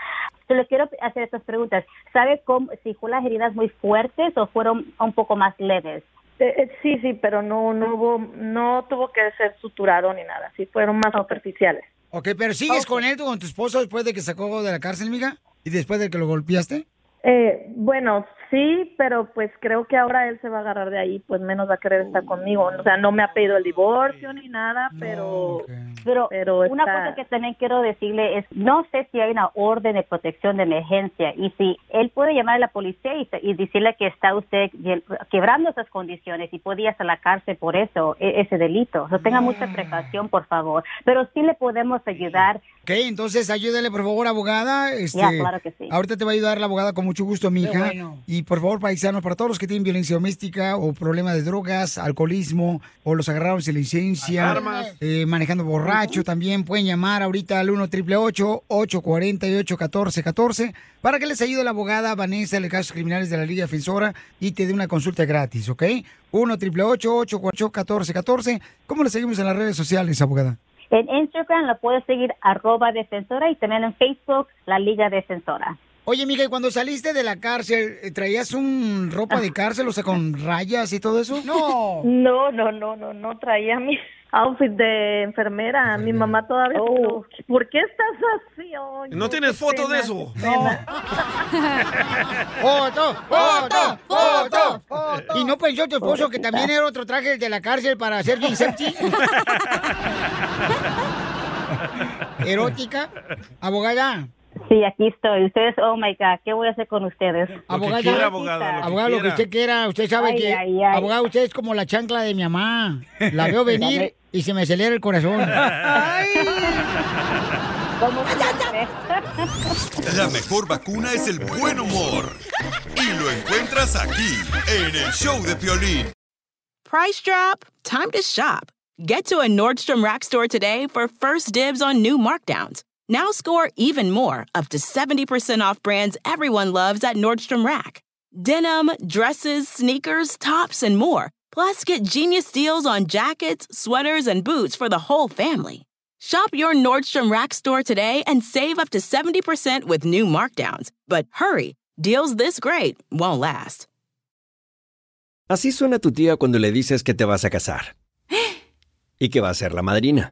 [SPEAKER 27] Te le quiero hacer estas preguntas. ¿Sabe cómo, si fue las heridas muy fuertes o fueron un poco más leves?
[SPEAKER 12] Eh, sí, sí, pero no, no hubo, no tuvo que ser suturado ni nada. Sí, fueron más superficiales.
[SPEAKER 1] Ok, pero ¿sigues con él, con tu esposo, después de que sacó de la cárcel, mija? ¿Y después de que lo golpeaste?
[SPEAKER 12] Eh, bueno, sí, pero pues creo que ahora él se va a agarrar de ahí, pues menos va a querer estar conmigo. O sea, no me ha pedido el divorcio ni nada, pero...
[SPEAKER 27] Pero, una
[SPEAKER 12] está-
[SPEAKER 27] cosa que también quiero decirle es, no sé si hay una orden de protección de emergencia y si él puede llamar a la policía y, y decirle que está usted ye- quebrando esas condiciones y podía estar a la cárcel por eso, e- ese delito. No tenga mucha precaución, por favor. Pero Mm. sí le podemos ayudar.
[SPEAKER 1] Ok, entonces ayúdale, por favor, abogada. Este,
[SPEAKER 27] Ya, claro que sí.
[SPEAKER 1] Ahorita te va a ayudar la abogada con mucho gusto,
[SPEAKER 27] Qué
[SPEAKER 1] mija.
[SPEAKER 27] bueno.
[SPEAKER 1] Y por favor, paisanos, para todos los que tienen violencia doméstica o problema de drogas, alcoholismo, o los agarraron sin licencia,
[SPEAKER 8] Armas.
[SPEAKER 1] eh, manejando borracho también, pueden llamar ahorita al 1 888 848 1414 para que les ayude la abogada Vanessa de casos criminales de la Liga Defensora y te dé una consulta gratis, ¿ok? 1 888 848 1414 ¿Cómo le seguimos en las redes sociales, abogada?
[SPEAKER 27] En Instagram la puede seguir arroba defensora y también en Facebook la Liga Defensora.
[SPEAKER 1] Oye, Miguel, cuando saliste de la cárcel, eh, ¿traías un ropa de cárcel, o sea, con rayas y todo eso? No.
[SPEAKER 12] No, no, no, no, no traía mi outfit de enfermera. Mi mamá todavía. dijo, ¿Por qué estás así? Ay,
[SPEAKER 2] ¿No tienes foto de eso?
[SPEAKER 1] ¡Foto! ¡Foto! ¡Foto! ¿Y no pensó tu esposo que también era otro traje el de la cárcel para hacer bien septi? ¿Erótica? Abogada.
[SPEAKER 27] Sí, aquí estoy. Ustedes, oh my God, ¿qué voy a hacer con ustedes?
[SPEAKER 1] Abogada, abogada, lo que usted quiera, usted sabe
[SPEAKER 27] Ay,
[SPEAKER 1] que
[SPEAKER 27] ay, ay.
[SPEAKER 1] abogada, usted es como la chancla de mi mamá. La veo venir y se me acelera el corazón.
[SPEAKER 12] Como siempre.
[SPEAKER 5] La mejor vacuna es el buen humor. Y lo encuentras aquí, en el show de Piolín.
[SPEAKER 14] Price drop? Time to shop. Get to a Nordstrom Rack store today for first dibs on new markdowns. Now score even more, up to 70% off brands everyone loves at Nordstrom Rack. Denim, dresses, sneakers, tops, and more. Plus, get genius deals on jackets, sweaters, and boots for the whole family. Shop your Nordstrom Rack store today and save up to 70% with new markdowns. But hurry, deals this great won't last.
[SPEAKER 22] Así suena tu tía cuando le dices que te vas a casar. Y que va a ser la madrina.